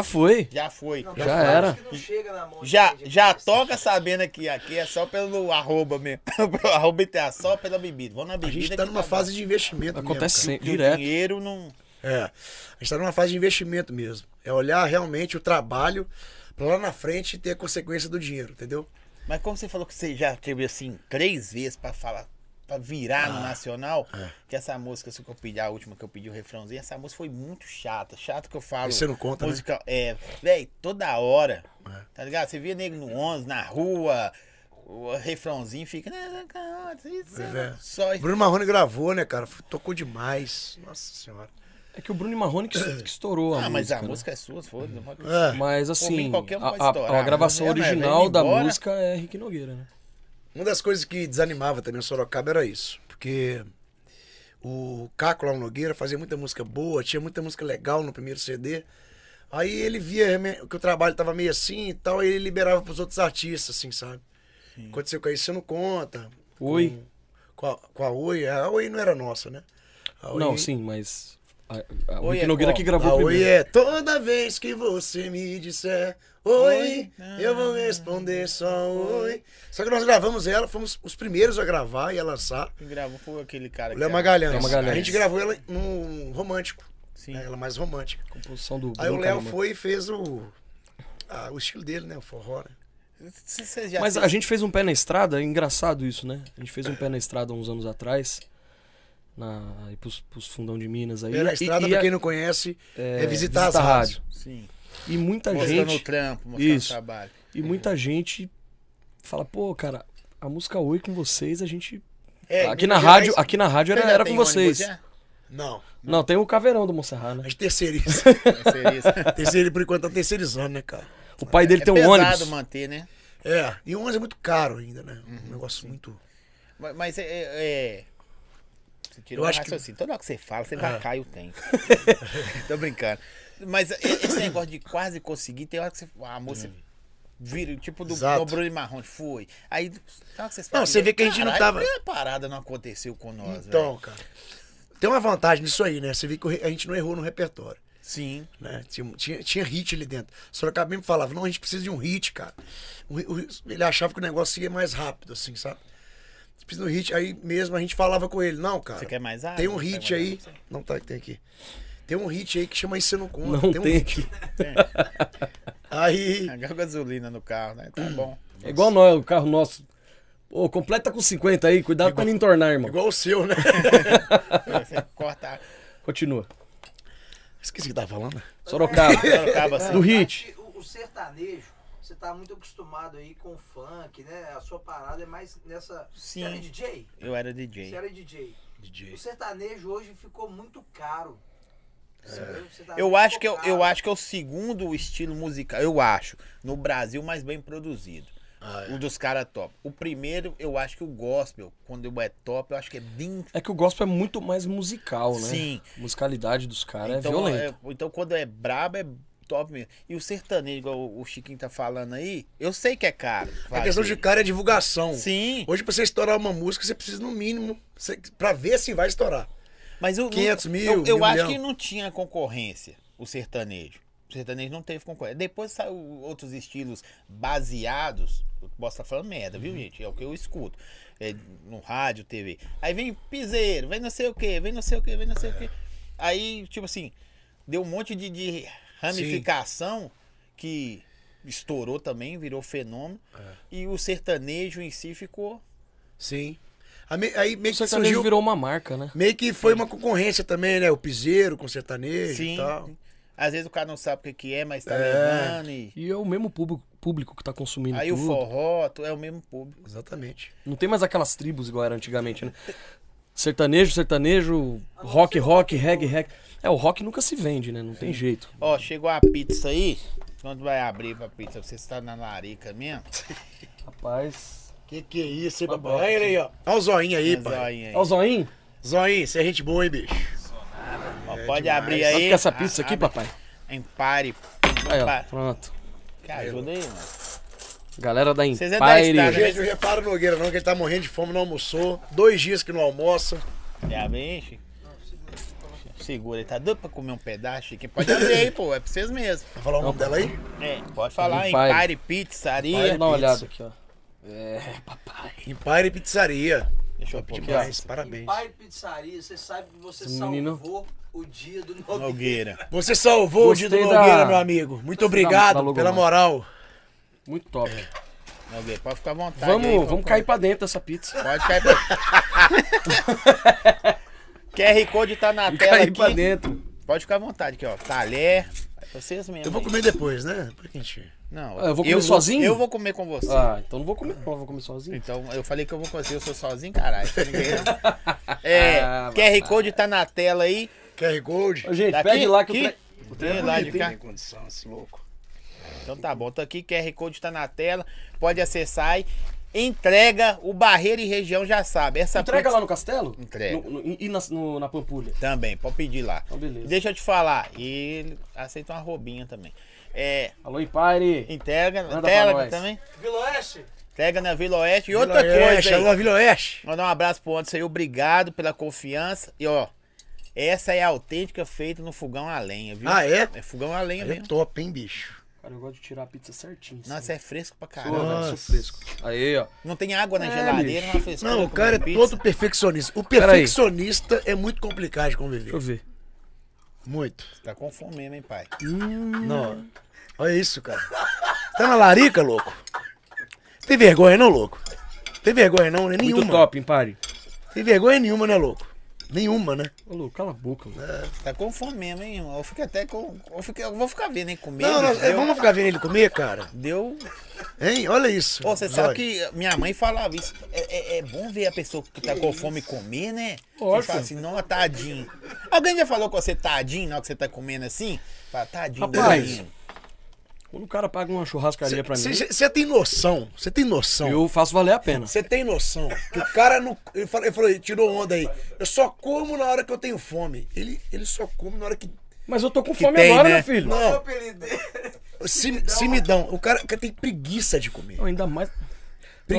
S4: foi.
S1: Já foi. já
S5: Não, tem
S4: Já
S5: vários
S4: era.
S5: que não chega na mão de é
S1: já,
S5: assim. quem
S1: já
S5: faz.
S1: toca sabendo que aqui é só pelo arroba mesmo. Pelo arroba entre a só pela bebida. Vamos na
S2: A
S1: bebida.
S2: gente tá
S1: que
S2: numa
S1: bom.
S2: fase de investimento.
S4: Acontece
S2: mesmo,
S4: sempre,
S1: Que o
S4: direto.
S1: dinheiro não.
S2: cara. É. A gente tá numa fase de investimento mesmo. É olhar realmente o trabalho pra lá na frente ter a consequência do dinheiro, entendeu?
S1: Mas como você falou que você já teve assim três vezes pra falar, pra virar
S4: Ah,
S1: no nacional,
S4: é.
S1: que essa música, se eu pedir a última que eu pedi o refrãozinho, essa música foi muito chata. Chato que eu falo.
S2: Aí você não conta, né?
S1: musical, É, velho, toda hora.
S4: É.
S1: Tá ligado? Você via negro no ônibus, na rua, o refrãozinho fica.
S2: É.
S1: Só.
S2: Bruno Marrone gravou, né, cara? Tocou demais. Nossa senhora.
S4: É que o Bruno Marrone que, que estourou a
S1: Ah, mas
S4: música. né?
S1: a música é sua, foda. não pode-
S2: É.
S4: Mas
S1: Por mim,
S4: assim,
S1: qualquer um
S4: a,
S1: pode
S4: a-
S1: estourar,
S4: a gravação
S1: mas ela vai
S4: original
S1: indo
S4: da
S1: embora.
S4: música é Rick Nogueira, né?
S2: Uma das coisas que desanimava também o Sorocaba era isso, porque o Caco lá, o Nogueira, fazia muita música boa, tinha muita música legal no primeiro CD. Aí ele via me- que o trabalho tava meio assim e tal, aí ele liberava pros outros artistas, assim, sabe? Aconteceu com a Isso Você Não Conta,
S4: Oi.
S2: com a, com a Oi, a Oi não era nossa, né? A Oi-
S4: Não, sim, mas. a- a- o
S1: Oi
S4: Rick
S1: é
S4: Nogueira
S1: qual?
S4: que
S2: A
S4: gravou
S2: Oi
S4: primeiro.
S2: é toda vez que você me disser oi,
S1: Oi.
S2: eu vou responder só oi. Só que nós gravamos ela, fomos os primeiros a gravar e a lançar.
S1: Quem gravou foi aquele cara
S2: O Léo
S1: que-
S2: Magalhães.
S4: Léo Magalhães.
S2: A gente gravou ela num romântico.
S1: Sim.
S2: né? Ela é mais romântica.
S4: Composição do
S2: Aí o
S4: Bruno
S2: Léo
S4: Calimã.
S2: foi e fez o, ah, o estilo dele, né? O forró, né?
S1: C- cê já
S4: Mas
S1: fez-
S4: a gente fez um pé na estrada, é engraçado isso, né? A gente fez um pé na estrada uns anos atrás, na, aí pros, pros fundão de Minas aí.
S2: Pela
S4: E-
S2: estrada,
S4: e
S2: pra
S4: a-
S2: quem não conhece, é, visitar
S4: visita
S2: as
S4: a
S2: rádios.
S1: Sim.
S4: E muita
S1: assim, Mostrando o
S4: gente.
S1: trampo, mostrando
S4: Isso.
S1: o trabalho.
S4: E muita gente fala, pô, cara, a música Oi com vocês, a gente.
S1: É,
S4: aqui na
S1: Minas
S4: rádio,
S1: Gerais-
S4: aqui na rádio era,
S1: Você já
S4: era
S1: tem
S4: com
S1: ônibus
S4: vocês.
S1: já?
S2: Não,
S4: Não, tem o Caveirão do Monserrat, né?
S2: a gente terceiriza.
S1: Seria isso.
S2: Terceiro, por enquanto, tá terceirizando, né, cara?
S4: O pai dele
S1: é
S4: tem um
S1: pesado
S4: ônibus.
S1: manter, né?
S2: É, e o 11 é muito caro ainda, né?
S4: Uhum.
S2: Um negócio muito.
S1: Mas, mas é, é, é- Você tirou
S2: Eu
S1: um
S2: acho que- Ah.
S1: raciocínio. Toda hora que você fala, você vai cair o tempo. Tô brincando. Mas é- esse negócio de quase conseguir, tem hora que você. A moça vira, tipo do
S2: Hum. Exato.
S1: do Bruno Marrone, foi. Aí. tem hora que você
S2: Não, você vê que a gente não
S1: "Caralho,
S2: tava-
S1: por que a parada não aconteceu com nós. velho?"
S2: Então, cara. Tem uma vantagem nisso aí, né? Você vê que o re- a gente não errou no repertório.
S1: Sim.
S2: né? Tinha, tinha, tinha hit ali dentro. Sorocaba mesmo falava, não, a gente precisa de um hit, cara. O- o- ele achava que o negócio ia mais rápido, assim, sabe? Precisa de um hit, aí mesmo a gente falava com ele, não, cara.
S1: Você quer é mais água? né,
S2: Tem um
S1: Quer mais
S2: hit
S1: água
S2: aí.
S1: pra você?
S2: Não tá, tem aqui. Tem um hit aí que chama Isso Você Não Conta.
S4: Não
S2: um
S4: tem
S2: hit.
S4: aqui.
S2: Aí.
S1: Agora gasolina no carro, né? Tá bom.
S4: É igual nós, o carro nosso. Pô, completa com 50 aí, cuidado pra não entornar, irmão.
S2: Igual o seu, né?
S1: Você corta.
S4: Continua.
S2: Esqueci o que tava falando.
S4: Sorocaba.
S1: Sorocaba, assim.
S4: Do hit.
S5: O, o sertanejo, você tá muito acostumado aí com o funk, né? A sua parada é mais nessa.
S1: Sim.
S5: Você era DJ?
S1: Eu era
S5: Você
S1: DJ.
S5: era DJ.
S2: DJ.
S5: O sertanejo hoje ficou muito caro. Você tá viu? O sertanejo
S1: Eu acho, que
S5: ficou
S1: eu, eu
S5: caro.
S1: acho que é o segundo estilo musical, eu acho, no Brasil mais bem produzido.
S2: Ah, é.
S1: Um dos caras top. O primeiro, eu acho que o gospel, quando é top, eu acho que é bem.
S4: É que o gospel é muito mais musical, né?
S1: Sim.
S4: A musicalidade dos caras é
S1: então,
S4: violenta.
S1: é- então, quando é brabo, é top mesmo. E o sertanejo, igual o o Chiquinho tá falando aí, eu sei que é caro.
S2: A questão de
S1: fazer.
S2: cara é divulgação.
S1: Sim,
S2: Hoje, pra você estourar uma música, você precisa, no mínimo, você- pra ver se vai estourar.
S1: mas eu,
S2: 500
S1: eu-
S2: mil,
S1: Eu,
S2: mil
S1: acho
S2: milhão.
S1: que não tinha concorrência, o sertanejo. O sertanejo não teve concorrência. Depois saiu outros estilos baseados. Eu posso estar tá falando merda,
S2: Uhum.
S1: viu, gente? É o que eu escuto. É, no rádio, TV. Aí vem piseiro, vem não sei o quê, vem não sei o quê, vem não sei o quê. Aí, tipo assim, deu um monte de, de ramificação que estourou também, virou fenômeno.
S2: É.
S1: E o sertanejo em si ficou.
S2: Sim. Aí me- Aí meio que
S4: O sertanejo
S2: surgiu
S4: virou uma marca, né?
S2: Meio que foi uma concorrência também, né? O piseiro com o sertanejo
S1: Sim.
S2: e tal.
S1: Às vezes o cara não sabe o que que é, mas tá
S2: É.
S1: levando e.
S4: E é o mesmo público, público que tá consumindo
S1: Aí o
S4: tudo.
S1: forró tu- é o mesmo público.
S2: Exatamente.
S4: Não tem mais aquelas tribos igual era antigamente, né? Sertanejo, sertanejo,
S5: não
S4: rock,
S5: ser o
S4: rock,
S5: rock,
S4: reggae,
S5: não.
S4: reggae. É, o rock nunca se vende, né? Não tem jeito.
S1: Ó, chegou a pizza aí. Quando vai abrir pra pizza? Você está na larica mesmo?
S4: Rapaz.
S2: Que que é isso, hein,
S4: papai?
S2: Olha ele aí, ó. Olha o zoinho aí,
S4: É
S1: Mas, ó,
S2: pai.
S1: aí, aí.
S4: Ó, o Zoinho.
S2: Zoinho, você é gente boa, hein, bicho?
S1: Ó, pode
S2: demais.
S1: abrir
S4: Sabe
S1: aí.
S4: que é essa pizza
S1: A-
S4: aqui,
S1: abre.
S4: papai?
S1: Empare.
S4: Aí, ó,
S1: Empare.
S4: pronto.
S1: Que ajuda aí, mano.
S4: Galera da
S1: Vocês é da
S4: Empire.
S1: estrada, né?
S2: Gente, não repara o Nogueira não, que ele tá morrendo de fome, não almoçou. Dois dias que não almoça.
S1: Já vem, Chico. Segura, ele tá doido pra comer um pedaço, Chico. Pode abrir aí, pô. É pra vocês mesmo.
S2: Vai falar o nome dela aí?
S1: É, pode falar,
S4: Empire.
S1: Empire Pizzaria.
S4: Vamos dar uma
S2: pizza.
S4: olhada aqui, ó. É, papai.
S2: Empire Pizzaria.
S1: Deixa eu pôr aqui, ó.
S2: Demais, parabéns.
S5: Pai pizzaria, você sabe que você
S4: Esse menino-
S5: salvou o dia do Nogueira.
S1: Nogueira.
S2: Você salvou o dia do
S4: Gostei da-
S2: Nogueira, meu amigo. Muito
S4: Gostei da-
S2: obrigado
S4: da logo,
S2: pela
S4: mano.
S2: moral.
S4: Muito top.
S1: Nogueira, pode ficar à vontade.
S4: Vamos,
S1: É, tá aí,
S4: vamos
S1: pô.
S4: cair pra dentro dessa pizza.
S1: Pode cair pra. QR Code tá na
S4: E
S1: tela
S4: cair pra
S1: aqui.
S4: dentro.
S1: Pode ficar à vontade aqui, ó. Talher. É Vocês mesmo.
S2: Eu vou
S1: aí.
S2: comer depois, né? Pra que a gente...
S1: Não,
S4: Ah, eu vou comer sozinho?
S1: Eu vou comer com você.
S4: Ah, então não vou comer, não, vou comer sozinho.
S1: Então, eu falei que eu vou com você, eu sou sozinho, caralho. Tem ninguém, não? É,
S4: Ah,
S1: QR Code tá na tela aí.
S2: QR Gold.
S4: Ô, gente,
S1: Tá
S4: pede
S1: aqui?
S4: lá que
S1: Aqui?
S4: eu tra...
S1: O trem é lá de cá.
S2: Tem condição, esse louco.
S1: Então tá bom, tá aqui, QR Code tá na tela. Pode acessar aí. Entrega, o Barreiro e região já sabe. Essa
S4: Entrega
S1: pizza-
S4: lá no castelo?
S1: Entrega.
S4: No- no- e na, no- na Pampulha.
S1: Também, pode pedir lá.
S4: Então, beleza.
S1: Deixa eu te falar. E ele aceita uma roubinha também. É,
S4: Alô, Empire.
S1: entrega na
S4: Manda pra
S1: tela
S4: nós.
S1: também.
S5: Vila Oeste,
S1: Entrega na Vila Oeste. E
S2: Vila
S1: outra
S2: Oeste,
S1: coisa aí.
S2: alô, Vila Oeste.
S1: Mandar um abraço pro Anderson aí. Obrigado pela confiança. E ó, essa é a autêntica feita no fogão a lenha, viu?
S2: Ah, é?
S1: É fogão a lenha
S2: Aí é
S1: mesmo.
S2: top, hein, bicho?
S4: Cara, eu gosto de tirar a pizza certinho. assim.
S1: Nossa, é fresco pra
S4: Pô,
S1: caramba.
S4: velho,
S2: Nossa.
S4: sou fresco. Aí, ó.
S1: Não tem água na
S4: É,
S1: geladeira,
S4: bicho.
S1: não é frescura
S2: Não, o
S1: comer
S2: cara é
S1: pizza.
S2: todo perfeccionista. O
S4: Peraí.
S2: perfeccionista é muito complicado de
S4: Deixa eu
S2: conviver.
S4: ver.
S2: Muito.
S1: Tá com fome mesmo, hein, pai?
S2: Não. Olha isso, cara. Tá na larica, louco? Tem vergonha não, louco? Tem vergonha não, né? Nenhuma.
S4: Muito top, impare.
S2: Tem vergonha nenhuma, né, louco? Nenhuma, né?
S4: Ô, Lu, cala a boca, Lu.
S1: Tá com fome mesmo, hein? irmão? Eu fico até com. Eu, fico- eu vou ficar vendo, hein? Comer.
S2: Não, nós- é, eh,
S1: deu,
S2: vamos ficar vendo ele comer, cara?
S1: deu.
S2: Hein? Olha isso.
S1: Ô, você sabe
S2: Olha.
S1: que minha mãe falava isso. É, é- é bom ver a pessoa que tá com fome comer, né?
S4: Lógico.
S1: Você fala assim, não, tadinho. Alguém já falou com você tadinho na hora que você tá comendo assim? Fala, tadinho,
S4: Rapaz,
S1: tadinho.
S4: Quando o cara paga uma churrascaria é pra mim,
S2: Você tem noção, você tem noção.
S4: eu faço valer a pena.
S2: Você tem noção que o cara não. Ele falou, ele falou, ele tirou onda aí. Eu só como na hora que eu tenho fome. Ele, ele só come na hora que.
S4: Mas eu tô com
S1: Que
S4: fome
S1: tem,
S4: agora,
S1: né?
S4: meu filho.
S5: Qual é o
S2: Não,
S5: apelido dele?
S2: se, se me dão. O cara, o cara tem preguiça de comer.
S4: Não, ainda mais. Não,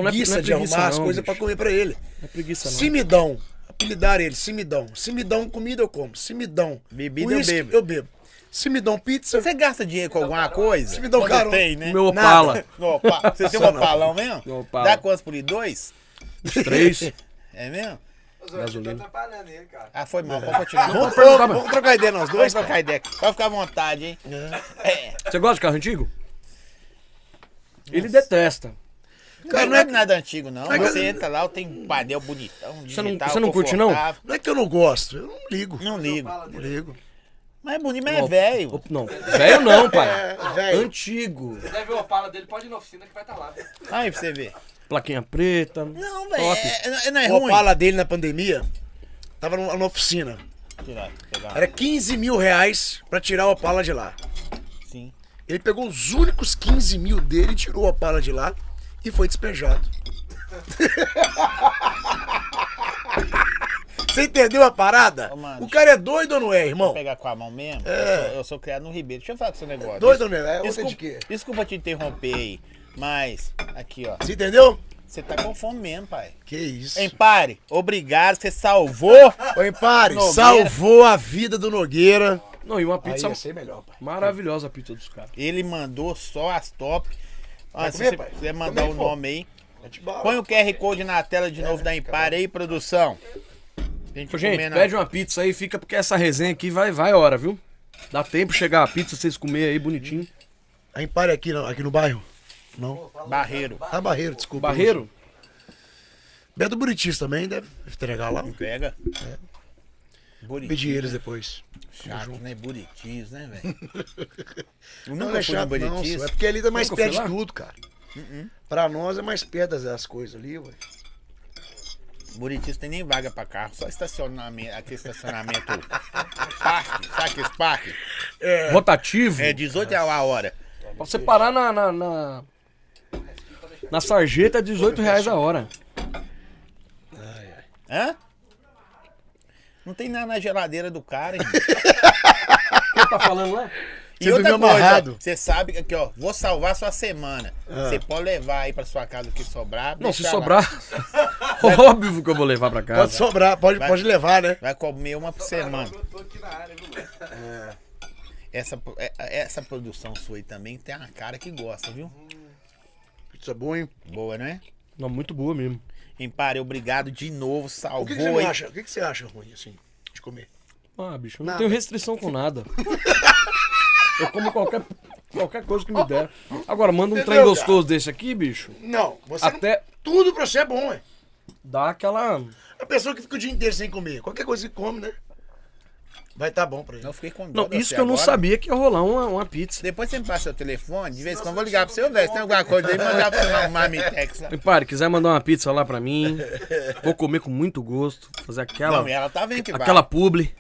S4: não é-
S2: Preguiça
S4: não é
S2: de
S4: preguiça
S2: arrumar as
S4: não,
S2: coisas
S4: bicho.
S2: pra comer pra ele.
S4: Não é preguiça, não.
S2: Se me dão. Apelidar ele, se me dão. Se me dão comida, eu como. Se me dão.
S1: Bebida, eu
S2: uísque,
S1: bebo.
S2: Eu bebo. Se me dão pizza,
S1: Você gasta dinheiro com alguma coisa?
S2: Se me dá um
S1: Quando
S2: carona.
S1: Tem, né?
S4: Meu
S2: Nada.
S4: Opala.
S1: Ô, opa, você tem um
S2: Só não.
S1: opalão mesmo?
S4: Meu Opala.
S1: Dá quantos por ir? Dois?
S4: Três.
S1: É mesmo?
S5: Mas, ó, você tá atrapalhando ele, cara.
S1: Ah, foi mal, pode continuar.
S2: vamos,
S4: perguntar,
S2: vamos-
S4: mano.
S2: vamos trocar ideia nós
S1: Dois
S2: dois.
S1: pra Kaideck. Pode ficar à vontade, hein?
S4: Uhum.
S1: É.
S4: Você gosta de carro antigo? Ele detesta.
S1: Cara, não é nada antigo, não.
S2: é que-
S1: Você entra lá, tem um painel bonitão,
S4: Você
S1: digital,
S4: não- você não curte, não?
S1: confortável.
S2: Não é que eu não gosto, eu não ligo.
S1: Não ligo.
S5: Fala
S2: Não
S5: dele.
S2: ligo.
S1: Mas é bonito, mas é velho.
S4: Op- Não, velho não, pai. Antigo.
S6: É. Deve ver o Opala dele, pode ir na oficina que vai estar lá.
S1: Aí pra você ver.
S4: Plaquinha preta.
S1: Não, velho. É, é- não é
S2: o
S1: ruim.
S2: Opala dele na pandemia tava numa, numa oficina.
S1: Tirar, pegar.
S2: Era 15 mil reais pra tirar o Opala de lá. É.
S1: Sim.
S2: Ele pegou os únicos 15 mil dele, tirou o Opala de lá e foi despejado. Você entendeu a parada?
S1: Ô, mano,
S2: o cara é doido ou não é, irmão?
S1: Pegar com a mão mesmo. Eu, sou, eu sou criado no Ribeiro. Deixa eu falar com seu negócio.
S2: É. Doido ou não é? Outra
S1: Desculpa,
S2: de quê?
S1: desculpa te interromper aí. Mas, aqui, ó.
S2: Você entendeu?
S1: Você tá com fome mesmo, pai.
S2: Que isso.
S1: Hein, pare. Obrigado, você salvou.
S2: Ô, Empare,
S1: Nogueira. é
S2: salvou a vida do Nogueira.
S4: Não, e uma pizza
S2: ser é melhor, pai.
S4: maravilhosa a pizza dos caras.
S1: Ele mandou só as top. Ó,
S2: Vai
S1: se
S2: comer,
S1: você
S2: pai?
S1: quiser mandar
S2: Também,
S1: o
S2: pô. É,
S1: nome aí.
S2: Mete bala.
S1: Põe o QR Code na tela de novo da Impar aí, produção. Tem que
S4: Gente,
S1: comer na-
S4: pede uma pizza aí, fica porque essa resenha aqui vai, vai hora, viu? Dá tempo chegar a pizza, vocês comer aí bonitinho.
S2: A Empare Ah, aqui, não, aqui no bairro? Não.
S1: Barreiro.
S2: Ah, Barreiro, desculpa.
S4: Barreiro?
S2: Beto Buritis também deve entregar lá.
S1: Pega.
S2: É. Pedir
S1: Buritis.
S2: eles depois.
S1: Chato, né? Buritis, né, velho? Eu
S2: Não,
S1: Nunca fui no
S2: é chato, não.
S1: Buritis.
S2: só É porque ali tá mais
S4: Nunca foi
S2: perto de
S4: lá?
S2: tudo, cara. Pra nós é mais perto das, das coisas ali, ué.
S1: Buritis tem nem vaga pra carro, só estacionamento. Aqui estacionamento. parque, sabe que esse parque?
S4: Rotativo?
S1: É 18 reais a hora.
S4: Pra você parar na. Na, na, na sarjeta é 18 reais a hora.
S1: Hã? Não tem nada na geladeira do cara, hein?
S4: Quem tá falando lá?
S1: E
S2: Você
S1: outra
S2: dormiu
S1: coisa,
S2: amarrado. Ah.
S1: você sabe que aqui, ó, vou salvar sua semana. Você pode levar aí pra sua casa o que sobrar.
S4: Não, se
S1: deixar lá.
S4: sobrar. Óbvio que eu vou levar pra
S2: Pode
S4: casa.
S2: sobrar, pode, pode levar, né?
S1: Vai comer uma por semana.
S5: Eu tô aqui na área, viu, mano?
S1: Essa, pro- é- essa produção sua aí também tem uma cara que gosta, viu?
S2: Isso é bom, hein?
S1: Boa, né?
S4: Não, muito boa mesmo.
S1: Impare, obrigado de novo, salvou
S2: O que, que você
S1: aí.
S2: acha? O que, que você acha ruim, assim, de comer?
S4: Ah, bicho, eu não
S2: Nada.
S4: tenho restrição com nada. Eu como qualquer, qualquer coisa que me der. Agora, manda um
S2: Entendeu,
S4: trem gostoso desse aqui, bicho.
S2: Não, você
S4: Até
S2: não... Tudo pra você é bom, ué.
S4: dá aquela.
S2: A pessoa que fica o dia inteiro sem comer, qualquer coisa que come, né? Vai tá bom pra ele.
S1: Eu fiquei com dó
S4: Não,
S1: de
S4: isso
S1: você
S4: que eu não
S1: agora.
S4: sabia que ia rolar uma, uma pizza.
S1: Depois você me passa o telefone, de vez em quando eu vou ligar pro seu velho. Se tem alguma coisa aí, mandar pra um Marmitex lá.
S4: E pare, quiser mandar uma pizza lá pra mim, vou comer com muito gosto, fazer aquela,
S1: Não, e ela tá vendo que
S4: aquela
S1: vai.
S4: publi.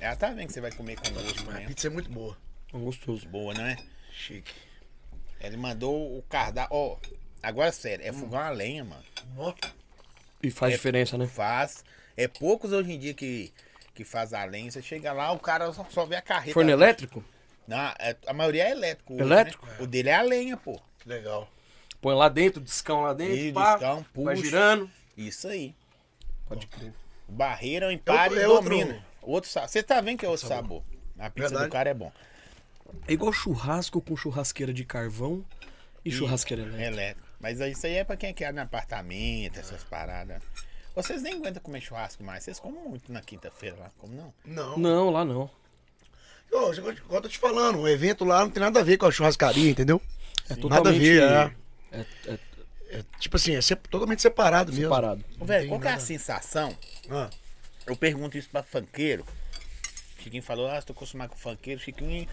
S1: Ela tá vendo que você vai comer com gosto
S2: A
S1: mesmo.
S2: pizza é muito boa.
S4: Hum, Gostoso.
S1: Boa, não é?
S2: Chique.
S1: Ele mandou o cardápio. Ó, agora sério, é fogão a lenha, mano.
S2: Ó,
S4: E faz diferença, né?
S1: Faz. É poucos hoje em dia que, que faz a lenha. Você chega lá, o cara só, só vê a carreta.
S4: Forno elétrico?
S1: Não, é- a maioria é elétrico. hoje,
S4: Elétrico?
S1: né? O dele é a lenha, pô.
S2: que legal.
S4: Põe lá dentro, discão lá dentro,
S1: Ih,
S4: pá,
S1: discão, puxa.
S4: vai girando.
S1: Isso aí.
S4: Pode crer.
S1: O Barreira é o empare
S2: É
S1: e
S2: outro-
S1: domina. Outro sabor. Você tá vendo que é outro sabor. A pizza
S2: Verdade.
S1: do cara é bom.
S4: É igual churrasco com churrasqueira de carvão e churrasqueira
S1: É
S4: elétrica.
S1: elétrico. Mas isso aí é pra quem quer no apartamento, essas paradas. Vocês nem aguentam comer churrasco mais. Vocês comem muito na quinta-feira lá, como não?
S2: Não.
S4: Não, lá não.
S2: Ô, igual eu tô te falando, o evento lá não tem nada a ver com a churrascaria, entendeu?
S3: É
S2: Nada a ver, é.
S3: é, é
S2: É, tipo assim, é sep- totalmente separado mesmo.
S3: separado.
S2: Não
S1: Velho,
S2: tem
S1: qual que é a
S2: nada.
S1: sensação?
S2: Ah,
S1: Eu pergunto isso pra funkeiro. Chiquinho falou, ah, estou acostumado com funkeiro. Chiquinho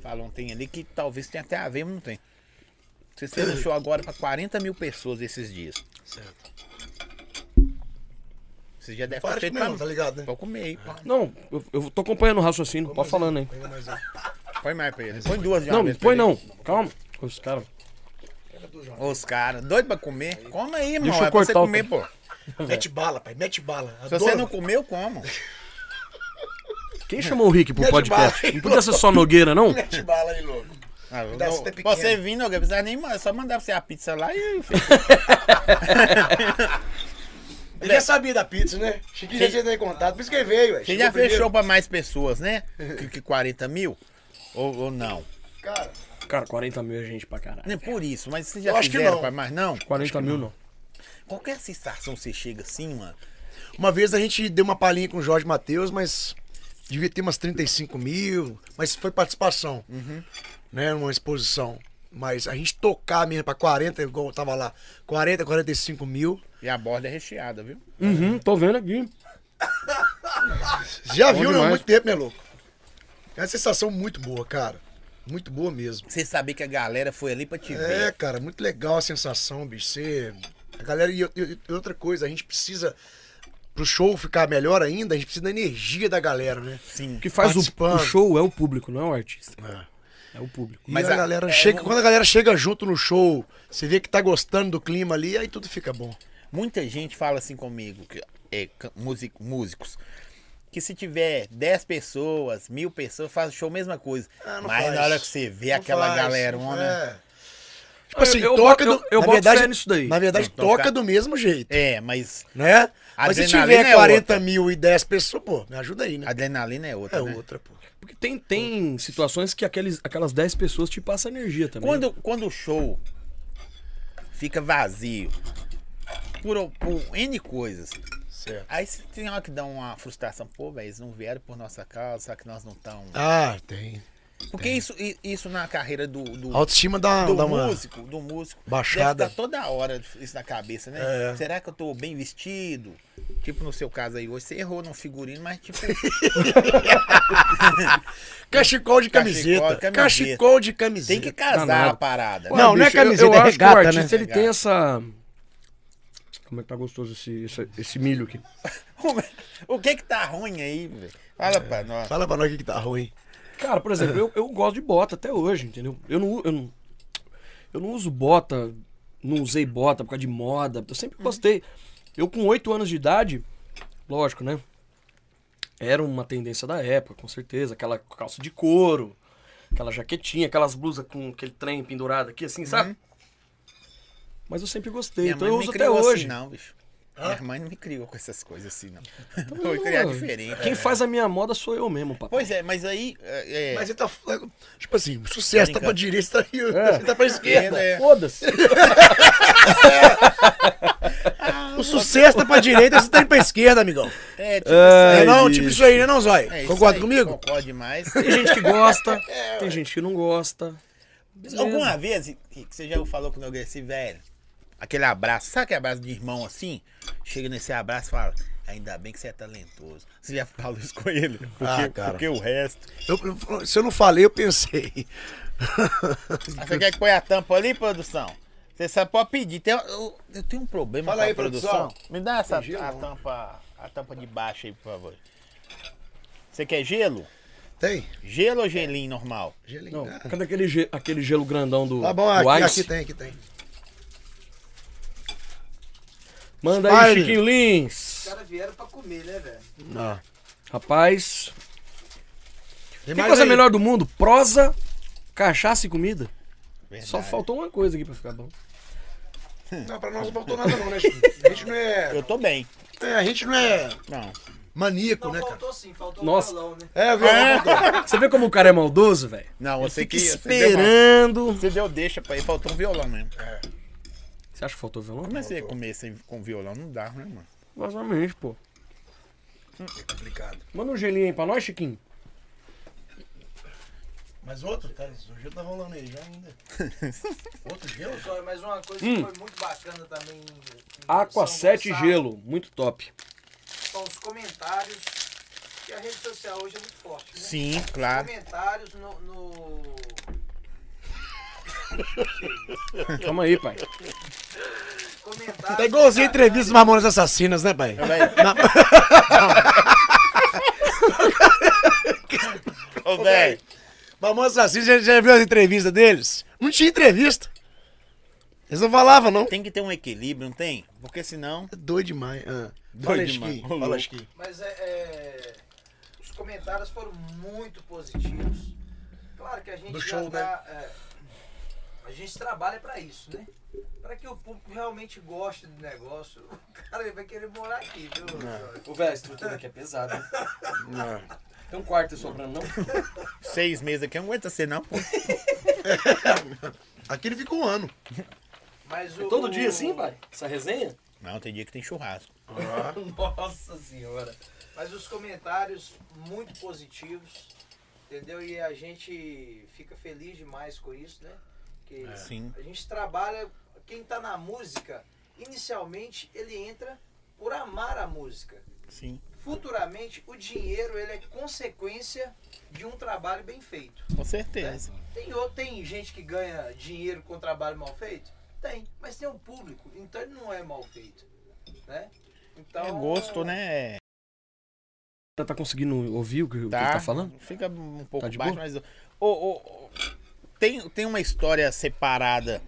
S1: falou ontem ali que talvez tenha até a ver, mas não tem. Você fez um show agora pra 40 mil pessoas esses dias.
S2: certo.
S1: Você já deve
S2: Para
S1: ter feito
S2: de comer,
S1: pra,
S2: não, tá ligado, né?
S1: pra comer. aí, pá.
S4: Não, eu, eu tô acompanhando o raciocínio, pode falando aí.
S2: Pega mais um.
S1: Põe mais pra ele. Põe duas já.
S4: Não,
S1: uma vez pra
S4: põe
S1: ele.
S4: não. Calma. Ah, Os caras.
S1: Os caras, doido pra comer. Come aí, irmão.
S4: Deixa eu
S1: é pra você
S4: cortar o-
S1: comer, pô.
S2: Mete bala, pai, mete bala.
S1: Se você não comeu, como?
S4: Quem chamou o Rick pro
S2: Mete
S4: podcast?
S2: bala, hein,
S4: Não podia ser só Nogueira, não?
S2: Mete bala aí, louco.
S1: Ah,
S2: dá
S1: não,
S2: esse
S1: você
S2: até pequeno.
S1: vindo, eu precisava nem mandar, só mandar pra você a pizza lá e.
S2: Ele já sabia da pizza, né? Chiquinho já tinha dado em contato, por isso que é- ele veio, velho.
S1: Você já
S2: Chegou primeiro.
S1: fechou pra mais pessoas, né? Que, que 40 mil? Ou, ou não?
S2: Cara,
S4: Cara, 40 mil é gente pra caralho.
S1: Nem por isso, mas vocês já
S2: Eu acho que
S1: fizeram
S2: não.
S1: pra mais? Não?
S4: 40 mil não.
S1: Qualquer sensação você chega assim, mano.
S2: uma vez a gente deu uma palhinha com o Jorge Matheus, mas devia ter umas 35 mil, mas foi participação, né? Numa exposição. Mas a gente tocar mesmo pra 40, igual eu tava lá, 40, 45 mil.
S1: E a borda é recheada, viu?
S4: Uhum, tô vendo aqui.
S2: Já viu, né?
S4: demais.
S2: Há muito tempo, né, louco? É uma sensação muito boa, cara. Muito boa mesmo.
S1: Você saber que a galera foi ali pra te
S2: É,
S1: ver.
S2: cara, muito legal a sensação, bicho. Você... A galera, e, e- e outra coisa, a gente precisa, pro show ficar melhor ainda, a gente precisa da energia da galera, né?
S1: Sim.
S4: O que faz o,
S2: Participando.
S4: o show é o público, não é o artista. É o público.
S1: Mas
S2: e a,
S1: a-
S2: galera
S1: é,
S2: chega,
S1: eu-
S2: quando a galera chega junto no show, você vê que tá gostando do clima ali, aí tudo fica bom.
S1: Muita gente fala assim comigo, que é, can- músico- músicos. Que se tiver 10 pessoas, mil pessoas, faz o show mesma coisa.
S2: Ah, não
S1: Mas
S2: faz.
S1: na hora que você vê
S2: Não
S1: aquela
S2: faz,
S1: galerona.
S2: é. Tipo assim,
S4: Eu- eu
S2: toca
S4: boto-
S2: do,
S4: eu- eu
S2: na
S4: boto
S2: verdade,
S4: fé nisso daí.
S2: Na verdade,
S1: Não, toca-
S2: toca do mesmo jeito,
S1: É, mas
S2: né?
S1: A
S2: Mas se
S1: adrenalina
S2: tiver
S1: é
S2: 40
S1: outra.
S2: mil e 10 pessoas, pô, me ajuda aí,
S1: a
S2: né?
S1: adrenalina é outra.
S2: É
S1: né?
S2: outra, pô.
S4: Porque tem, tem situações que aqueles, aquelas 10 pessoas te passam energia também.
S1: Quando, quando o show fica vazio por, por N coisas,
S2: Certo.
S1: aí você tem hora que dá uma frustração. Pô, velho, eles não vieram por nossa causa, será que nós não estamos.
S2: Ah, tem.
S1: Porque isso, i- isso na carreira do, do,
S2: A autoestima dá,
S1: do
S2: dá uma...
S1: músico, do músico,
S2: baixada.
S1: deve ficar toda hora isso na cabeça, né?
S2: É.
S1: Será que eu tô bem vestido? Tipo, no seu caso aí hoje, você errou no figurino, mas tipo,
S2: Cachecol
S1: Cachecol,
S2: de camiseta.
S1: camiseta.
S2: Cachecol de camiseta.
S1: tem que casar
S4: Danado.
S1: a parada. né?
S2: Ué, Não, não é
S4: eu-
S2: camiseta,
S4: eu,
S2: é
S4: acho
S2: regata,
S4: que o artista
S2: né?
S4: ele tem essa. Como é que tá gostoso esse, esse, esse milho aqui?
S1: é? o que que tá ruim aí, velho? Fala pra nós.
S2: Fala pra nós o que, que tá ruim.
S4: Cara, por exemplo, eu, eu gosto de bota até hoje, entendeu? Eu não, eu não, eu não uso bota, não usei bota por causa de moda. Eu sempre
S1: Uhum.
S4: gostei. Eu com 8 anos de idade, lógico, né? Era uma tendência da época, com certeza. Aquela calça de couro, aquela jaquetinha, aquelas blusas com aquele trem pendurado aqui, assim, sabe? Mas eu sempre gostei,
S1: Uhum. Minha mãe
S4: então eu
S1: não me
S4: uso até
S1: criou
S4: hoje.
S1: assim, não, bicho. Minha mãe não me criou com essas coisas assim, não.
S4: Não,
S2: Então,
S1: Foi criar
S4: mano.
S1: diferente.
S4: Quem
S1: É.
S4: faz a minha moda sou eu mesmo, papai.
S1: Pois é, mas aí. é, é,
S2: Mas você tá falando, tipo assim, o sucesso tá pra
S1: Brincando.
S2: direita, você tá, você tá pra esquerda.
S1: é,
S4: Foda-se.
S2: O sucesso tá pra direita, você tá indo pra esquerda, amigão.
S1: é, tipo
S2: É,
S1: isso aí.
S2: não, tipo isso aí, né, não, Zói?
S1: É isso
S2: Concorda
S1: aí,
S2: comigo?
S1: Concordo demais.
S4: Tem gente que gosta,
S1: É,
S4: tem gente que não gosta.
S1: Alguma vez, Rick, você já falou com o Nogueira assim, velho? Aquele abraço, sabe aquele abraço de irmão assim? Chega nesse abraço e fala, ainda bem que você é talentoso. Você já falou isso com ele? Porque,
S2: Ah, cara.
S1: porque o resto.
S2: Eu- eu- se eu não falei, eu pensei.
S1: Ah, você quer que põe a tampa ali, produção? Você só pode pedir. Tem- eu, eu tenho um problema
S2: Fala
S1: com a
S2: aí,
S1: produção.
S2: produção.
S1: Me dá essa a tampa, a tampa de baixo aí, por favor. Você quer gelo?
S2: Tem?
S1: Gelo ou gelinho normal?
S2: Gelinho.
S4: Não,
S2: Ah,
S4: cadê aquele, ge- aquele gelo grandão do,
S2: Tá bom,
S4: do
S2: aqui,
S4: Ice?
S2: aqui tem, aqui tem.
S4: Manda aí,
S2: Spider.
S4: Chiquinho Lins.
S5: Os caras vieram pra comer, né, velho?
S2: Ah.
S4: Rapaz,
S2: Tem
S4: que
S2: mais
S4: coisa
S2: aí?
S4: melhor do mundo? Prosa, cachaça e comida.
S2: É
S1: Verdade.
S4: Só faltou uma coisa aqui pra ficar bom.
S2: Não, pra nós não faltou nada não, né, Chico? A gente não é,
S1: Eu tô bem.
S2: é, A gente não é
S1: Não.
S2: maníaco,
S5: Não,
S2: né, cara?
S5: faltou sim, faltou o
S4: Nossa.
S5: violão, né?
S2: É, viu?
S4: Você vê como o cara é maldoso, velho?
S2: Ah,
S1: Não,
S4: Eu
S1: você
S4: fico
S1: que você deu, uma-
S4: esperando.
S1: você deu deixa pra ele, faltou um violão mesmo.
S4: Você acha que faltou violão?
S1: Comecei a comer sem, com violão, não dá, né, mano?
S4: Basicamente, pô.
S2: Complicado.
S4: Manda um gelinho aí pra nós, Chiquinho.
S2: Mas outro, tá, o gelo tá rolando aí já ainda. outro gelo?
S5: Só mais uma coisa que foi muito bacana também. em- em
S4: Aqua
S5: São
S4: 7
S5: Gonçalo,
S4: Gelo, muito top.
S5: São os comentários. Que a rede social hoje é muito forte. Né?
S1: Sim, claro.
S5: Comentários no. no-
S4: Calma aí, pai.
S5: Comentários.
S2: Tá igualzinho a entrevista dos Mamonas Assassinas, né, pai?
S1: Ô, velho.
S2: Mamonas Assassinas, já, já viu as entrevistas deles? Não tinha entrevista. Eles não falavam, não.
S1: Tem que ter um equilíbrio, não tem? Porque senão.
S2: É doido demais. Ah.
S1: Doido
S2: Fala,
S1: demais.
S2: Chiquinho,
S1: Ô,
S2: Fala,
S1: louco.
S2: Chiquinho.
S5: Mas é, é, os comentários foram muito positivos. Claro que a gente
S2: Do
S5: já
S2: show,
S5: tá, é, a gente trabalha pra isso, né? Pra que o público realmente goste do negócio. O cara ele vai querer morar aqui, viu?
S4: Ô, velho, a estrutura aqui é pesada. Tem um quarto aí sobrando, não?
S1: Seis meses aqui não aguenta ser, não, pô.
S2: Aqui ele fica um ano.
S5: Mas o,
S4: Todo dia assim, pai? Essa resenha?
S1: Não, tem dia que tem churrasco.
S4: Nossa senhora.
S5: Mas os comentários muito positivos, entendeu? E a gente fica feliz demais com isso, né? Que
S1: Sim.
S5: a gente trabalha, quem tá na música, inicialmente ele entra por amar a música.
S1: Sim.
S5: Futuramente, o dinheiro ele é consequência de um trabalho bem feito.
S1: Com certeza.
S5: Tem, ou- tem gente que ganha dinheiro com trabalho mal feito? Tem, mas tem um público, então ele não é mal feito, né? Então,
S1: É gosto, né?
S4: Tá, tá conseguindo ouvir o que, o que ele
S1: Tá.
S4: tá falando?
S1: Fica um pouco
S4: Tá de
S1: baixo,
S4: boa?
S1: mas. Ô, ô, ô, tem, tem uma história separada.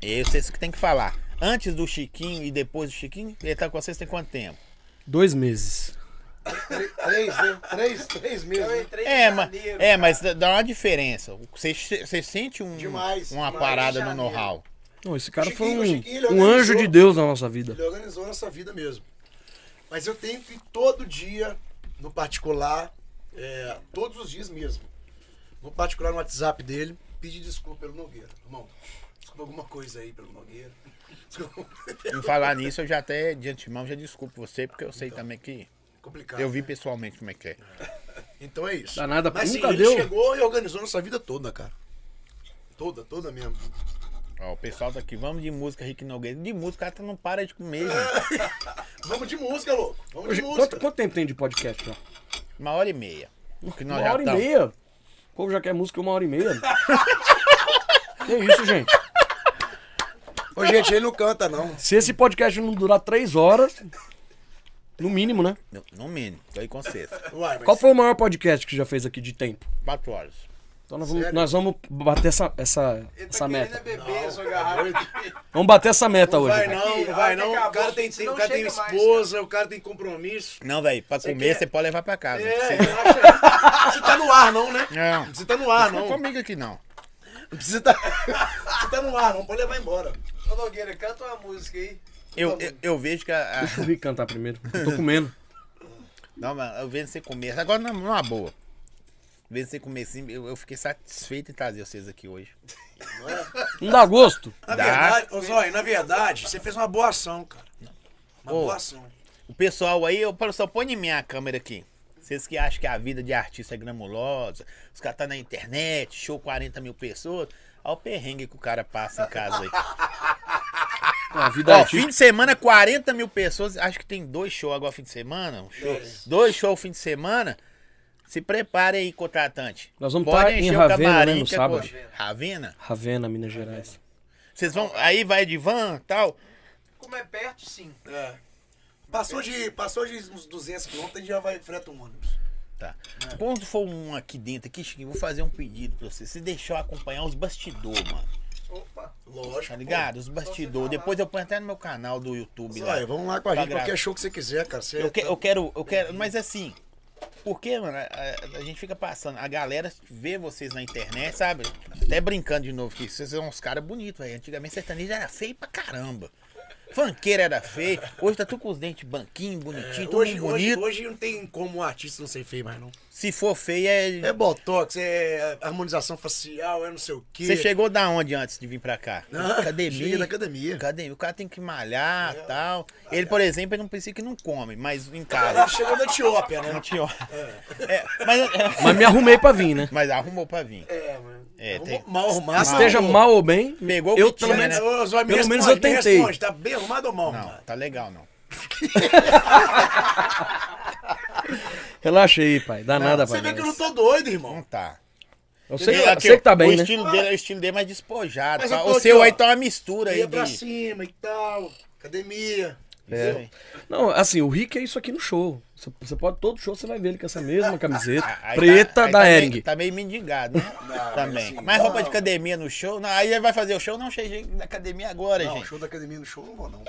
S1: Eu sei que tem que falar. Antes do Chiquinho e depois do Chiquinho, ele tá com vocês tem quanto tempo?
S4: Dois meses.
S2: Três, né? Três, três
S5: eu
S2: meses. né?
S5: entrei
S1: É,
S5: em
S1: mas,
S5: janeiro,
S1: é mas dá uma diferença. Você, você sente um,
S2: Demais,
S1: uma
S2: demais.
S1: parada no
S5: Janeiro.
S1: know-how.
S4: Não, esse cara
S2: Chiquinho,
S4: foi um,
S2: Chiquinho, ele
S4: um anjo
S2: organizou.
S4: de Deus na nossa vida.
S2: Ele organizou a nossa vida mesmo. Mas eu tenho que ir todo dia, no particular, é, todos os dias mesmo, no particular no WhatsApp dele, pedir desculpa pelo Nogueira. Irmão, desculpa alguma coisa aí pelo Nogueira. Desculpa.
S1: Em falar nisso, eu já até de antemão já desculpo você, porque eu
S2: Então.
S1: sei também que.
S2: É Complicado.
S1: Eu vi pessoalmente como é que é.
S2: Então é isso.
S4: Danada,
S2: Mas sim,
S4: nunca
S2: ele
S4: deu.
S2: chegou e organizou a nossa vida toda, cara. Toda, toda mesmo.
S1: Ó, o pessoal tá aqui, vamos de música, Rick Nogueira. De música, o cara tá, não para de comer, gente.
S2: Vamos de música, louco. Vamos de
S4: Hoje,
S2: música.
S4: quanto, quanto tempo tem de podcast já?
S1: Uma hora e meia. Que nós
S4: Uma
S1: já
S4: hora e
S2: tá.
S1: tamo.
S4: meia? O povo já quer música uma hora e meia. que isso, gente?
S2: Ô, gente, ele não canta, não.
S4: Se esse podcast não durar três horas, no mínimo, né?
S1: No, no mínimo, tô aí com vocês.
S2: Uai, mas...
S4: Qual foi o maior podcast que já fez aqui de tempo?
S1: Quatro horas.
S4: Então nós vamos,
S2: Sério?
S4: nós vamos bater essa, essa,
S5: Ele tá
S4: essa
S5: querendo é
S4: meta.
S5: beber essa
S2: tá
S5: garrafa.
S4: Vamos bater essa meta tá hoje. né?
S2: Vai né?
S4: velho.
S2: não,
S5: Aqui,
S2: não vai
S5: a hora que
S2: não. O
S5: acabou,
S2: cara tem,
S5: senão
S2: tem- o cara tem
S5: chega mais,
S2: esposa, o cara tem compromisso.
S1: Não, velho, pra
S2: Você
S1: comer
S2: quer?
S1: você pode levar pra casa.
S2: É,
S1: Você-
S2: relaxa. Você tá no ar, não, né?
S1: Não.
S2: Você tá no ar,
S1: Não
S2: não.
S1: fica comigo aqui, não.
S2: Não precisa tá... Você tá no ar, não. Pode levar embora.
S5: Ô Nogueira, canta uma música aí.
S2: Tá
S1: Eu, eu, eu vejo que a. a-
S4: Deixa eu vir cantar primeiro. Eu tô comendo.
S1: não, mas eu vejo você comer. Agora, numa- numa boa. Vendo você comer assim, eu, eu fiquei satisfeito em trazer vocês aqui hoje.
S4: Não dá gosto?
S2: Na
S1: Dá.
S2: verdade, ô Zói, na verdade, você fez uma boa ação, cara. Uma
S1: Ô.
S2: boa ação.
S1: O pessoal aí, eu falo, só põe em minha câmera aqui. Vocês que acham que a vida de artista é gramulosa, os caras tá na internet, show 40 mil pessoas. Olha o perrengue que o cara passa em casa aí.
S4: Ah, A vida
S1: Ó,
S4: é
S1: fim
S4: artística.
S1: de semana, 40 mil pessoas. Acho que tem dois shows agora fim de semana. Um show, dois shows fim de semana. Se prepare aí, contratante.
S4: Nós vamos
S1: Pode
S4: tá em
S1: encher o
S4: Ravena,
S1: camarim,
S4: né, no
S1: que é
S4: sábado.
S1: co- Ravena?
S4: Ravena, Minas Gerais.
S1: Vocês vão. Aí vai de van e tal.
S5: Como é perto, sim.
S2: É. Passou de, passou de uns 200 quilômetros, a gente já vai freta um ônibus.
S1: Tá. Quando for um aqui dentro, aqui, Chiquinho, vou fazer um pedido pra você. Se deixar eu acompanhar os bastidores, mano.
S5: Opa,
S2: Lógico.
S1: Tá ligado? Os bastidores. Depois eu ponho até no meu canal do YouTube lá.
S2: Zói, vamos lá com a
S1: Tá
S2: gente. Qualquer
S1: grato.
S2: show que você quiser, cara. Você
S1: Eu, que-
S2: tá-
S1: eu quero, eu quero, mas assim, porque, mano, a, a- a gente fica passando, a galera vê vocês na internet, sabe? Até brincando de novo, que vocês são uns caras bonitos, velho. Antigamente sertanejo era feio pra caramba. Funkeiro era feio. Hoje tá tudo com os dentes banquinho, bonitinho, tudo
S2: Hoje,
S1: bem
S2: hoje,
S1: bonito.
S2: hoje não tem como um artista não ser feio mais, não.
S1: Se for feio, é.
S2: É botox, é harmonização facial, é não sei o quê.
S1: Você chegou da onde antes de vir pra cá?
S2: Ah, cheguei
S1: academia.
S2: da academia. É,
S1: Academia. O cara tem que malhar e tal. Ele, por exemplo, ele não precisa que não come, mas em casa.
S2: Ah, Chegou da Etiópia, né?
S1: Não tinha hora. É, mas,
S4: Mas me arrumei pra vir, né?
S1: mas arrumou pra vir.
S5: É, mano.
S1: É, tem-
S2: Arrumou- Ah, Mal arrumado.
S4: Esteja mal ou bem,
S1: Pegou o
S4: eu
S1: que
S4: pelo
S1: tinha,
S4: menos.
S1: né?
S2: Ô, Zóio, me
S4: pelo menos
S2: responde,
S4: eu
S2: me
S4: tentei.
S2: responde, tá bem arrumado ou mal
S1: Não,
S2: arrumado?
S1: tá legal não.
S4: Relaxa aí, pai. Dá nada,
S2: Você
S4: pai.
S2: vê que eu não
S4: Eu
S2: tô doido,
S1: Não
S2: irmão.
S1: tá.
S4: sei,
S1: Entendeu?
S4: eu
S1: Aqui,
S4: sei que
S1: ó,
S4: tá
S1: o
S4: bem, né?
S1: estilo dele é o estilo dele mais despojado.
S2: Mas
S1: tá?
S2: eu tô
S1: O
S2: aqui,
S1: seu
S2: ó.
S1: aí tá uma mistura aí
S2: Ia pra
S1: de.
S2: cima e tal, academia.
S1: É.
S4: Não, assim, o Rick é isso aqui no show. Você- Você pode, todo show você vai ver ele com essa mesma camiseta
S1: Aí tá-
S4: preta
S1: aí
S4: da
S1: tá meio-
S4: Ering.
S1: Tá meio mendigado, né? Também.
S2: assim,
S1: Mas roupa
S2: não.
S1: de academia no show. Não, aí ele vai fazer o show, não cheio da academia agora,
S2: Não,
S1: gente.
S2: show da academia no show eu não vou, não.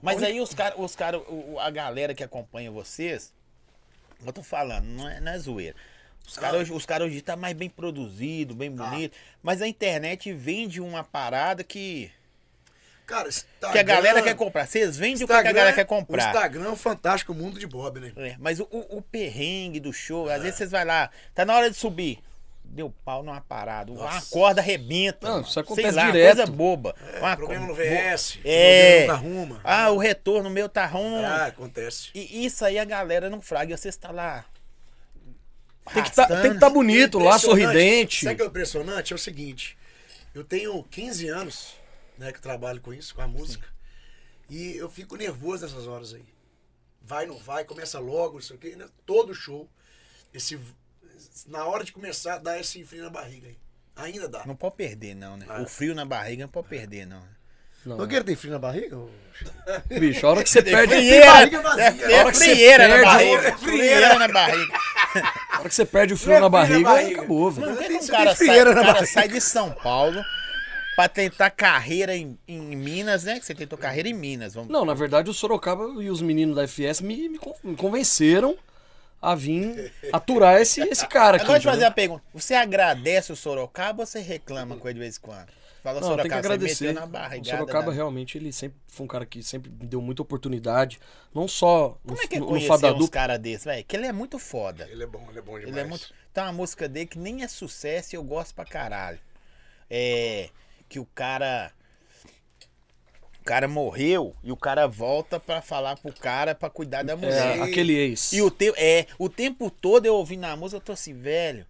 S1: Mas aí os caras, os cara, o- o- a galera que acompanha vocês, eu tô falando, não é, não é zoeira. Os
S2: Ah.
S1: caras hoje, os cara hoje tá mais bem produzido, bem
S2: Tá.
S1: bonito. Mas a internet vende uma parada que,
S2: Cara,
S1: que a
S2: Instagram-
S1: galera quer comprar. Vocês vendem o que a galera quer comprar.
S2: O Instagram é um fantástico mundo de Bob, né?
S1: É, mas o, o- o perrengue do show,
S2: É.
S1: às vezes vocês vai lá, tá na hora de subir. Deu pau numa parada, uma corda arrebenta.
S4: Não,
S1: mano.
S4: isso acontece
S1: Sei lá,
S4: direto.
S1: coisa boba. Uma
S2: É, problema
S1: co-
S2: no VS,
S1: bo- É.
S2: o dinheiro nunca arruma.
S1: Ah, o retorno meu tá ruim.
S2: Ah, acontece.
S1: E isso aí a galera não fraga, e vocês tá lá.
S4: Tem que tá,
S1: arrastando.
S4: tem que tá bonito lá,
S2: Impressionante.
S4: sorridente.
S2: Sabe o que é impressionante? É o seguinte, eu tenho 15 anos, né, que eu trabalho com isso, com a música, e eu fico nervoso nessas horas aí. Vai, não vai, começa logo, não sei o quê, né? Todo show, esse, na hora de começar, dá esse frio na barriga aí. Ainda
S4: tá.
S2: dá.
S1: Não pode perder, não, né? O frio na barriga não pode perder, não.
S4: Não,
S2: quero ter frio na barriga? ô?
S4: bicho, a hora que você perde,
S2: barriga vazia.
S1: é,
S2: A
S1: é
S4: hora que você
S1: frieira na
S4: perde,
S1: barriga.
S2: é
S1: Frieira na barriga.
S4: a hora que você perde o frio na barriga,
S2: barriga.
S4: acabou, velho.
S1: Mano,
S2: Tem-
S1: tem que um
S2: você
S1: cara,
S2: tem
S1: sai,
S2: frieira na
S1: cara
S2: barriga.
S1: sai de São Paulo pra tentar carreira em, em Minas, né? Que você tentou carreira em Minas. Vamos...
S4: Não, na verdade, o Sorocaba e os meninos da FS me, me con- me convenceram a vir aturar esse, esse cara aqui.
S1: Agora deixa eu É fazer
S4: entendeu?
S1: uma pergunta. Você agradece o Sorocaba ou você reclama com ele de vez em quando? Fala,
S4: Não,
S1: Sorocaba,
S4: tem
S1: você
S4: que agradecer.
S1: meteu na barrigada.
S4: o Sorocaba é
S1: né?
S4: realmente ele sempre foi um cara que sempre me deu muita oportunidade, não só no,
S1: Como é que é
S4: no, no
S1: conhecer
S4: Fadadu.
S1: uns caras desses, velho? Que ele é muito foda.
S2: Ele é bom, ele é bom demais.
S1: Ele é muito. Tem uma música dele que nem é sucesso e eu gosto pra caralho. É. Que o cara. O cara morreu e o cara volta pra falar pro cara pra cuidar da mulher.
S4: É, aquele ex.
S1: assim? E o tempo, é, o tempo todo eu ouvindo a música, eu tô assim, velho,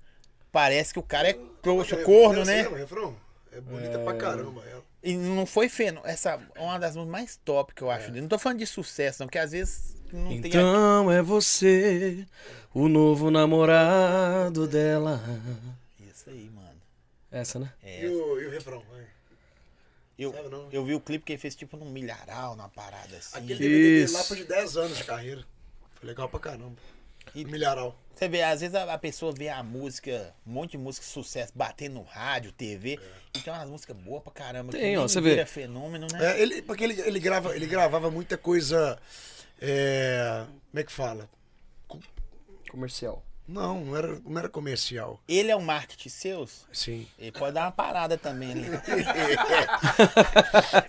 S1: parece que o cara é trouxa, corno,
S2: Você
S1: né?
S2: lembra o refrão? É bonita pra caramba. é ela.
S1: E não foi feno. Essa é uma das músicas mais top que eu
S2: É.
S1: acho. dele. Não tô falando de sucesso, não, porque às vezes não tem. a-
S4: Então é você, o novo namorado dela.
S1: Isso aí, mano.
S4: Essa, né?
S1: É.
S2: E, o, e o refrão? né?
S1: Eu,
S2: Sabe não?
S1: eu vi o clipe que ele fez tipo num milharal, numa parada assim.
S2: Aquele DVD dele lá
S4: Isso.
S2: foi de 10 anos de carreira. Foi legal pra caramba. E milharal.
S1: Você vê, às vezes a, a pessoa vê a música, um monte de música de sucesso batendo no rádio, TV, e tem é umas músicas boas pra caramba.
S4: Tem,
S1: que
S4: ó,
S1: nem
S4: você vê.
S1: vira fenômeno, né?
S2: É, ele, porque ele, ele, grava, ele gravava muita coisa. é, como é que fala?
S4: Comercial.
S2: Não, não era, não era comercial. assim.
S1: Ele é um marketing seus,
S2: Sim.
S1: ele pode dar uma parada também, né?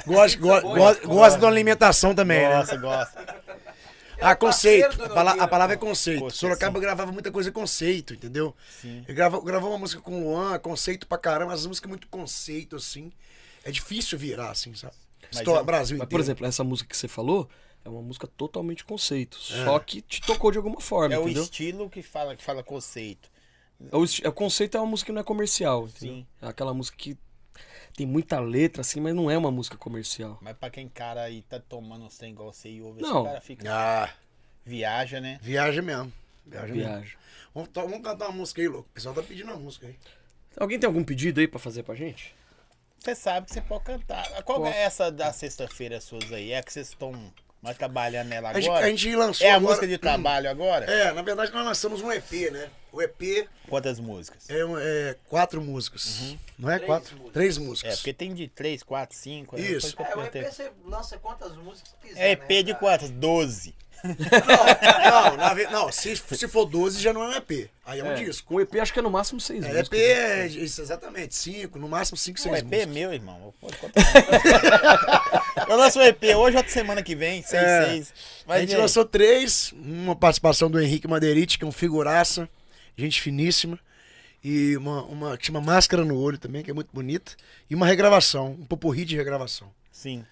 S2: Gosto, go, go, gosto da alimentação também, né?
S1: Gosta, gosta.
S2: Ah, conceito.
S5: É parceiro do
S2: A, pala-
S5: Nogueira,
S2: a palavra é conceito.
S1: Conceito,
S2: Sorocaba gravava muita coisa conceito, entendeu?
S1: Sim.
S2: Ele grava- gravou uma música com o Luan, conceito pra caramba, as músicas muito conceito, assim. É difícil virar, assim, sabe?
S1: Mas
S2: Estoura
S1: eu-
S2: Brasil
S4: Mas,
S2: inteiro.
S4: por exemplo, essa música que você falou é uma música totalmente conceito, só que te tocou de alguma forma,
S1: Ah. É o
S4: entendeu?
S1: estilo que fala, que fala conceito.
S4: É o, esti- é o conceito é uma música que não é comercial, entendeu?
S1: Sim.
S4: É aquela música que tem muita letra, assim, mas não é uma música comercial.
S1: Mas pra quem cara aí tá tomando uns trem igual você e ouve,
S4: Não.
S1: esse cara fica.
S2: Ah,
S1: Viaja, né?
S2: viagem mesmo. Viagem mesmo.
S4: Viagem.
S2: Vamos, to- vamos cantar uma música aí, louco. O pessoal tá pedindo uma música aí.
S4: Alguém tem algum pedido aí pra fazer pra gente?
S1: Você sabe que você pode cantar. Qual que é essa da sexta-feira suas aí? É a que vocês estão mais trabalhando nela
S2: A gente,
S1: agora?
S2: a gente lançou
S1: É a
S2: agora-
S1: música de trabalho agora?
S2: É, na verdade nós lançamos um EP, né? O EP
S1: Quantas músicas?
S2: é, um- é quatro músicas. Não é
S5: Três
S2: quatro?
S5: músicas.
S2: Três
S1: Uhum. É,
S2: músicas.
S1: porque tem de 3, 4, 5.
S2: Isso.
S5: É, o EP você lança quantas músicas quiser.
S1: É EP
S5: né,
S1: de
S5: cara?
S1: quantas? 12.
S2: Não, não, na ve- não, se, se for 12 já não é um EP. Aí é um
S4: É,
S2: disco.
S4: Com EP acho que é no máximo seis
S2: É,
S1: né?
S4: músicas.
S2: EP é isso, exatamente 5, no máximo 5,
S1: O
S2: 6
S1: EP é
S2: músicas.
S1: meu, irmão. Eu, eu lanço um EP hoje, outra semana que vem, seis,
S2: É.
S1: seis.
S2: A
S1: Mas
S2: gente
S1: e aí?
S2: lançou três, uma participação do Henrique Madeirite, que é um figuraça, gente finíssima, e uma, uma que chama Máscara no Olho também, que é muito bonita, e uma regravação, um popurri de regravação.
S1: Sim.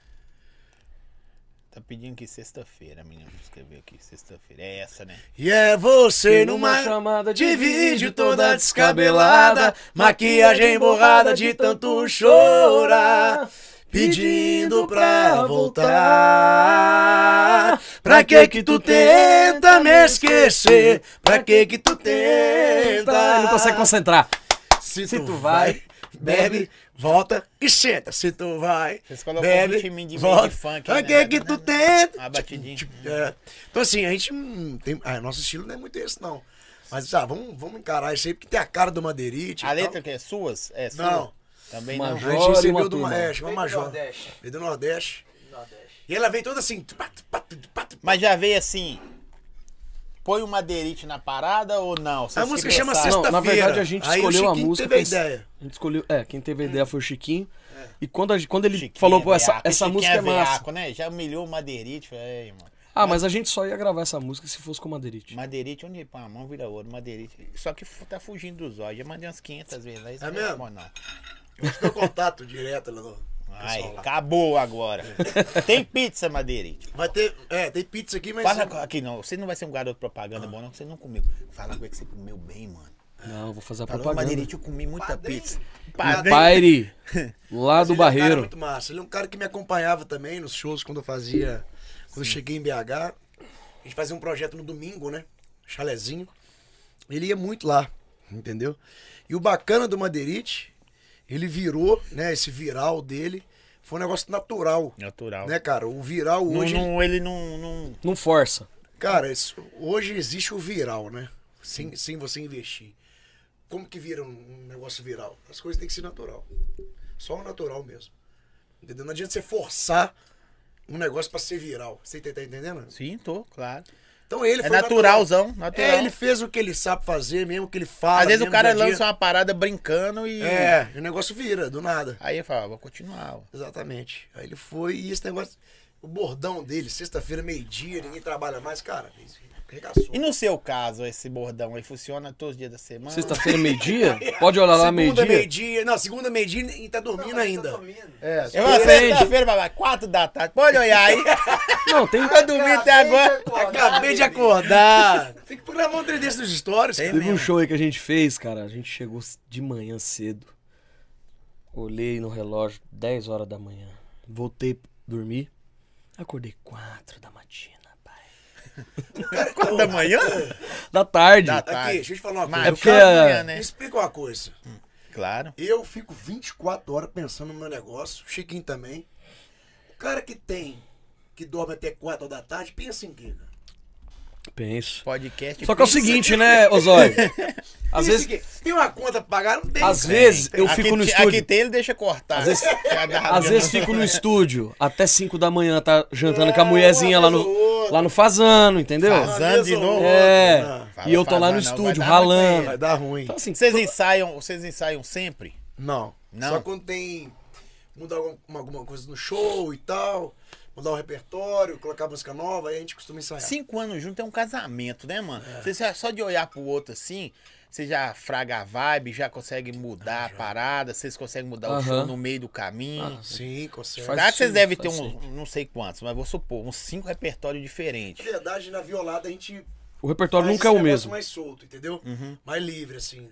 S1: Tá pedindo que sexta-feira, a menina escreveu aqui, sexta-feira. É essa, né?
S2: E é você
S4: Tem
S2: numa chamada de vídeo toda
S4: toda
S2: descabelada, maquiagem borrada de tanto chorar, pedindo pra voltar. Pra que que tu tenta me esquecer? Pra que que tu tenta?
S4: Não consegue concentrar.
S2: Se,
S4: Se
S2: tu,
S4: tu
S2: vai,
S4: vai,
S2: bebe, volta e senta. Se tu vai,
S1: Vocês colocam um
S2: bebe,
S1: ritminho de
S2: volta.
S1: meio de funk,
S2: pra
S1: né?
S2: que que tu tenta?
S1: Uma batidinha.
S2: Tipo, é. Então assim, a gente hum, tem... Ah, nosso estilo não é muito esse, não. Mas ah, vamos, vamos encarar isso aí, porque tem a cara do Madeirite e
S1: A
S2: tal.
S1: letra que é suas? É sua?
S2: Não.
S1: Também
S4: Uma
S1: não.
S2: A gente
S4: Olha
S2: recebeu
S4: uma
S2: do
S4: turma.
S2: Maestro, uma
S5: Veio do
S2: Major.
S5: Nordeste.
S2: Veio do Nordeste.
S5: Nordeste.
S2: E ela veio toda assim... tu, pá, tu, pá, tu, pá, tu.
S1: Mas já veio assim. Põe o madeirite na parada ou não? Vocês
S2: A música
S1: que
S2: chama
S1: pensaram?
S2: Sexta-feira.
S4: Ah, Não, na verdade a gente
S2: Aí o
S4: escolheu a
S2: Chiquinho
S4: música.
S2: teve a
S4: pens-
S2: ideia. É.
S4: A gente escolheu. É, quem teve a ideia foi o Chiquinho. E quando, a gente- quando ele
S1: Chiquinho
S4: falou,
S1: é
S4: pô, essa,
S1: veiaco,
S4: essa
S1: Chiquinho
S4: música é massa.
S1: veiaco, né? Já humilhou o madeirite. falei, Ei, mano.
S4: Ah, mas a gente só ia gravar essa música se fosse com o Madeirite.
S1: Madeirite, onde põe a mão vira ouro, madeirite. Só que fu- tá fugindo dos olhos. Já mandei umas 500 vezes lá. Isso
S2: É
S1: não
S2: mesmo?
S1: bom, não.
S2: Eu te dou contato direto lá no...
S1: Ai,
S2: pessoal lá.
S1: acabou agora. Tem pizza, madeirite.
S2: Vai ter... É, tem pizza aqui, mas... Ah.
S1: Fala com- aqui não, você não vai ser um garoto propaganda bom, não, que você não comeu. Fala como é que você comeu bem, mano.
S4: Não, eu vou fazer a
S1: Falou,
S4: propaganda.
S1: Madeirite, eu comi muita
S5: Padrinho.
S1: pizza.
S4: Paire, lá
S2: Ah, Ele é
S4: do
S2: um cara
S4: Barreiro.
S2: muito massa. Ele é um cara que me acompanhava também nos shows quando eu fazia. Quando eu cheguei em BH. A gente fazia um projeto no domingo, né? Chalezinho. Ele ia muito lá, entendeu? E o bacana do Madeirite, ele virou, né? Esse viral dele. Foi um negócio natural.
S1: Natural.
S2: Né, cara? O viral
S1: Não-
S2: hoje.
S1: não- ele não, não-
S4: Não força.
S2: Cara, isso- hoje existe o viral, né? Sem, sem você investir. Como que vira um um negócio viral? As coisas têm que ser natural. Só o natural mesmo. Entendeu? Não adianta você forçar um negócio pra ser viral. Você tá tá entendendo?
S1: Sim, tô, claro.
S2: Então ele
S1: É
S2: foi
S1: naturalzão,
S2: natural.
S1: natural.
S2: É, ele fez o que ele sabe fazer mesmo, o que ele fala.
S1: Às vezes o
S2: mesmo
S1: cara
S2: dia a dia.
S1: lança uma parada brincando e.
S2: É, e o negócio vira, do nada.
S1: Aí eu falo, ah, vou continuar. ó.
S2: Exatamente. Aí ele foi e esse negócio. O bordão dele, sexta-feira, meio-dia, ninguém trabalha mais, cara. isso Regaçou.
S1: E no seu caso, esse bordão aí funciona todos os dias da semana?
S4: Sexta-feira, meio-dia? Pode olhar Tá lá,
S2: Segunda,
S4: meio-dia.
S2: meio-dia. não, segunda, meio-dia e tá dormindo ainda. É,
S1: Eu falo,
S4: Depende.
S1: sexta-feira, babá, quatro da tarde. Pode olhar aí.
S4: Não, tem.
S1: Eu
S2: Tá né,
S1: dormi até agora.
S2: acabei de acordar. Tem que programar um trem desse nos stories. cara.
S4: Teve um show aí que a gente fez, cara. A gente chegou de manhã cedo. Olhei no relógio, 10 horas da manhã. Voltei dormir. Acordei 4 da matina, pai.
S1: Quatro da manhã?
S4: Da tarde.
S1: Da
S2: Aqui,
S1: tarde.
S2: deixa eu te falar uma
S1: Mas
S2: coisa.
S4: É porque-
S1: quatro da manhã,
S2: Me
S1: né?
S2: explica uma coisa.
S1: Claro.
S2: Eu fico 24 horas pensando no meu negócio, o Chiquinho também. O cara que tem, que dorme até 4 da tarde, pensa em quê? cara?
S4: Penso.
S1: Podcast.
S4: Só que é o
S1: pizza.
S4: seguinte, né, Osório? Às
S2: Pensa em
S4: vezes,
S2: quê? Tem uma conta pra pagar? Não tem.
S4: às
S2: cara.
S4: vezes eu
S1: Aqui
S4: fico no
S1: te- Aqui
S4: estúdio.
S1: tem, ele deixa cortar. É
S4: Às vezes-
S1: Já dá-
S4: Às
S1: já
S4: vezes
S1: não-
S4: fico no estúdio até 5 da manhã, tá jantando com a mulherzinha lá
S2: uma vez ou
S4: no,
S2: outra.
S4: lá no Fazano, entendeu?
S2: Uma
S1: Fazano. Zanzi
S2: vez ou
S1: novo.
S2: outra,
S4: É.
S2: né?
S1: Fala,
S4: e eu tô lá
S1: faz,
S4: no
S1: mas não, vai
S4: estúdio,
S1: dar muito
S4: ralando.
S1: pra
S2: É, Vai
S1: ele.
S2: dar ruim.
S4: Então, assim,
S1: Vocês
S4: toda-
S1: ensaiam, vocês ensaiam sempre?
S2: Não.
S1: Não?
S2: Só quando tem. Mudar alguma, alguma coisa no show e tal. Mudar o repertório, colocar música nova, aí a gente costuma ensaiar.
S1: Cinco anos junto é um casamento, né, mano?
S4: É.
S1: Você já- só de olhar pro outro assim, você já fraga a vibe, já consegue mudar a parada, vocês conseguem mudar o
S4: Aham. Ah,
S1: show no meio do caminho.
S2: Sim, consegue.
S4: Faz-
S1: Será que vocês
S4: sim,
S1: devem ter
S4: faz
S1: uns, não sei quantos, mas vou supor, uns cinco repertórios
S2: Na
S1: diferentes.
S2: verdade, na violada a gente.
S4: o repertório
S2: faz
S4: nunca é
S2: esse negócio
S4: o mesmo. Uhum.
S2: mais solto, entendeu? Mais livre, assim.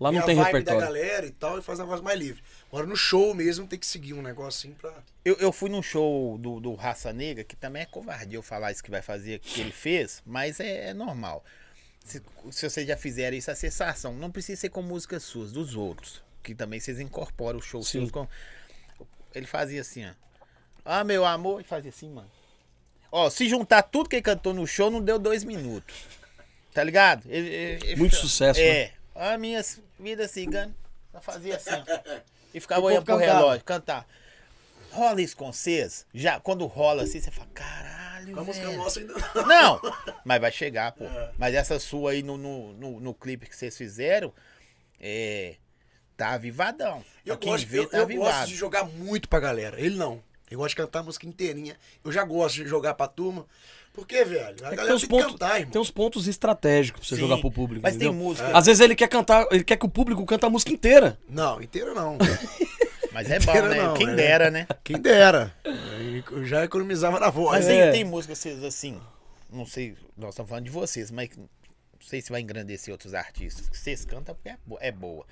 S4: Lá
S2: Tem
S4: não
S2: a
S4: tem
S2: vibe da
S4: repertório.
S2: galera e tal, e faz um negócio mais livre. Agora no show mesmo tem que seguir um negócio assim pra.
S1: Eu, eu fui num show do, do Raça Negra, que também é covardia eu falar isso que vai fazer, que ele fez, mas é, é normal. Se, se vocês já fizeram isso, a sensação não precisa ser com músicas suas, dos outros, que também vocês incorporam o show
S4: Sim.
S1: seus com... Ele fazia assim, ó. Ah, meu amor, ele fazia assim, mano. Ó, se juntar tudo que ele cantou no show, não deu dois minutos. Tá ligado? Ele- ele- ele-
S4: Muito sucesso, né?
S1: É. A minha vida cigana, ela fazia assim, ó. E ficava
S2: O povo
S1: olhando pro
S2: cantava.
S1: relógio, cantar. Rola isso com vocês? Já, quando rola assim, você fala, caralho.
S2: Com a música
S4: É.
S1: velho."
S2: nossa ainda.
S1: Não! Mas vai chegar, pô.
S2: É.
S1: Mas essa sua aí no, no, no, no clipe que vocês fizeram, é. Tá avivadão.
S2: Eu,
S1: Pra quem
S2: gosto,
S1: vê,
S2: eu,
S1: tá
S2: eu
S1: avivado.
S2: gosto de jogar muito pra galera. Ele não. Ele gosta de cantar a música inteirinha. Eu já gosto de jogar pra turma. Porque, velho, a
S4: É
S2: galera
S4: que tem,
S2: tem
S4: uns
S2: que
S4: pontos,
S2: cantar, irmão.
S4: tem uns pontos estratégicos pra você
S1: Sim,
S4: jogar pro público.
S1: Mas
S4: entendeu?
S1: tem música.
S4: Às vezes ele quer cantar, ele quer que o público cante a música inteira.
S2: Não, inteira não.
S1: Mas é bom,
S2: Inteira
S1: né?
S2: não,
S1: Quem
S2: né?
S1: dera, né?
S2: Quem dera. Eu já economizava na voz.
S1: Mas
S2: hein?
S1: tem,
S4: É.
S1: tem música, vocês assim. Não sei, nós estamos falando de vocês, mas não sei se vai engrandecer outros artistas. Que vocês cantam porque é, bo- é boa.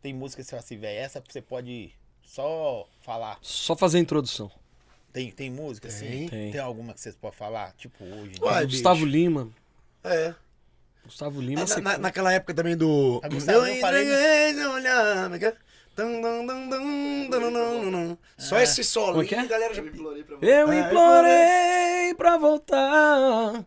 S1: Tem música que você fala assim, velho, essa você pode só falar.
S4: Só fazer a introdução.
S1: Tem, tem música, assim?
S4: Tem.
S1: Tem alguma que vocês podem falar? Tipo hoje. né?
S2: Uai,
S4: Gustavo
S2: bicho.
S4: Lima.
S2: É.
S4: Gustavo Lima.
S2: Na-
S4: você-
S2: na- naquela época também do.
S1: Ah, Gustavo, eu falei,
S2: né? é Só esse solo.
S4: Como é que é?
S2: a galera já.
S4: Eu
S2: É,
S4: implorei pra voltar.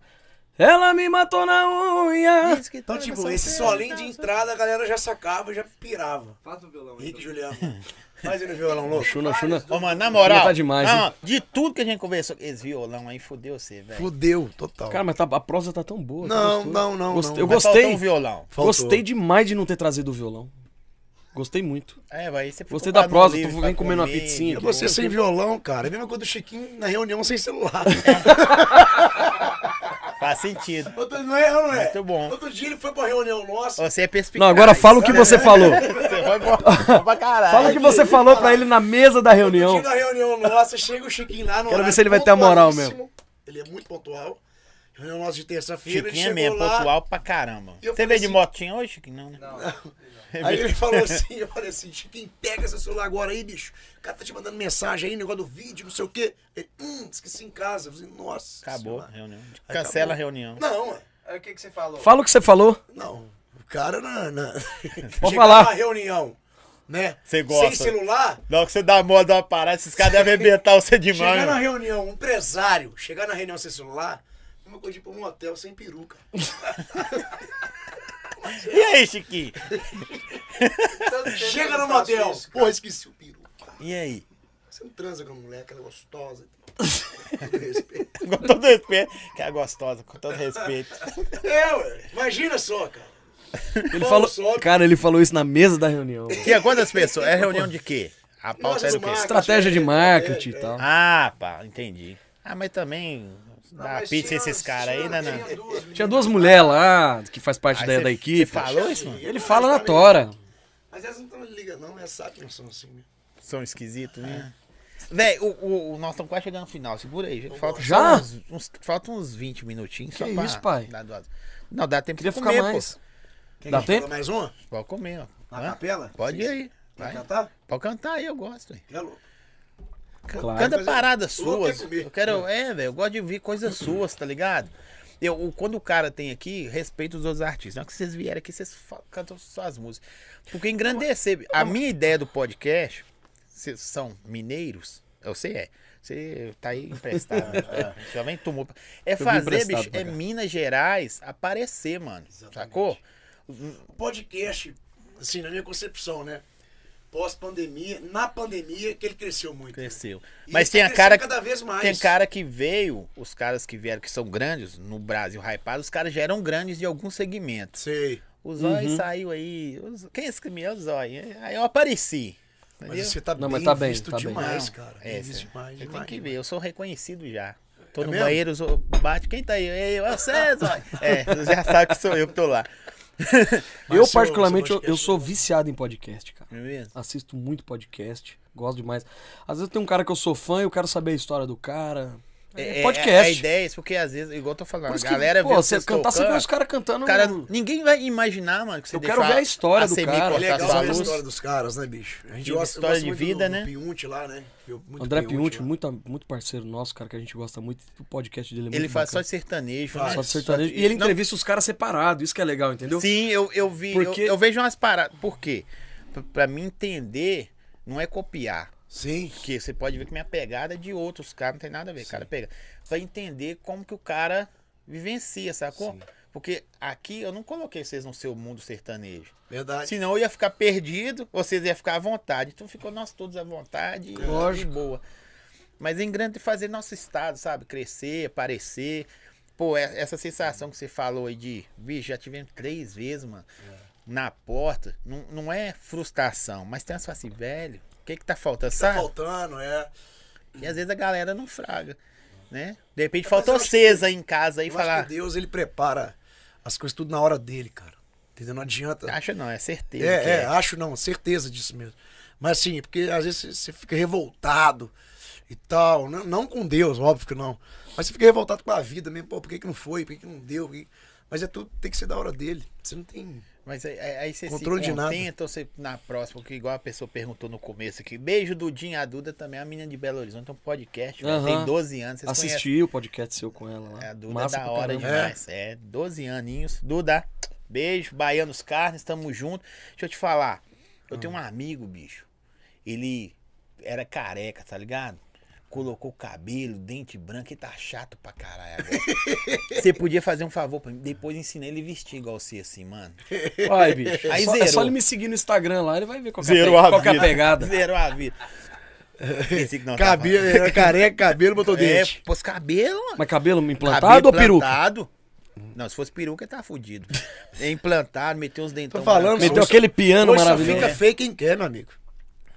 S4: Ela me matou na unha.
S2: Então, tipo, esse solinho de entrada a galera já sacava, já pirava.
S6: Faz o violão aí. então.
S2: Henrique e Juliano. Faz ele no violão louco.
S4: Chuna, chuna.
S1: Ô, mano, na moral.
S4: Tá demais,
S1: não, de tudo que a gente conversou, esse violão aí fudeu você, velho.
S2: Fudeu, total.
S4: Cara, mas tá- a prosa tá tão boa. tá
S2: Não,
S4: gostoso.
S2: não, não,
S4: Gost-
S2: não.
S4: Eu
S1: Mas
S4: gostei.
S1: faltou um violão.
S2: Faltou.
S4: Gostei demais de não ter trazido o violão. Gostei muito.
S1: É, vai. aí Você ficou
S4: Gostei da
S1: parado no
S4: prosa,
S1: livro tá
S4: tu
S1: pra
S4: vem comendo uma
S1: comer,
S4: pizzinha.
S1: de
S4: Eu
S1: boa.
S2: É Você sem violão, cara. É a mesma coisa do Chiquinho na reunião sem celular.
S1: Faz sentido.
S2: Outro, não é, não é?
S1: Muito bom.
S2: Outro dia ele foi pra reunião nossa.
S1: Você é perspicaz. né?
S4: Não, agora fala o que você falou.
S1: Você vai bom pra caralho.
S4: Fala o que você falou pra ele na mesa da reunião.
S2: Outro dia na reunião nossa, chega o Chiquinho lá no
S4: Quero ver
S2: horário
S4: se ele vai ter a moral
S2: pontualíssimo. Ele é muito pontual. Reunião nossa de terça-feira, ele
S1: Chiquinha
S2: chegou
S1: é mesmo,
S2: lá.
S1: pontual pra caramba.
S2: E eu
S1: Você
S2: falei
S1: veio de
S2: assim-
S1: motinha hoje, Chiquinho? Não, né?
S2: Aí ele falou assim, eu falei assim, Chiquinho, pega seu celular agora aí, bicho. O cara tá te mandando mensagem aí, negócio do vídeo, não sei o quê. Ele, hum, esqueci em casa. Eu falei, nossa.
S1: Acabou a
S2: senhora.
S1: reunião.
S2: Aí acabou.
S1: Cancela a reunião.
S2: Não, ué,
S5: Aí o que, que você falou?
S4: Fala o que você falou.
S2: não. O cara na... na...
S4: Pode
S2: Chegar
S4: falar.
S2: na reunião, né?
S1: Você gosta.
S2: Sem celular,
S1: Na hora que você dá moda uma parada, esses caras devem arrebentar você demais.
S2: Chegar na
S1: mano.
S2: reunião, um empresário, chegar na reunião sem celular, é uma coisa de ir pra um hotel sem peruca.
S1: E aí, Chiquinho?
S5: Tanto tempo que
S2: Chega no
S5: eu faço
S2: motel,
S5: isso,
S2: porra, esqueci o peruca.
S1: E aí?
S2: Você não transa com a mulher, que ela é gostosa. Com todo respeito.
S1: Com todo respeito. Que é gostosa, com todo respeito.
S2: É, ué, imagina só, cara.
S4: Ele
S2: Pô,
S4: falou.
S2: sobe.
S4: Cara, ele falou isso na mesa da reunião.
S1: Tinha quantas pessoas? É reunião de quê? A pauta
S2: Nossa,
S1: era o quê?
S2: do marketing.
S4: Estratégia de marketing e
S2: É, é.
S4: tal.
S1: Ah, pá, entendi. Ah, mas também
S5: Não,
S1: dá
S5: mas
S1: pizza
S5: tinha-
S1: esses caras aí, né?
S5: tinha-
S1: não?
S5: Tinha duas,
S4: Tinha duas mulheres lá que faz parte
S1: Aí
S4: da,
S1: cê-
S4: da
S1: cê
S4: equipe.
S1: falou isso, mano?
S4: Ele fala na tora.
S2: Mas elas não estão liga, não, elas sabem que não são assim, né?
S1: São esquisitos, né? Véi, o, o, o- nós estamos quase chegando no final, segura aí. Falta
S4: Já?
S1: só Uns, uns, falta uns 20 minutinhos só
S4: Que
S1: pra
S4: isso, pai?
S1: dar duas- Não, dá tempo
S4: Queria
S1: de
S4: ficar
S1: comer,
S4: mais.
S1: pô.
S4: Dá
S2: Quer
S4: tempo?
S2: mais uma?
S1: Pode comer, ó.
S2: Na
S1: Hã?
S2: capela?
S1: Pode ir aí.
S2: Vai
S1: Vai.
S2: cantar?
S1: Pode cantar aí, eu gosto. ué.
S2: É louco.
S1: C-
S4: Claro.
S1: Canta parada
S2: louco é
S1: suas.
S2: comer.
S1: Eu quero. É, velho, eu gosto de ouvir coisas suas, tá ligado? Eu, o- quando o cara tem aqui, respeito os outros artistas. Não é que vocês vieram aqui, vocês fa- cantam suas músicas. Porque engrandecer. A minha ideia do podcast, vocês são mineiros, você é. Você tá aí emprestado. né? Já vem tomou. É
S4: vim
S1: fazer,
S4: emprestado
S1: bicho,
S4: pra
S1: é
S4: cá.
S1: Minas Gerais aparecer, mano. Sacou?
S2: O podcast, assim, na minha concepção, né? Pós-pandemia, na pandemia, que ele cresceu muito. né?
S1: Cresceu.
S2: E
S1: Mas
S2: tá
S1: tem a
S2: crescendo
S1: cara.
S2: cada vez mais.
S1: Tem cara que veio, os caras que vieram, que são grandes no Brasil, hypados, os caras já eram grandes de algum segmento.
S2: Sei.
S1: O Zói
S4: Uhum.
S1: saiu aí. o Z- Quem é esse caminhão? O Zói. Aí eu apareci.
S2: Mas
S1: Entendeu?
S2: você tá
S4: Não,
S2: bem
S4: mas tá bem,
S2: visto
S4: tá bem.
S2: demais,
S1: Não,
S2: cara.
S1: é,
S2: bem visto
S1: cê-
S2: demais,
S1: Eu tenho
S2: demais.
S1: que ver, eu sou reconhecido já. Tô
S2: É
S1: no
S2: mesmo?
S1: banheiro, zo- bate. Quem tá aí? Ei, é você, Zói. É, você já sabe que sou eu que tô lá.
S2: Mas
S4: eu,
S2: seu-
S4: particularmente,
S2: seu
S4: eu, eu
S2: podcast-
S4: sou viciado em podcast, cara.
S1: Não é mesmo?
S4: Assisto muito podcast, gosto demais. Às vezes tem um cara que eu sou fã e eu quero saber a história do cara.
S1: É,
S4: É,
S1: a
S4: podcast.
S1: ideia é isso, porque às vezes, igual eu tô falando,
S4: Por
S1: a
S4: isso que,
S1: galera
S4: pô,
S1: vê
S4: você
S1: vocês
S4: cantar, você vê
S1: tocando,
S4: os caras cantando. né?
S1: cara, é ninguém vai imaginar, mano, que você
S4: Eu quero
S1: deixou
S4: ver a história do
S1: Semi
S4: cara.
S1: cortar
S2: É legal
S1: sua
S2: saber a
S1: luz.
S2: história dos caras, né, bicho? A gente
S1: E
S2: gosta, eu
S1: história
S2: gosto
S1: de
S2: muito
S1: vida,
S2: do,
S1: né?
S2: do Piunte lá, né? Eu- muito
S4: André
S2: Piunte né?
S4: Piunti,
S2: lá.
S4: muito, muito parceiro nosso, cara, que a gente gosta muito. O podcast dele é muito
S1: Ele faz só
S4: bacana.
S1: de sertanejo,
S2: Faz.
S1: né?
S4: Só de sertanejo. E ele entrevista os caras separado, isso que é legal, entendeu?
S1: Sim, eu, eu vi.
S4: Porque-
S1: Eu, eu vejo umas paradas. Por quê? Pra, pra mim entender, não é copiar.
S2: Sim.
S1: Porque você pode ver que minha pegada é de outros caras, não tem nada a ver. O cara pega. Pra entender como que o cara vivencia, sacou? Porque aqui eu não coloquei vocês no seu mundo sertanejo.
S2: Verdade.
S1: Senão eu ia ficar perdido, vocês iam ficar à vontade. Então ficou nós todos à vontade e de boa. Mas em grande fazer nosso estado, sabe? Crescer, aparecer. Pô, é- essa sensação que você falou aí de, bicho, já tivemos três vezes, mano, na porta. Não, não é frustração, mas tem as falas assim, velho, o que que tá faltando,
S2: Tá
S1: sabe?
S2: faltando, é.
S1: E às vezes a galera não fraga, né? De repente
S2: Mas eu
S1: faltou
S2: acho que-
S1: vocês aí em casa aí
S2: Eu acho
S1: falar.
S2: que Deus, ele prepara as coisas tudo na hora dele, cara. Entendeu? Não adianta.
S1: Acha não, é certeza. que é.
S2: É, é, acho não, certeza disso mesmo. Mas assim, porque às vezes você- você fica revoltado e tal. Não, não com Deus, óbvio que não. Mas você fica revoltado com a vida mesmo. Pô, por que, que não foi? Por que, que não deu? Por que- Mas é tudo, tem que ser da hora dele. Você não tem.
S1: Mas aí, aí- aí você
S2: Controle
S1: se
S2: de nada.
S1: contenta ou você na próxima, porque igual a pessoa perguntou no começo aqui. Beijo do Dinho a Duda também, a menina de Belo Horizonte, é um podcast, velho,
S4: Aham.
S1: tem 12 anos, vocês
S4: Assisti o podcast seu com ela lá.
S1: conhecem. A Duda
S4: Massa
S1: é da
S4: pra
S1: hora
S4: caramba.
S1: demais, é. 12 aninhos. Duda, beijo, Baianos Carnes, tamo junto. Deixa eu te falar, eu tenho um
S2: Ah.
S1: amigo, bicho, ele era careca, tá ligado? Colocou cabelo, dente branco, ele tá chato pra caralho agora. Você podia fazer um favor pra mim? Depois ensinei ele a vestir igual você, assim, mano.
S4: Vai, bicho. É
S1: Aí
S4: só, é
S1: zerou.
S4: só ele me seguir no Instagram lá, ele vai ver qual que é, a
S1: Zerou
S4: pe-
S1: a
S4: qual que é a
S1: vida.
S4: pegada.
S1: Zerou a vida. Esqueci que não tava
S2: Cabelo, era careca, cabelo, botou
S1: falando. É,
S2: dente.
S1: pôs cabelo, mano.
S4: Mas cabelo implantado
S1: Cabelo
S4: ou peruca?
S1: plantado. Não, se fosse peruca, ele tá fudido. Implantado, meteu os dentão.
S2: Tô falando,
S1: branco.
S4: Meteu
S2: Hoje só-
S4: aquele piano
S2: Hoje só
S4: maravilhoso.
S2: fica feio quem quer, meu amigo.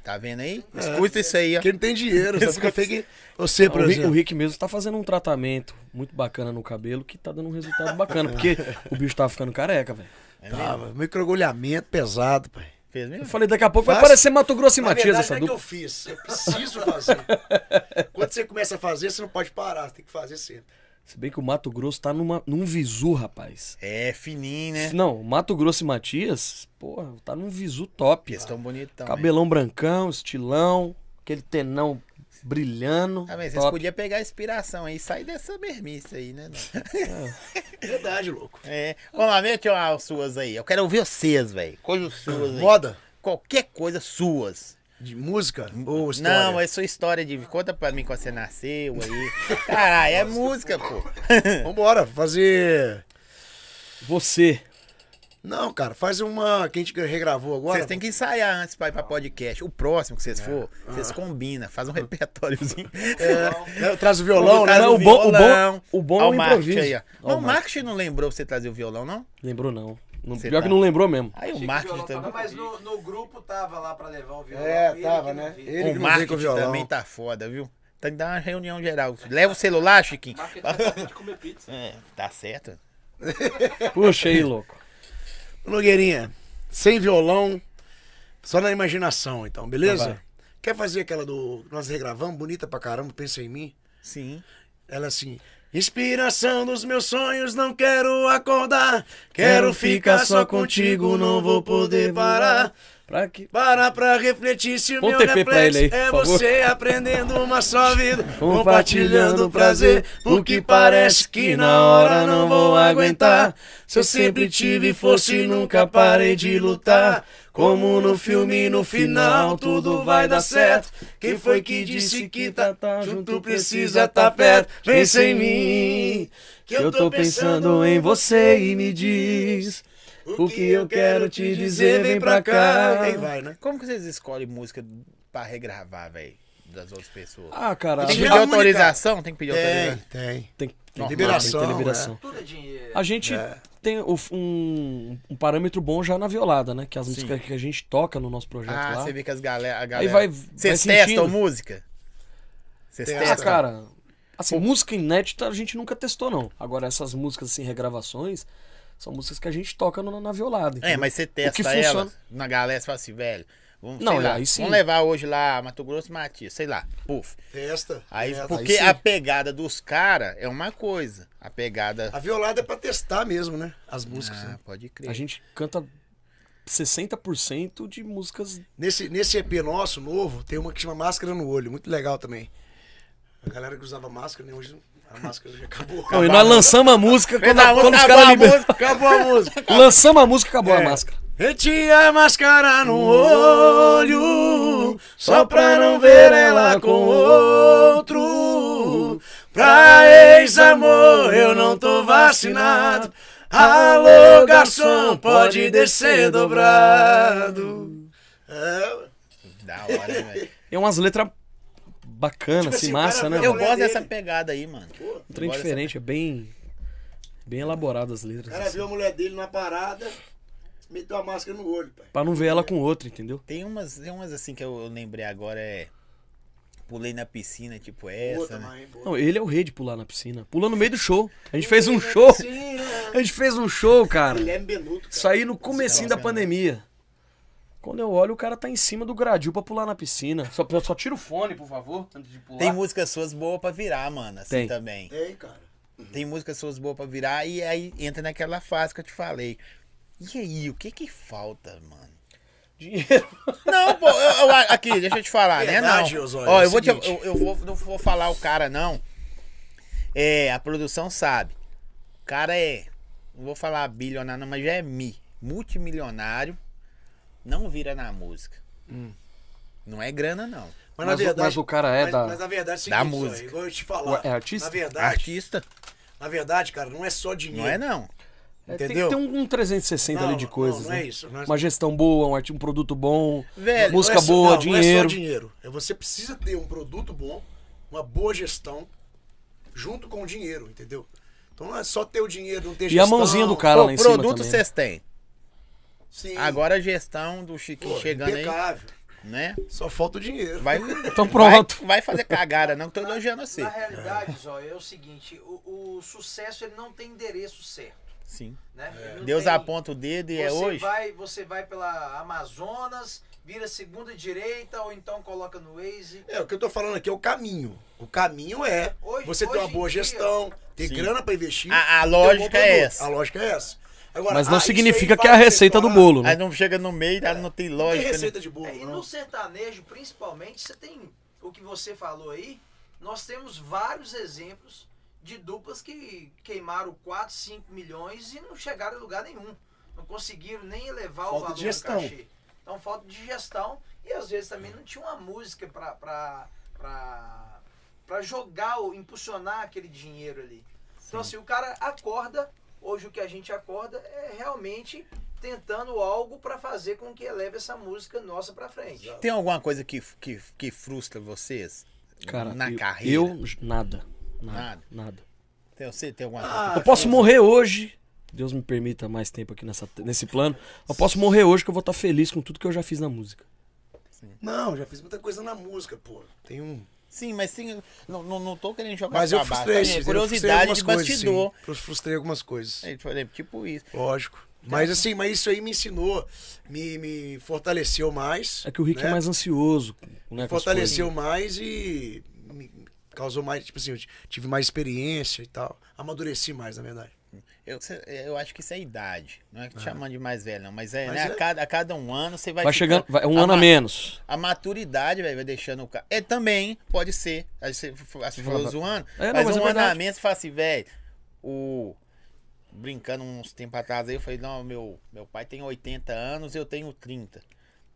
S1: Tá vendo aí? Escuta isso aí, ó.
S2: Quem não tem dinheiro, só fica feio quem. Você, por
S4: O Rick, o
S2: exemplo.
S4: Rick mesmo tá fazendo um tratamento muito bacana no cabelo que tá dando um resultado bacana, porque o bicho tá ficando careca, velho.
S1: É mesmo?
S2: Tava, microagulhamento Ah, pesado, pai.
S1: Fez
S4: Eu
S1: mesmo?
S4: falei, daqui a pouco vai
S2: Faz-
S4: parecer Mato Grosso e
S2: Na
S4: Matias
S2: verdade,
S4: essa
S2: não é que
S4: dupla.
S2: eu fiz. Eu preciso fazer. Quando você começa a fazer, você não pode parar. Você tem que fazer sempre.
S4: Se bem que o Mato Grosso tá numa, num visu, rapaz.
S1: É, fininho, né?
S4: Não, o Mato Grosso e Matias, porra, tá num visu top.
S1: Questão bonitão. hein?
S4: Cabelão brancão, estilão, aquele tenão brilhando.
S2: Ah,
S1: Tá vendo? Vocês
S4: top.
S1: podiam pegar a inspiração aí e sair dessa mermice aí, né? não?
S2: Verdade, louco.
S1: É. Vamos lá, mete as suas aí. Eu quero ouvir vocês, velho. Coisas suas aí.
S2: Moda?
S1: Qualquer coisa suas.
S2: De música? Ou história?
S1: Não, é sua história de. Conta pra mim quando você nasceu aí. Caralho, é música, pô.
S2: Vambora, fazer.
S4: Você,
S2: Não, cara, faz uma que a gente regravou agora.
S1: Vocês têm que ensaiar antes pra ir pra podcast. O próximo que vocês for, vocês combinam, faz um repertóriozinho.
S2: É, eu trazo o violão, né?
S1: Traz
S4: não, o bom- o bom-
S1: violão.
S4: o bom é
S1: Ó
S4: o
S1: marketing
S4: improviso.
S1: aí, ó.
S4: Ó
S1: não,
S4: o
S1: o Marketing não lembrou pra você trazer o violão, não?
S4: lembrou não. não
S1: Você
S4: pior
S1: tá-
S4: que não lembrou mesmo.
S1: Aí o
S6: Achei que o
S1: marketing
S6: violão tava
S1: também.
S5: Não, mas no, no grupo tava lá pra levar o violão.
S2: É,
S5: ele que
S2: tava,
S5: não
S2: né?
S5: vi.
S2: Ele
S1: o
S2: que não vem com o
S1: marketing
S2: violão.
S1: também tá foda, viu? Tem que dar uma reunião geral. Leva o celular, Chiquinho.
S6: Marketing tá sabendo de comer pizza.
S1: É, tá certo.
S4: Puxa aí, louco.
S2: Nogueirinha, sem violão, só na imaginação, então, beleza? Quer fazer aquela do. Nós regravamos, bonita pra caramba, pensa em mim?
S1: Sim.
S2: Ela assim. Inspiração dos meus sonhos, não quero acordar. Quero ficar só contigo, não vou poder parar.
S4: Pra que...
S2: Para pra refletir se o
S4: Põe
S2: meu
S4: um TP pra
S2: reflexo
S4: ele aí,
S2: é
S4: por favor.
S2: você aprendendo uma só vida,
S4: Compartilhando
S2: compartilhando prazer, o que parece que na hora não vou aguentar. Se eu sempre tive força e nunca parei de lutar, como no filme no final tudo vai dar certo. Quem foi que disse que tá, tá junto precisa tá perto? Pensa em mim,
S4: que eu tô pensando em você e me diz
S2: o que eu quero te dizer, vem pra cá.
S4: Aí
S2: vai, né?
S1: Como que vocês escolhem música pra regravar, velho? Das outras pessoas?
S4: Ah, cara,
S1: tem que
S4: a,
S1: pedir
S2: reúne,
S1: autorização? Tem que pedir
S2: Tem,
S1: autorização.
S2: tem.
S4: tem, tem
S1: Normal,
S4: liberação,
S2: tem
S4: tem
S2: que ter
S4: liberação.
S5: Tudo é dinheiro.
S4: A gente tem o- um, um parâmetro bom já na violada, né? Que as músicas que a gente toca no nosso projeto
S1: Ah,
S4: lá.
S1: você vê que as galera. A
S4: Aí
S1: galera...
S4: vai,
S1: Vocês
S4: vai sentindo.
S1: testam música? Vocês
S2: Testa.
S4: Ah,
S1: testam?
S4: cara, assim, música inédita a gente nunca testou, não. Agora, essas músicas, assim, regravações, são músicas que a gente toca no- na violada.
S1: É,
S4: entendeu?
S1: mas você
S4: que
S1: testa
S4: funciona-
S1: ela na galera, você fala assim, velho, vamos,
S4: Não,
S1: sei lá,
S4: aí sim.
S1: vamos levar hoje lá Mato Grosso e Matias, sei lá, puf.
S2: Testa.
S1: Aí,
S2: testa.
S1: porque
S4: É, sim.
S1: a pegada dos caras é uma coisa, a pegada...
S2: A violada é pra testar mesmo, né? As músicas.
S1: Ah,
S2: né?
S1: pode crer.
S4: A gente canta 60% de músicas.
S2: Nesse, nesse EP nosso, novo, tem uma que chama Máscara no Olho, muito legal também. A galera que usava máscara, né? Hoje não- a máscara já acabou.
S4: Não, e nós lançamos a música quando,
S1: Acabou,
S4: quando os
S1: acabou a
S4: caras liberam.
S1: música, acabou a música.
S4: Lançamos a música, acabou
S2: É.
S4: a máscara.
S2: Eu tinha máscara no olho, só pra não ver ela com outro. Pra ex-amor eu não tô vacinado. Alô, garçom, pode descer dobrado. É,
S1: Da hora, né, velho?
S4: É umas letras bacanas,
S2: Tipo
S4: assim,
S2: assim, o
S4: massa,
S2: cara
S4: né?
S2: vê
S1: Eu
S4: mano?
S2: o
S1: gosto
S2: mulher
S1: dessa
S2: dele.
S1: pegada aí, mano.
S4: Um trem
S1: Eu gosto
S4: diferente, é bem. Bem elaboradas as letras.
S2: o cara
S4: assim.
S2: viu a mulher dele na parada, meteu a máscara no olho, pai.
S4: Pra não ver ela com outra, entendeu?
S1: Tem umas, tem umas assim que eu, eu lembrei agora é. Pulei na piscina, tipo
S2: Boa
S1: essa, né?
S2: também, boa.
S4: Não, ele é o rei de pular na piscina. Pula no meio do show. A gente fez um show.
S2: Sim, né?
S4: A gente fez um show, cara.
S2: Guilherme Benuto, cara.
S4: Isso aí no comecinho
S2: é
S4: da pandemia. Quando eu olho, o cara tá em cima do gradil pra pular na piscina. Só, só tira o fone, por favor, antes de pular.
S1: Tem músicas suas boas pra virar, mano, assim
S4: Tem.
S1: também.
S2: Tem, É, cara.
S1: Tem músicas suas boas pra virar e aí entra naquela fase que eu te falei. E aí, o que que falta, mano?
S4: dinheiro.
S1: Não, pô, eu- eu- aqui, deixa eu te falar,
S2: Verdade,
S1: né? Não.
S2: Osório,
S1: Ó,
S2: é
S1: eu
S2: o
S1: vou te-
S2: seguinte.
S1: eu, eu vou, não vou falar o cara, não. É, a produção sabe. O cara é, não vou falar bilionário, não, mas já é mi. Multimilionário, não vira na música.
S4: Hum.
S1: Não é grana, não.
S2: Mas, na
S4: Mas o-
S2: verdade,
S4: mas o cara é
S2: mas,
S4: da-
S2: Mas na verdade, é o seguinte,
S1: da
S2: Zóio,
S1: música.
S2: igual eu te falar.
S4: É artista?
S2: Na verdade,
S1: Artista,
S2: na verdade, cara, não é só dinheiro.
S1: não é não.
S4: É,
S2: Entendeu?
S4: Tem, tem um, um 360 ali de
S2: não,
S4: coisas,
S2: não
S4: né?
S2: é isso. Nós-
S4: Uma gestão boa, um, arti- um produto bom,
S1: Velho,
S4: música
S2: Não é só-
S4: boa,
S2: não, Não é
S4: dinheiro.
S2: só dinheiro. É Você precisa ter um produto bom, uma boa gestão, junto com o dinheiro, entendeu? Então não é só ter o dinheiro, não ter
S4: E
S2: gestão.
S4: a mãozinha do cara
S1: Pô,
S4: lá em cima
S1: produto
S4: também. né?
S1: vocês têm.
S2: Sim,
S1: Agora a gestão do
S4: tá
S1: Chiquinho
S2: pô,
S1: chegando
S2: impecável.
S1: aí, né?
S2: Só falta o dinheiro.
S1: Vai,
S4: Então pronto.
S1: Vai, vai fazer cagada, não, que tô elogiando você.
S5: Na realidade, Zóia, é o seguinte, o, o sucesso ele não tem endereço certo,
S1: Sim.
S5: né? Ele não
S1: É. Deus
S5: tem-
S1: aponta o dedo e é
S5: você
S1: hoje.
S5: Vai, você vai pela Amazonas, vira segunda direita ou então coloca no Waze.
S2: É, o que eu tô falando aqui é o caminho. O caminho é
S5: Hoje-
S2: você ter uma
S5: hoje em
S2: boa
S5: dia-
S2: gestão, ter
S1: Sim.
S2: grana pra investir.
S1: A- a
S2: ter um bom
S1: lógica é
S2: produto.
S1: essa.
S2: A lógica é essa. Agora,
S4: Mas não
S2: ah, isso
S4: significa
S2: aí
S4: que é a
S2: vai
S4: receita do
S2: separar.
S4: bolo,
S1: Aí
S4: né?
S1: não chega no meio, aí não tem
S2: Não tem
S1: lógica. né?
S2: receita de bolo,
S5: É, e
S2: não.
S5: no sertanejo, principalmente, você tem o que você falou aí. Nós temos vários exemplos de duplas que queimaram 4, 5 milhões e não chegaram em lugar nenhum. Não conseguiram nem elevar o
S2: Falta
S5: valor
S2: de gestão.
S5: do cachê. Então, falta de gestão. E às vezes também não tinha uma música pra- pra pra- pra jogar ou impulsionar aquele dinheiro ali. Então, assim, o cara acorda. Hoje o que a gente acorda é realmente tentando algo pra fazer com que eleve essa música nossa pra frente.
S1: Tem alguma coisa que, que, que frustra vocês?
S4: Cara,
S1: na
S4: eu,
S1: carreira?
S4: eu j- nada.
S1: Nada.
S4: Nada. Nada.
S1: Tem, você tem alguma
S2: Ah,
S1: coisa?
S4: Eu posso morrer hoje. Deus me permita mais tempo aqui nessa, nesse plano. Eu posso morrer hoje que eu vou estar feliz com tudo que eu já fiz na música.
S2: Não, já fiz muita coisa na música, pô. Tem um.
S1: Sim, mas sim, não, não, não tô querendo jogar
S2: Mas eu
S1: pra baixo, tá?
S2: frustrei, Chico, eu
S1: Curiosidade
S2: frustrei
S1: de
S2: algumas coisas,
S1: bastidor.
S2: sim. Eu frustrei algumas
S4: É.
S2: coisas.
S1: Aí, Por exemplo, tipo isso.
S2: Lógico. Mas assim, mas isso aí me ensinou, me, me fortaleceu mais.
S4: É que o Rick
S2: né?
S4: é mais ansioso. Né, com as
S2: Fortaleceu mais e me causou mais, tipo assim, eu t- tive mais experiência e tal. Amadureci mais, na verdade.
S1: Eu, cê- eu acho que isso é idade. Não
S2: Ah.
S1: é que te chamando de mais velho, não. Mas é,
S2: Mas
S1: né?
S2: é.
S1: A, cada, a cada um ano você vai.
S4: Vai
S1: ficando-
S4: chegando, vai-
S2: Ah,
S4: é um ano a
S1: ma-
S4: menos.
S1: A maturidade, velho, vai deixando o cara. É também, pode ser. Aí você, f- aí você falou zoando.
S4: É, não,
S1: mas,
S4: mas é
S1: um ano a
S4: verdade.
S1: menos você fala assim, velho. O. Brincando uns tempos atrás aí, eu falei, não, meu, meu pai tem 80 anos, eu tenho 30.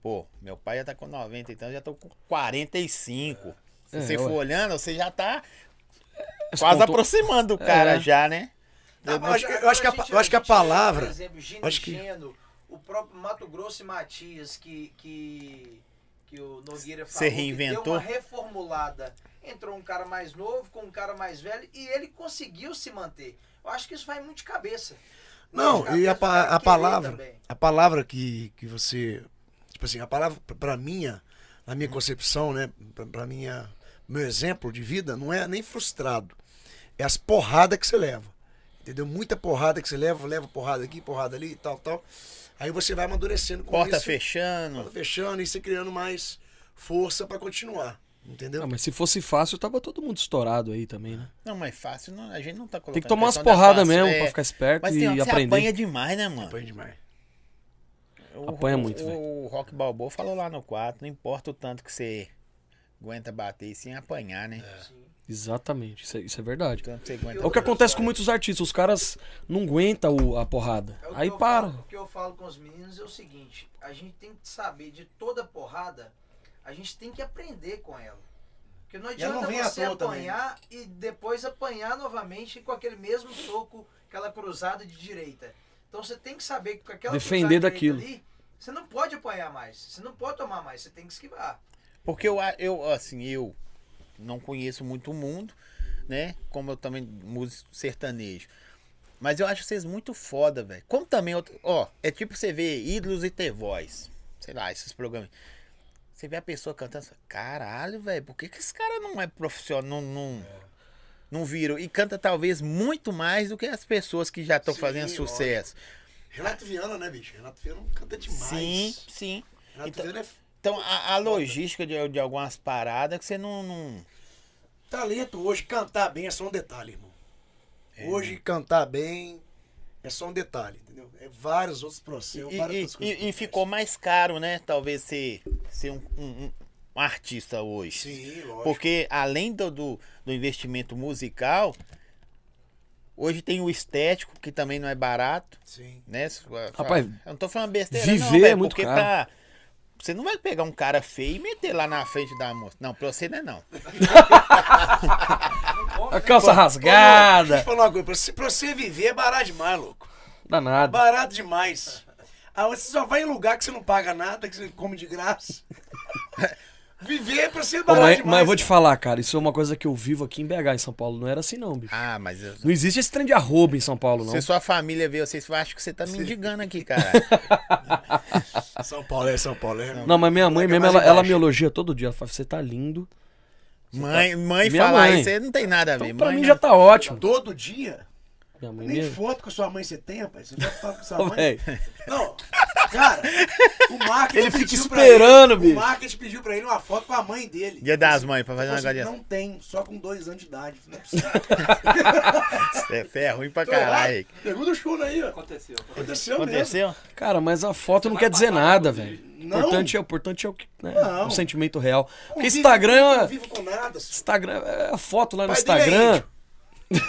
S1: Pô, meu pai já tá com 90, então eu já tô com 45. Se
S4: É,
S1: você
S4: ué.
S1: for olhando, você já tá quase
S4: Descontou-
S1: aproximando do cara
S4: É.
S1: já, né?
S2: Não, mas eu acho que- eu acho que a pa- eu acho que a palavra-
S5: Por exemplo, Gino
S2: acho que-
S5: Geno, o próprio Mato Grosso e Matias, que, que, que o Nogueira
S1: Se
S5: falou. que
S1: reinventou.
S5: Deu uma reformulada. Entrou um cara mais novo com um cara mais velho e ele conseguiu se manter. Eu acho que isso vai muito de cabeça.
S2: Não,
S5: Muito de
S2: e a,
S5: cabeça,
S2: pa-
S5: o cara
S2: a
S5: querer
S2: palavra,
S5: também.
S2: a palavra que, que você, tipo assim, a palavra pra- pra minha, na minha concepção, né, pra, pra minha, meu exemplo de vida, não é nem frustrado, é as porradas que você leva, entendeu? Muita porrada que você leva, leva porrada aqui, porrada ali, tal, tal, aí você vai amadurecendo com
S1: Porta
S2: isso, porta
S1: fechando.
S2: fechando e você criando mais força pra continuar, entendeu?
S4: Ah, mas se fosse fácil, tava todo mundo estourado aí também, né?
S1: Não, mas fácil, não, a gente não tá colocando.
S4: Tem que tomar umas
S1: questão da
S4: porradas
S1: fácil,
S4: mesmo
S1: é.
S4: pra ficar esperto
S1: Mas
S4: e
S1: tem hora que você
S4: aprender.
S1: apanha demais, né, mano?
S2: Apanha demais.
S1: O-
S4: Apanha
S1: o-
S4: muito, velho.
S1: O Rock Balboa falou lá no 4, não importa o tanto que você aguenta bater sem apanhar,
S5: É.
S1: né?
S2: É.
S4: Exatamente, isso é, isso é verdade.
S1: O tanto que você aguenta.
S4: É o que acontece com muitos artistas, os caras não aguentam o- a porrada.
S5: É o que
S4: Aí
S5: eu
S4: para.
S5: falo- o que eu falo com os meninos é o seguinte: a gente tem que saber de toda porrada, a gente tem que aprender com ela. Porque não
S1: E ela
S5: adianta
S1: não vem à
S5: você
S1: toa também. né?
S5: apanhar e depois apanhar novamente com aquele mesmo soco, aquela cruzada de direita. Então você tem que saber que com aquela
S4: Defender
S5: cruzada de direita
S4: daquilo.
S5: ali, você não pode apanhar mais, você não pode tomar mais, você tem que esquivar.
S1: Porque eu, a- eu, assim, eu não conheço muito o mundo, né? Como eu também músico sertanejo. Mas eu acho vocês muito foda, velho. Como também, outro- ó, é tipo você ver ídolos e The Voice. Sei lá, esses programas. Você vê a pessoa cantando, você fala, caralho, velho, por que, que esse cara não é profissional, não, não,
S2: É.
S1: não viram? E canta talvez muito mais do que as pessoas que já estão
S2: Sim,
S1: fazendo
S2: lógico.
S1: sucesso.
S2: Renato Viana, né, bicho? Renato Viana canta demais.
S1: Sim, sim.
S2: Renato
S1: Então-
S2: Viana é
S1: Então a, a logística de, de algumas paradas que você não- não...
S2: Talento hoje, cantar bem é só um detalhe, irmão.
S1: É,
S2: Hoje,
S1: né?
S2: cantar bem é só um detalhe, entendeu? É vários outros processos, é
S1: E,
S2: várias
S1: e-
S2: outras coisas.
S1: e-
S2: que
S1: e ficou mais caro, né? Talvez ser, ser um, um- um artista hoje.
S2: acontecem. Sim, lógico.
S1: Porque além do, do, do investimento musical, hoje tem o estético, que também não é barato,
S2: Sim.
S1: né? Se-
S4: Rapaz,
S1: eu não tô falando besteira, não,
S4: viver
S1: velho,
S4: é muito
S1: porque
S4: caro.
S1: pra- Você não vai pegar um cara feio e meter lá na frente da moça. Não, pra você não é não.
S4: A calça
S2: Ô, Deixa eu
S4: rasgada.
S2: falar uma coisa. Pra você, pra você viver é barato demais, louco.
S4: Danado.
S2: Barato demais. Ah, você só vai em lugar que você não paga nada, que você come de graça. viver é pra ser
S4: Ô,
S2: barato
S4: mas,
S2: demais.
S4: mas eu vou te falar, cara, isso é uma coisa que eu vivo aqui em BH, em São Paulo. Não era assim, não, bicho.
S1: Ah, mas eu-
S4: Não existe esse trem de arroba em São Paulo, não.
S1: se sua família vê você, você acha que você tá me indigando aqui, cara.
S2: São Paulo é São Paulo, é.
S4: Não, mas minha mãe
S2: Larga
S4: mesmo,
S2: mais
S4: ela, ela
S2: embaixo.
S4: me elogia todo dia. Ela fala, você tá lindo.
S1: Mãe, mãe
S4: tá Minha
S1: falar
S4: mãe.
S1: isso, aí não tem nada a ver.
S4: Então, pra
S1: Mãe é
S4: mim
S1: não-
S4: já tá ótimo.
S2: Todo dia.
S4: Minha mãe
S2: Nem
S4: mesmo.
S2: foto com sua mãe você tem, rapaz. Você vai falar com sua
S4: Ô,
S2: mãe.
S4: véi,
S2: Não, cara, o marketing
S4: Ele fica
S2: pediu pra
S4: esperando,
S2: ele,
S4: bicho.
S2: O marketing pediu pra ele uma foto com a mãe dele.
S1: Dia das mães, pra fazer uma
S4: Tipo
S2: Falou assim,
S1: galinha.
S2: Não tem, só com dois anos de idade. Não é possível.
S1: É, é ruim pra
S2: Tô errado.
S1: caralho.
S2: Pergunta o Chuno aí, ó.
S6: Aconteceu.
S2: Aconteceu, mesmo.
S1: Aconteceu?
S4: Cara, mas a foto não quer dizer nada, velho. O
S2: Não.
S4: importante é, o importante é o, que, né,
S2: Não.
S4: o sentimento real. Porque
S2: Convive-
S4: Instagram é uma-
S2: Não vivo com nada. só.
S4: Instagram, é a foto lá no
S2: Pai dele é
S4: Instagram.
S2: índio.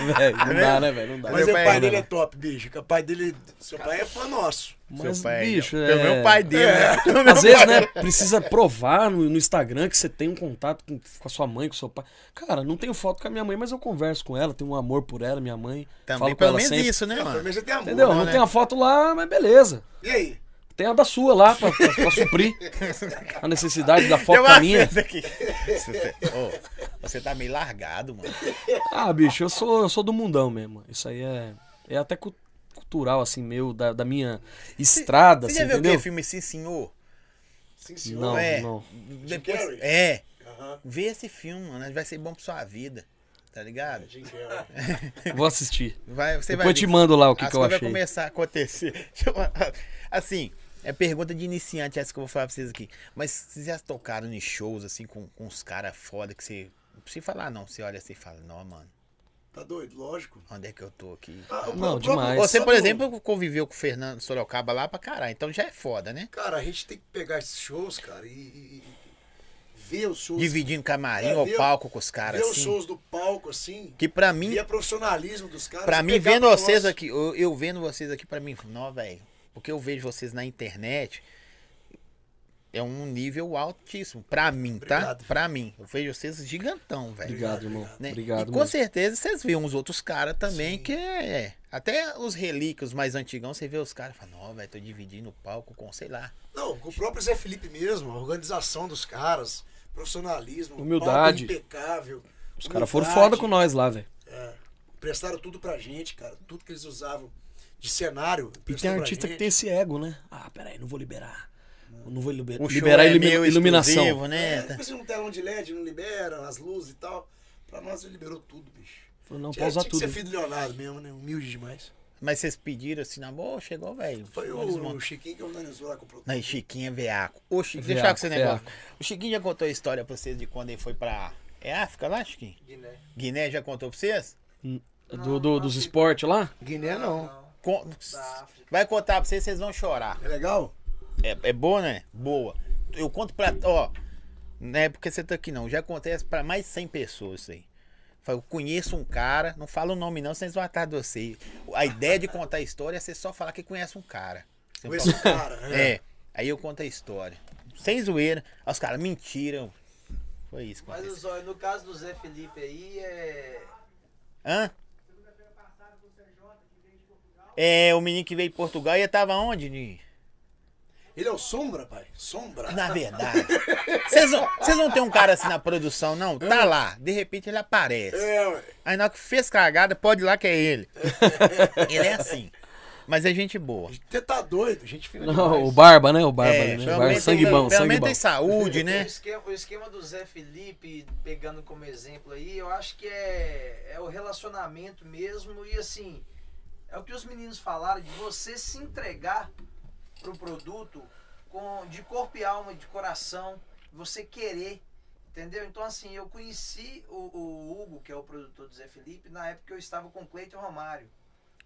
S4: Velho, não dá, né, velho? Não dá.
S2: Mas
S1: Meu
S2: o
S1: pai
S2: pai,
S1: é
S2: dele
S1: índio.
S2: é top, bicho. que O pai dele... Seu pai é fã nosso.
S4: Mas,
S1: Seu pai,
S4: bicho,
S1: é.
S4: é...
S1: Pelo meu pai dele, né? Pelo meu
S4: Às vezes,
S1: pai.
S4: né, precisa provar no, no Instagram que você tem um contato com, com a sua mãe, com o seu pai. Cara, não tenho foto com a minha mãe, mas eu converso com ela, tenho um amor por ela, minha mãe.
S1: Também
S4: falo com
S1: pelo
S4: ela
S1: menos
S4: sempre.
S1: isso, né,
S2: Não, pelo
S1: mano?
S2: menos você tem amor.
S4: Entendeu?
S1: Não,
S4: Não,
S1: né?
S4: tem a foto lá, mas beleza.
S2: E aí?
S4: Tem a da sua lá pra, pra- pra suprir a necessidade da foto
S1: Deu
S4: da
S1: uma
S4: minha.
S1: seta aqui. Você, ô, você tá meio largado, mano.
S4: Ah, bicho, eu sou, eu sou do mundão mesmo. Isso aí é, é até cu- cultural, assim, meu, da, da minha estrada,
S1: Você
S4: assim,
S1: já viu
S4: entendeu?
S1: o que? Filme Sim Senhor?
S2: Sim, senhor.
S4: Não,
S1: é.
S4: não.
S1: Depois,
S2: Carrey?
S1: é.
S2: Aham.
S1: Vê esse filme, mano. Vai ser bom pra sua vida. Tá ligado?
S2: Jim Carrey.
S4: Vou assistir.
S1: Vai, você vai
S4: Depois eu
S1: ver.
S4: te mando lá o que,
S1: As
S4: que eu
S1: coisas
S4: achei.
S1: vai começar a acontecer. Deixa eu- Assim, é pergunta de iniciante essa que eu vou falar pra vocês aqui. Mas vocês já tocaram em shows, assim, com, com uns caras foda que você. Não precisa falar, não. Você olha assim e fala, não, mano,
S2: Tá doido? Lógico.
S1: onde é que eu tô aqui?
S2: Ah, o
S4: Não,
S2: próprio-
S4: demais. Mas
S1: Você,
S2: só
S1: por
S2: do-
S1: exemplo, conviveu com o Fernando Sorocaba lá pra caralho, então já é foda, né?
S2: Cara, a gente tem que pegar esses shows, cara, e, e- e ver os shows.
S1: Dividindo camarim
S2: É,
S1: ou
S2: viu?
S1: palco com os caras,
S2: ver os
S1: assim.
S2: shows do palco, assim.
S1: Que pra mim,
S2: ver o profissionalismo dos caras.
S1: pra
S2: e
S1: mim,
S2: pegar
S1: vendo
S2: pro
S1: vocês
S2: nosso.
S1: aqui, eu, eu vendo vocês aqui, pra mim, não, velho, porque eu vejo vocês na internet, é um nível altíssimo, pra mim, tá?
S2: Obrigado.
S1: Pra mim, eu vejo vocês gigantão, velho.
S4: Obrigado, irmão.
S1: né?
S4: Obrigado,
S1: e com
S4: mano.
S1: certeza vocês viram os outros caras também, que é. Até os relíquios mais antigão, você vê os caras e fala, não, velho, tô dividindo o palco com, sei lá.
S2: Não, com o próprio Zé Felipe mesmo, a organização dos caras, profissionalismo,
S4: Humildade.
S2: palco impecável. é.
S4: Os caras foram foda com nós lá, velho.
S2: Prestaram tudo pra gente, cara. Tudo que eles usavam de cenário.
S4: E tem
S2: prestou pra
S4: artista que
S2: gente.
S4: tem esse ego, né? Ah, peraí, não vou liberar. Eu Não vou liber-
S1: O show
S4: liberar
S1: é
S4: ilumi-
S1: meu
S4: iluminação.
S1: exclusivo, né?
S2: É, tipo assim, um telão de LED, não libera, as luzes e tal. Pra nós ele liberou tudo, bicho.
S4: Falei, não,
S2: Tinha-
S4: pausa
S2: tinha que
S4: tudo.
S2: ser filho do Leonardo mesmo, né? Humilde demais.
S1: Mas vocês pediram assim, na boa, chegou, velho.
S2: Foi
S1: Eles montam.
S2: o, o Chiquinho que organizou lá com o produtor.
S1: Não, Chiquinho é veaco. Ô, Chiquinho, deixa eu falar
S4: Veaco,
S1: com esse negócio.
S4: veaco.
S1: O Chiquinho já contou a história pra vocês de quando ele foi pra. É África lá, Chiquinho?
S5: Guiné.
S1: Guiné já contou pra vocês?
S4: Do, do-
S1: Ah,
S4: dos esportes lá?
S2: Guiné não.
S1: Con-
S5: Da África.
S1: Vai contar pra vocês, vocês vão chorar.
S2: É legal?
S1: É, é boa, né? Boa. Eu conto pra. Ó, não é porque você tá aqui não. Já acontece pra mais 100 pessoas isso aí. Fala, Eu conheço um cara, não fala o nome não, senão eles vão atrás de você. A ideia de contar a história é você só falar que conhece um cara. Você
S2: Com esse cara. né?
S5: É.
S1: É. Aí eu conto a história. Sem zoeira. Aí os caras, mentira. Foi isso que
S5: Mas o
S1: aconteceu.
S5: Zóio, no caso do Zé Felipe aí, é.
S1: Hã? É, o menino que veio de Portugal e ele tava onde, Ninho?
S2: Ele é o Sombra, pai. Sombra.
S1: Na verdade. Vocês não, vocês não tem um cara assim na produção, não?
S5: Hum.
S1: Tá lá. De repente ele aparece.
S2: É, ué.
S1: Aí na hora que fez cagada, pode ir lá que é ele. Ele é assim. Mas é gente boa.
S2: Você tá doido, gente fina
S4: Não,
S2: demais.
S4: o Barba, né? O Barba,
S1: É,
S4: né?
S1: pelo
S4: Barba,
S1: menos
S4: sangue
S1: tem-
S4: bom,
S1: Pelo
S4: sangue
S1: menos
S4: bom.
S1: tem saúde,
S5: O
S1: né?
S5: esquema, o esquema do Zé Felipe, pegando como exemplo aí, eu acho que é, é o relacionamento mesmo. E assim, é o que os meninos falaram, de você se entregar pro produto com, de corpo e alma, de coração, você querer. Entendeu? Então, assim, eu conheci o, o Hugo, que é o produtor do Zé Felipe, na época que eu estava com o Cleiton Romário,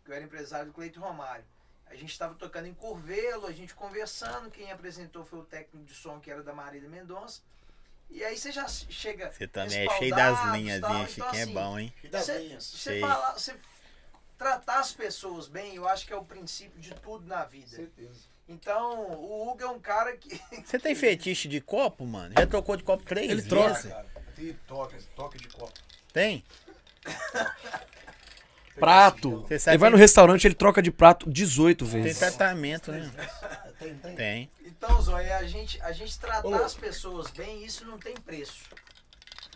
S5: que eu era empresário do Cleiton Romário. A gente estava tocando em Corvelo, a gente conversando. Quem apresentou foi o técnico de som, que era da Marília Mendonça. E aí você já chega.
S1: Você também é cheio das
S5: respaldado,
S1: linhas,
S5: tal.
S1: hein? Chiquinho
S5: Então,
S1: é
S5: assim,
S1: bom, hein?
S2: E das
S5: você-
S2: linhas.
S5: Você
S1: Sei.
S5: falar, você tratar as pessoas bem, eu acho que é o princípio de tudo na vida.
S2: Certeza.
S5: Então, o Hugo é um cara que.
S1: Você tem fetiche de copo, mano? Já trocou de copo três
S2: Ele
S1: vezes?
S2: troca, cara. Tem toque, toque de copo.
S1: Tem?
S4: Prato.
S1: Você sabe
S4: Ele vai
S1: que-
S4: no restaurante, ele troca de prato 18
S1: Tem
S4: vezes.
S1: tratamento, né?
S2: Tem, tem.
S1: Tem.
S5: Então, Zóia, a gente, a gente tratar
S2: Ô.
S5: as pessoas bem, isso não tem preço.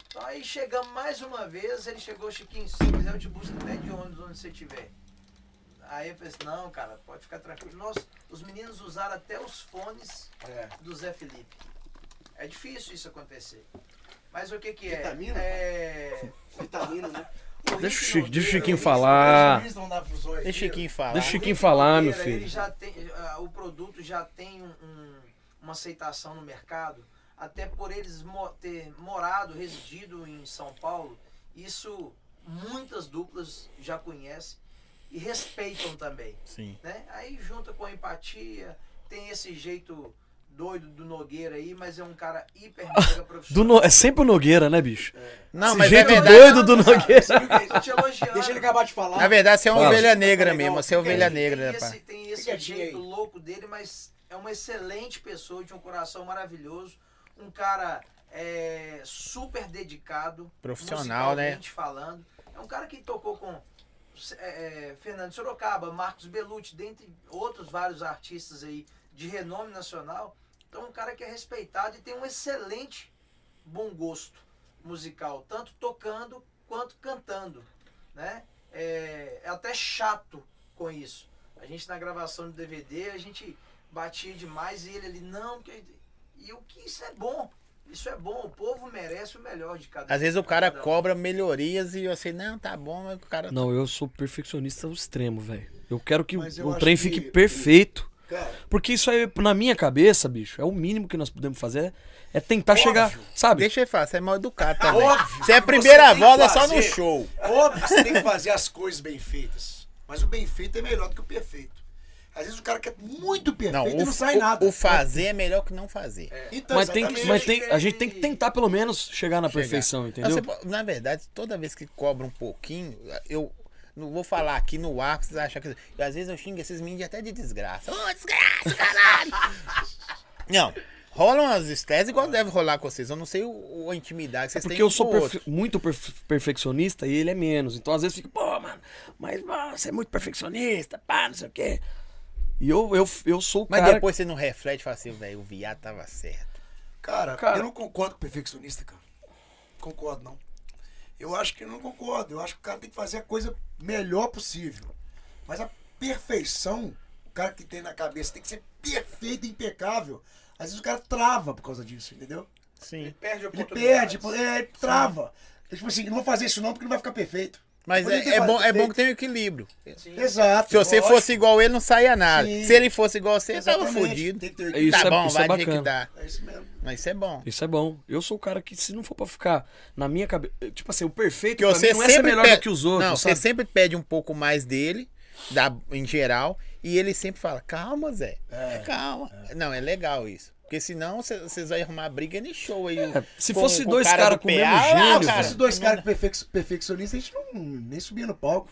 S5: Então aí chegamos mais uma vez, ele chegou, Chiquinho, se você quiser eu te busco até de ônibus onde você estiver. Aí eu falei assim, não, cara, pode ficar tranquilo. Nós, os meninos usaram até os fones
S2: É.
S5: do Zé Felipe. É difícil isso acontecer. Mas o que que é?
S2: Vitamina,
S5: é...
S2: Vitamina, né?
S5: O Rick
S4: Deixa o Chico- deixa o
S5: Nogueira,
S4: Chiquinho
S5: ele-
S4: falar.
S2: Eles não dá pro zóio.
S1: Deixa o Chiquinho falar.
S4: Deixa o Chiquinho
S5: Rick
S4: falar, meu
S5: Nogueira,
S4: filho.
S5: Ele já tem, ah, o produto já tem um- um- uma aceitação no mercado, até por eles mo- ter morado, residido em São Paulo. Isso muitas duplas já conhecem e respeitam também
S1: Sim.
S5: né? Aí junta com a empatia, tem esse jeito doido do Nogueira aí, mas é um cara hiper mega
S4: Do
S5: profissional.
S4: No- É sempre o Nogueira, né, bicho?
S1: Não,
S4: Esse
S1: mas é
S4: jeito
S1: verdade.
S4: doido do
S5: Sabe,
S4: Nogueira.
S5: tô tá te elogiando.
S2: Deixa ele acabar de falar.
S1: Na verdade, você é uma
S4: Fala.
S1: ovelha negra
S2: Tá legal.
S1: mesmo. Você é
S5: Tem-
S1: ovelha negra,
S5: tem
S1: né,
S5: esse,
S1: pá?
S5: tem esse
S2: Fica
S5: jeito
S2: quietinho aí.
S5: louco dele, mas é uma excelente pessoa, de um coração maravilhoso, um cara é, super dedicado,
S1: Profissional, né?
S5: musicalmente falando. É um cara que tocou com é, é, Fernando Sorocaba, Marcos Bellucci, dentre outros vários artistas aí de renome nacional. Então, um cara que é respeitado e tem um excelente bom gosto musical, tanto tocando quanto cantando, né? É, é até chato com isso. A gente na gravação do DVD, a gente batia demais e ele ali, não, que... e o que isso é bom. Isso é bom, o povo merece o melhor de cada
S1: Às vezes o cara
S5: cada um.
S1: cobra melhorias e você, não, tá bom, mas o cara.
S4: É. Não, eu sou perfeccionista ao extremo, velho. Eu quero que o-
S2: Mas eu
S4: o
S2: acho
S4: trem
S2: que-
S4: fique perfeito.
S2: Cara,
S4: Porque isso aí, na minha cabeça, bicho, é o mínimo que nós podemos fazer. É tentar
S2: Óbvio.
S4: chegar, sabe?
S1: Deixa ele falar, você é mal educado também.
S2: Ah, Óbvio
S1: Você é a
S2: que
S1: primeira
S2: você tem
S1: voz,
S2: que
S1: é só no
S2: fazer.
S1: show.
S2: óbvio que você tem que fazer as coisas bem feitas. Mas o bem feito é melhor do que o perfeito. Às vezes o cara quer muito perfeito
S1: Não,
S2: e
S1: o,
S2: não sai
S1: o-
S2: nada.
S1: o fazer é melhor que não fazer.
S2: Então,
S4: Mas, tem, que-
S2: exatamente.
S4: mas tem, a gente tem que tentar pelo menos chegar na
S1: Chegar.
S4: perfeição,
S1: Não, você
S4: entendeu?
S1: po- na verdade, toda vez que cobra um pouquinho, eu não vou falar aqui no ar, pra vocês acham que. eu, Às vezes eu xingo esses meninos até de desgraça. Ô, desgraça, caralho! não, rolam as estrelas igual deve rolar com vocês. Eu não sei o, o- a intimidade que vocês têm
S4: É Porque eu
S1: um
S4: sou
S1: com o
S4: perfe-
S1: outro.
S4: muito perf- perfeccionista e ele é menos. Então às vezes fica, pô, mano, mas ó, você é muito perfeccionista, pá, não sei o quê. E eu, eu, eu sou o
S1: Mas
S4: cara.
S1: depois você não reflete e fala assim, velho, o viado tava certo.
S2: Cara,
S4: Cara-
S2: eu não concordo com o perfeccionista, cara. Concordo, não. Eu acho que eu não concordo. Eu acho que o cara tem que fazer a coisa melhor possível. Mas a perfeição, o cara que tem na cabeça tem que ser perfeito, impecável. Às vezes o cara trava por causa disso, entendeu?
S1: Sim.
S5: perde
S2: Ele perde, é, ele trava. Ele, Tipo assim, não vou fazer isso não porque não vai ficar perfeito.
S1: Mas
S2: Quando
S1: é,
S2: ele tem
S1: é
S2: que
S1: bom,
S2: fazer
S1: é bom que
S2: perfeito-
S1: tem um equilíbrio.
S2: Exato.
S1: Se você
S2: lógico.
S1: fosse igual ele, não saía nada.
S2: Sim.
S1: Se ele fosse igual você, tava
S2: Exatamente.
S1: fudido.
S2: Tem que ter-
S4: É isso,
S1: tá
S4: é-
S1: bom,
S4: isso é
S1: vai do jeito que
S4: bacana.
S1: dá.
S2: É isso mesmo.
S1: Mas isso é bom.
S4: Isso é bom. Eu sou o cara que, se não for pra ficar na minha cabeça. Tipo assim, o perfeito
S1: que
S4: pra
S1: você
S4: mim não é
S1: sempre
S4: ser melhor
S1: pede-
S4: do que os outros.
S1: Não, você
S4: sabe?
S1: sempre pede um pouco mais dele, da, em geral, e ele sempre fala: calma, Zé. calma. Não, é legal isso. Porque senão vocês vão arrumar briga no show aí. o-
S4: É, se
S1: com-
S4: fosse
S1: com o
S4: dois
S1: cara
S4: cara
S1: do
S4: com
S1: PA,
S4: o mesmo
S1: ah,
S4: gênio,
S1: cara.
S2: Esses dois caras perfec- perfeccionistas, a gente não, nem subia no palco.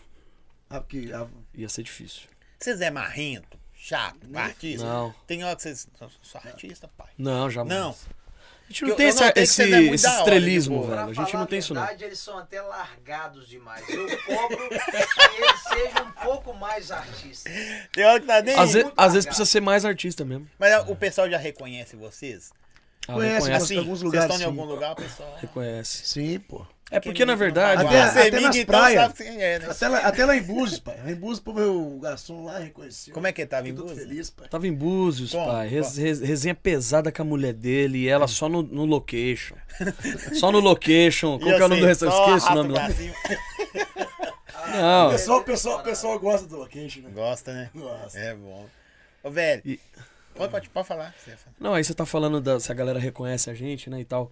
S2: Ah, porque, ah,
S4: Ia ser difícil.
S1: Vocês é marrento, chato, artista.
S4: Não. Tá
S1: Tem hora que vocês. Sou artista, pai.
S4: Não, jamais.
S1: Não.
S4: A gente não
S1: Eu-
S4: tem
S1: eu
S4: esse,
S1: notei que
S4: esse,
S1: você é muito
S4: esse
S1: da hora,
S4: estrelismo,
S1: tipo,
S4: velho.
S5: Pra
S4: A gente
S5: falar
S4: não tem isso,
S5: a
S4: não.
S5: verdade, eles são até largados demais. Eu cobro que eles sejam um pouco mais artistas.
S1: Tem hora que tá nem.
S4: Às, ve-
S5: muito
S4: às vezes
S5: largado.
S4: precisa ser mais artista mesmo.
S1: Mas ó, o pessoal já reconhece vocês? Assim,
S4: Ah,
S2: Conhece,
S4: reconhece.
S2: Mas em alguns
S1: vocês
S2: lugares,
S1: estão em
S2: sim.
S1: algum lugar, o pessoal. ah,
S4: Reconhece.
S2: Sim, pô.
S4: É porque, na verdade,
S1: agora
S2: Até-
S1: você
S2: até
S1: é
S2: nas
S1: miga, então
S2: praias.
S1: sabe quem é, né?
S2: Até lá, até lá em Búzios, pai. Lá em Búzios, pô, o garçom lá reconheceu.
S1: Como é que ele tava em
S2: Fiquei todo
S1: Búzios?
S2: feliz, pai.
S4: ah, tava em Búzios,
S1: Toma,
S4: pai. Res-
S1: toma.
S4: res- resenha pesada com a mulher dele e
S1: É.
S4: ela só no, no location. só no location. Qual que é o nome
S1: assim,
S4: do restaurante? Esqueço o nome lá.
S2: O
S4: Não.
S2: pessoal, o pessoal, o pessoal gosta do location, né?
S1: Gosta, né?
S2: Gosta.
S1: É bom. Ô, velho.
S4: E-
S1: Pode, pode, pode falar. Stefano.
S4: Não, aí você tá falando da, se a galera reconhece a gente, né, e tal.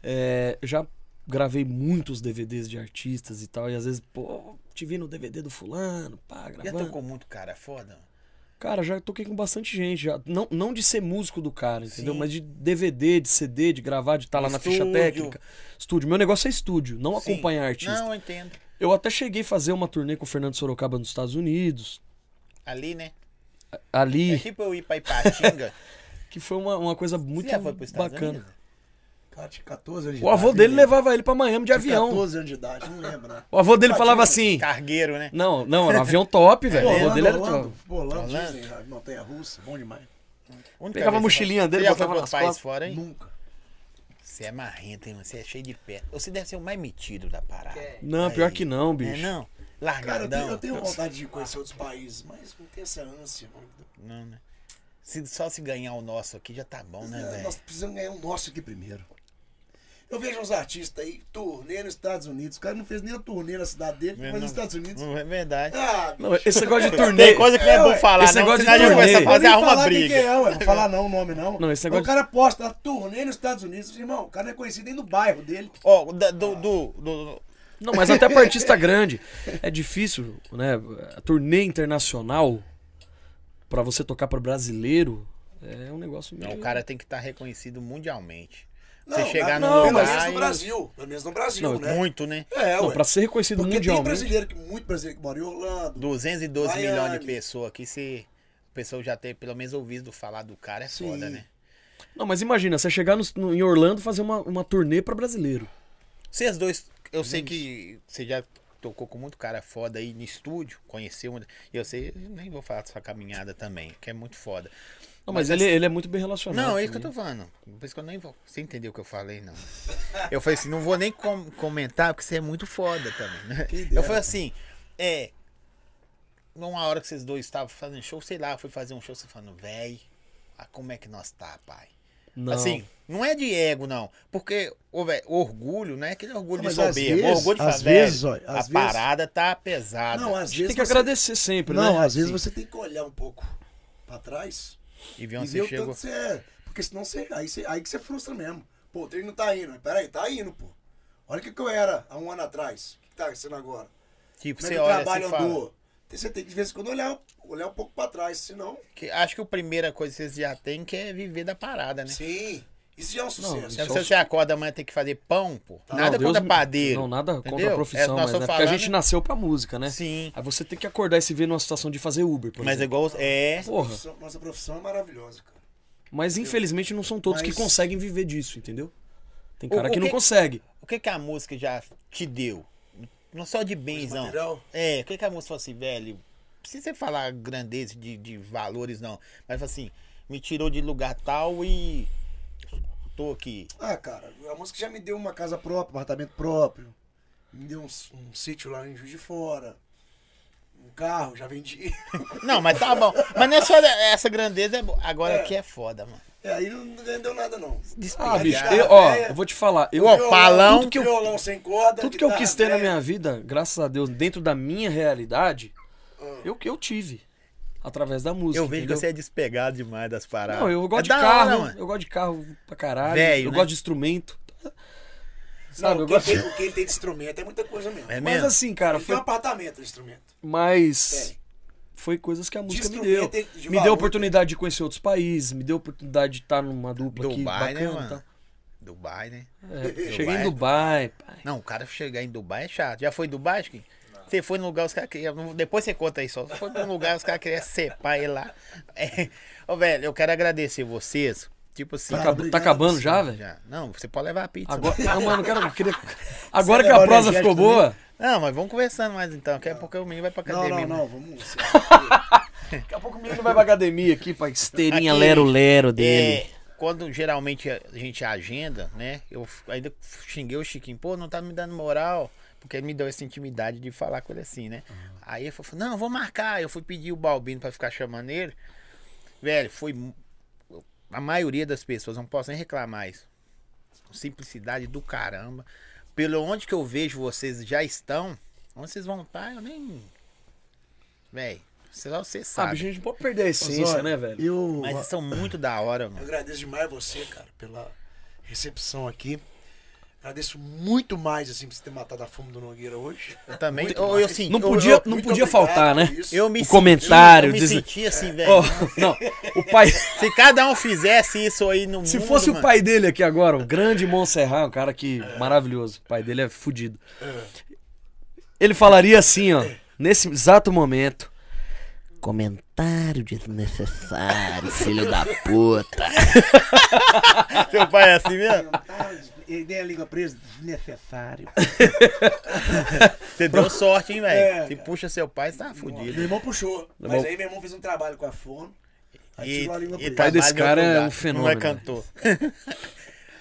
S4: É, eu já gravei muitos DVDs de artistas e tal, e às vezes, pô, te vi no DVD do fulano, pá,
S1: Já
S4: gravando.
S1: tocou muito cara foda?
S4: Cara, já toquei com bastante gente, já. Não, não de ser músico do cara, entendeu?
S1: Sim.
S4: Mas de DVD, de CD, de gravar, de estar lá na ficha
S1: Estúdio.
S4: técnica. Estúdio. Meu negócio é estúdio, não
S1: Sim.
S4: acompanhar artista.
S1: Não, eu entendo.
S4: Eu até cheguei a fazer uma turnê com o Fernando Sorocaba nos Estados Unidos,
S1: Ali, né? É
S4: ali,
S1: tipo eu ir pra Ipatinga.
S4: que foi uma, uma coisa muito
S1: Você já foi pros Estados
S4: bacana.
S1: Unidos?
S2: Cara, tinha 14 anos de
S4: O avô
S2: idade,
S4: dele
S2: né?
S4: levava ele pra Miami de
S2: Tinha
S4: avião.
S2: 14 anos de idade, não lembro, né?
S4: O avô
S1: Tá
S4: dele falava assim:
S1: Cargueiro, né?
S4: Não, não, era um avião top,
S2: Pô,
S4: velho. O avô
S2: Orlando,
S4: dele era
S2: Orlando,
S4: top.
S2: pô, Orlando,
S1: Orlando.
S2: Disney, a montanha russa, bom demais.
S1: Única
S4: Pegava
S1: vez
S4: a
S1: que
S4: mochilinha
S1: você-
S4: dele,
S1: você já
S4: botava
S1: foi pros
S4: nas
S1: países
S4: costas.
S1: fora, hein?
S2: Nunca.
S1: Você é marrento, hein? mano? Você é cheio de pé. Você deve ser o mais metido da parada.
S5: É.
S4: Não, pior que não,
S1: É,
S4: bicho.
S1: não?
S2: Cara, eu tenho,
S1: Largadão.
S2: eu tenho vontade de conhecer outros países, mas não tem essa ânsia. mano.
S1: Não, né? Se, só se ganhar o nosso aqui já tá bom, né,
S2: É,
S1: velho?
S2: nós precisamos ganhar o nosso aqui primeiro. Eu vejo uns artistas aí, turnê nos Estados Unidos. O cara não fez nem a turnê na cidade dele,
S1: Não,
S2: mas
S1: não.
S2: nos Estados Unidos.
S1: Não, é verdade.
S2: Ah,
S4: Não, esse negócio de turnê.
S1: Tem coisa que não é
S2: É,
S1: bom
S2: ué.
S1: falar,
S4: Esse
S1: não,
S4: negócio
S1: senão
S4: de
S1: a gente
S4: turnê.
S1: começa a
S4: Eu
S1: fazer
S2: nem
S1: arruma
S2: falar Quem que
S1: briga.
S2: é, ué. Não vou falar não o nome, não.
S4: Não, esse
S2: Mas
S4: negócio
S2: O cara posta a turnê nos Estados Unidos. Irmão, o cara não é conhecido nem no bairro dele.
S1: Ó, da- do, do, do-
S4: Não, mas até pra artista grande. É difícil, né? A turnê internacional, pra você tocar pra brasileiro, é um negócio meio.
S1: Não, o cara tem que estar reconhecido mundialmente.
S2: Não,
S1: você chegar
S2: não,
S1: num
S2: pelo
S1: lugar
S2: menos
S1: e-
S2: no Brasil. Pelo menos no Brasil,
S4: Não,
S2: né?
S1: Muito, né?
S2: É,
S4: Não,
S2: ué.
S4: pra ser reconhecido
S2: Porque tem
S4: mundialmente.
S2: brasileiro, que, muito brasileiro que mora em Orlando.
S1: 212
S2: Miami.
S1: milhões de pessoas aqui, se a pessoa já ter pelo menos ouvido falar do cara, é foda,
S2: Sim.
S1: né?
S4: Não, mas imagina, você chegar no- no- em Orlando fazer uma, uma turnê pra brasileiro.
S1: Vocês dois, eu sei que você já tocou com muito cara foda aí no estúdio, conheceu. E eu sei, nem vou falar da sua caminhada também, que é muito foda.
S4: Não, mas,
S1: Mas
S4: ele, ele é muito bem relacionado.
S1: Não, é isso que eu
S4: também.
S1: tô falando. Por isso que eu nem vou. Você entendeu o que eu falei, não. Eu falei assim, não vou nem com- comentar, porque você é muito foda também, né? Eu falei assim, é. Numa hora que vocês dois estavam fazendo show, sei lá, eu fui fazer um show, você falando, véi, ah, como é que nós tá, pai?
S4: Não.
S1: Assim, não é de ego, não. Porque, ô, véi, orgulho, não é aquele orgulho
S2: Não,
S1: de
S2: mas às
S1: soberba.
S2: vezes-
S1: Orgulho de
S2: às
S1: falar, "Véi,
S2: vezes, olha,
S1: a
S2: às vezes-
S1: parada tá pesada.
S2: Não, às
S4: tem
S2: vezes
S4: que
S2: você-
S4: agradecer sempre, né?
S2: Não, às vezes
S4: Sim.
S2: você tem que olhar um pouco pra trás
S1: e um
S2: e
S1: viu onde
S2: ver
S1: você
S2: o tanto
S1: Então, assim, chegou.
S2: que você é. Porque senão você. Aí, você, aí que você frustra mesmo. Pô, o treino não tá indo. Pera aí, tá indo, pô. Olha o que, que eu era há um ano atrás. O que, que tá sendo agora?
S1: Tipo,
S2: Como
S1: você
S2: é que o
S1: olha assim
S2: trabalho
S1: e fala.
S2: andou? Você tem que de vez em quando olhar, olhar um pouco pra trás, senão.
S1: Que, acho que a primeira coisa que vocês já têm que é viver da parada, né?
S2: Sim. Isso já é um sucesso.
S1: Se
S4: Só
S1: você,
S4: os-
S1: você acorda amanhã tem que fazer pão, pô. nada
S4: Deus
S1: contra
S4: me-
S1: padeiro.
S4: Não, nada contra
S1: entendeu?
S4: a
S1: É,
S4: profissão,
S1: nós
S4: mas né,
S1: estamos
S4: porque a gente
S1: falando-
S4: nasceu pra música, né?
S1: Sim.
S4: Aí você tem que acordar e se ver numa situação de fazer Uber, por
S1: Mas é
S4: exemplo.
S1: igual. É.
S2: Nossa
S4: Porra.
S2: profissão- nossa profissão é maravilhosa, cara.
S4: Mas infelizmente não são todos que
S2: Mas-
S4: conseguem viver disso, entendeu? Tem cara
S1: O- o
S4: que não
S1: que-
S4: consegue.
S1: O que, que a música já te deu? Não só de bens, não.
S2: material?
S1: É, o que, que a música falou assim, velho? Não precisa você falar grandeza de, de valores, não. Mas fala assim, me tirou de lugar tal e. Tô aqui.
S2: Ah, cara, a música já me deu uma casa própria, um apartamento próprio. Me deu um, s- um sítio lá em Juiz de Fora. Um carro, já vendi.
S1: Não, mas tá bom. Mas não é só essa grandeza, é bo- agora
S2: É.
S1: aqui é foda, mano.
S2: É, aí não não deu nada, não.
S4: Ah,
S1: Despegar.
S4: bicho,
S2: cara,
S4: eu, ó,
S2: velho.
S4: eu vou te falar. Eu,
S1: Ó, palão.
S2: Tudo que eu, né? violão Um sem corda.
S4: tudo que eu
S2: guitarra
S4: quis ter na
S2: velha.
S4: minha vida, graças a Deus, dentro da minha realidade, eu, eu tive. Através da música.
S1: Eu vejo que
S4: entendeu?
S1: você é despegado demais das paradas.
S4: Não, eu gosto
S1: É
S4: de
S1: da
S4: carro.
S1: hora, mano.
S4: eu gosto de carro pra caralho.
S1: Velho,
S4: eu
S1: né?
S4: gosto de instrumento.
S2: né?
S4: Sabe,
S2: Não,
S4: eu
S2: o, que
S4: gosto
S2: ele tem, o que ele tem de instrumento é muita coisa mesmo.
S1: É
S4: Mas
S1: mesmo?
S4: assim, cara,
S2: ele tem
S4: foi.
S2: um apartamento de instrumento.
S4: Mas.
S2: Tem.
S4: Foi coisas que a música me deu.
S2: instrumento, de
S4: Me
S2: valor,
S4: deu oportunidade de conhecer outros países, me deu oportunidade de estar numa dupla aqui
S1: Dubai, né,
S4: bacana. tá? e
S1: mano?
S4: tal.
S1: Dubai, né?
S4: É,
S2: Dubai.
S4: cheguei em Dubai, pai.
S1: Não, o cara chegar em Dubai é chato. Já foi em Dubai, acho que? Você foi num lugar, os caras queriam. Depois você conta aí só. Você foi pra um lugar, os caras queriam separar ele lá. É. Ô, velho, eu quero agradecer vocês Tipo assim.
S2: Tá
S1: ó,
S2: acabando,
S4: Tá acabando já, velho?
S1: já. Não, você pode levar a pizza.
S4: Agora,
S1: né?
S4: não, mano, eu quero, eu queria- agora que
S2: levar
S4: a
S2: o
S4: prosa
S2: energético
S4: ficou
S2: também?
S4: boa,
S1: Não, mas vamos conversando mais então, que é porque o menino vai pra
S2: Não,
S1: academia.
S2: não,
S1: né?
S2: não, vamos.
S4: daqui a pouco o menino vai pra academia aqui, pra esteirinha
S1: Aqui,
S4: lero-lero dele.
S1: É, quando geralmente a gente agenda, né? Eu f- ainda xinguei o Chiquinho, pô, não tá me dando moral, porque ele me deu essa intimidade de falar com ele assim, né? Aí ele falou, não, vou marcar. Eu fui pedir o Balbino pra ficar chamando ele. Velho, foi. mu- A maioria das pessoas, não posso nem reclamar isso. Simplicidade do caramba. Pelo onde que eu vejo vocês já estão, onde vocês vão estar, eu nem. Velho, só você
S4: Sabe, a
S1: sabe.
S4: gente não pode perder a essência, né, velho?
S2: Eu,
S1: Mas são muito da hora,
S2: eu
S1: mano.
S2: agradeço demais você, cara, pela recepção aqui. Agradeço muito mais, assim, por você ter matado a fome do Nogueira hoje.
S1: Eu também.
S2: Muito
S1: Eu, eu,
S2: mais.
S1: assim,
S4: Não
S1: eu-
S4: podia,
S1: eu-
S4: não
S2: Muito
S4: podia
S2: obrigado
S4: faltar, né?
S2: por isso.
S1: Eu me
S4: O
S1: senti-
S4: comentário,
S1: eu me
S4: diz-
S1: senti assim, velho.
S4: Oh, não, o pai.
S1: Se cada um fizesse isso aí no mundo.
S4: Se fosse o
S1: mano,
S4: pai dele aqui agora, o grande Montserrat, um cara que maravilhoso, o pai dele é fudido.
S1: É.
S4: Ele falaria assim, ó, nesse exato momento. Comentário desnecessário, filho da puta.
S1: Seu pai é assim mesmo?
S5: Ele nem eh, a língua presa, desnecessário.
S1: Você deu sorte, hein,
S4: É.
S1: velho? Se puxa seu pai, você tá
S2: Meu
S1: fudido.
S2: irmão puxou. Mas
S4: bom.
S2: aí meu irmão fez um trabalho com a fome. Aí
S1: E,
S2: tirou a língua
S1: e
S2: presa.
S1: trabalha
S4: desse
S1: em outro
S4: cara é
S1: lugar,
S4: um fenômeno,
S1: Não é cantor.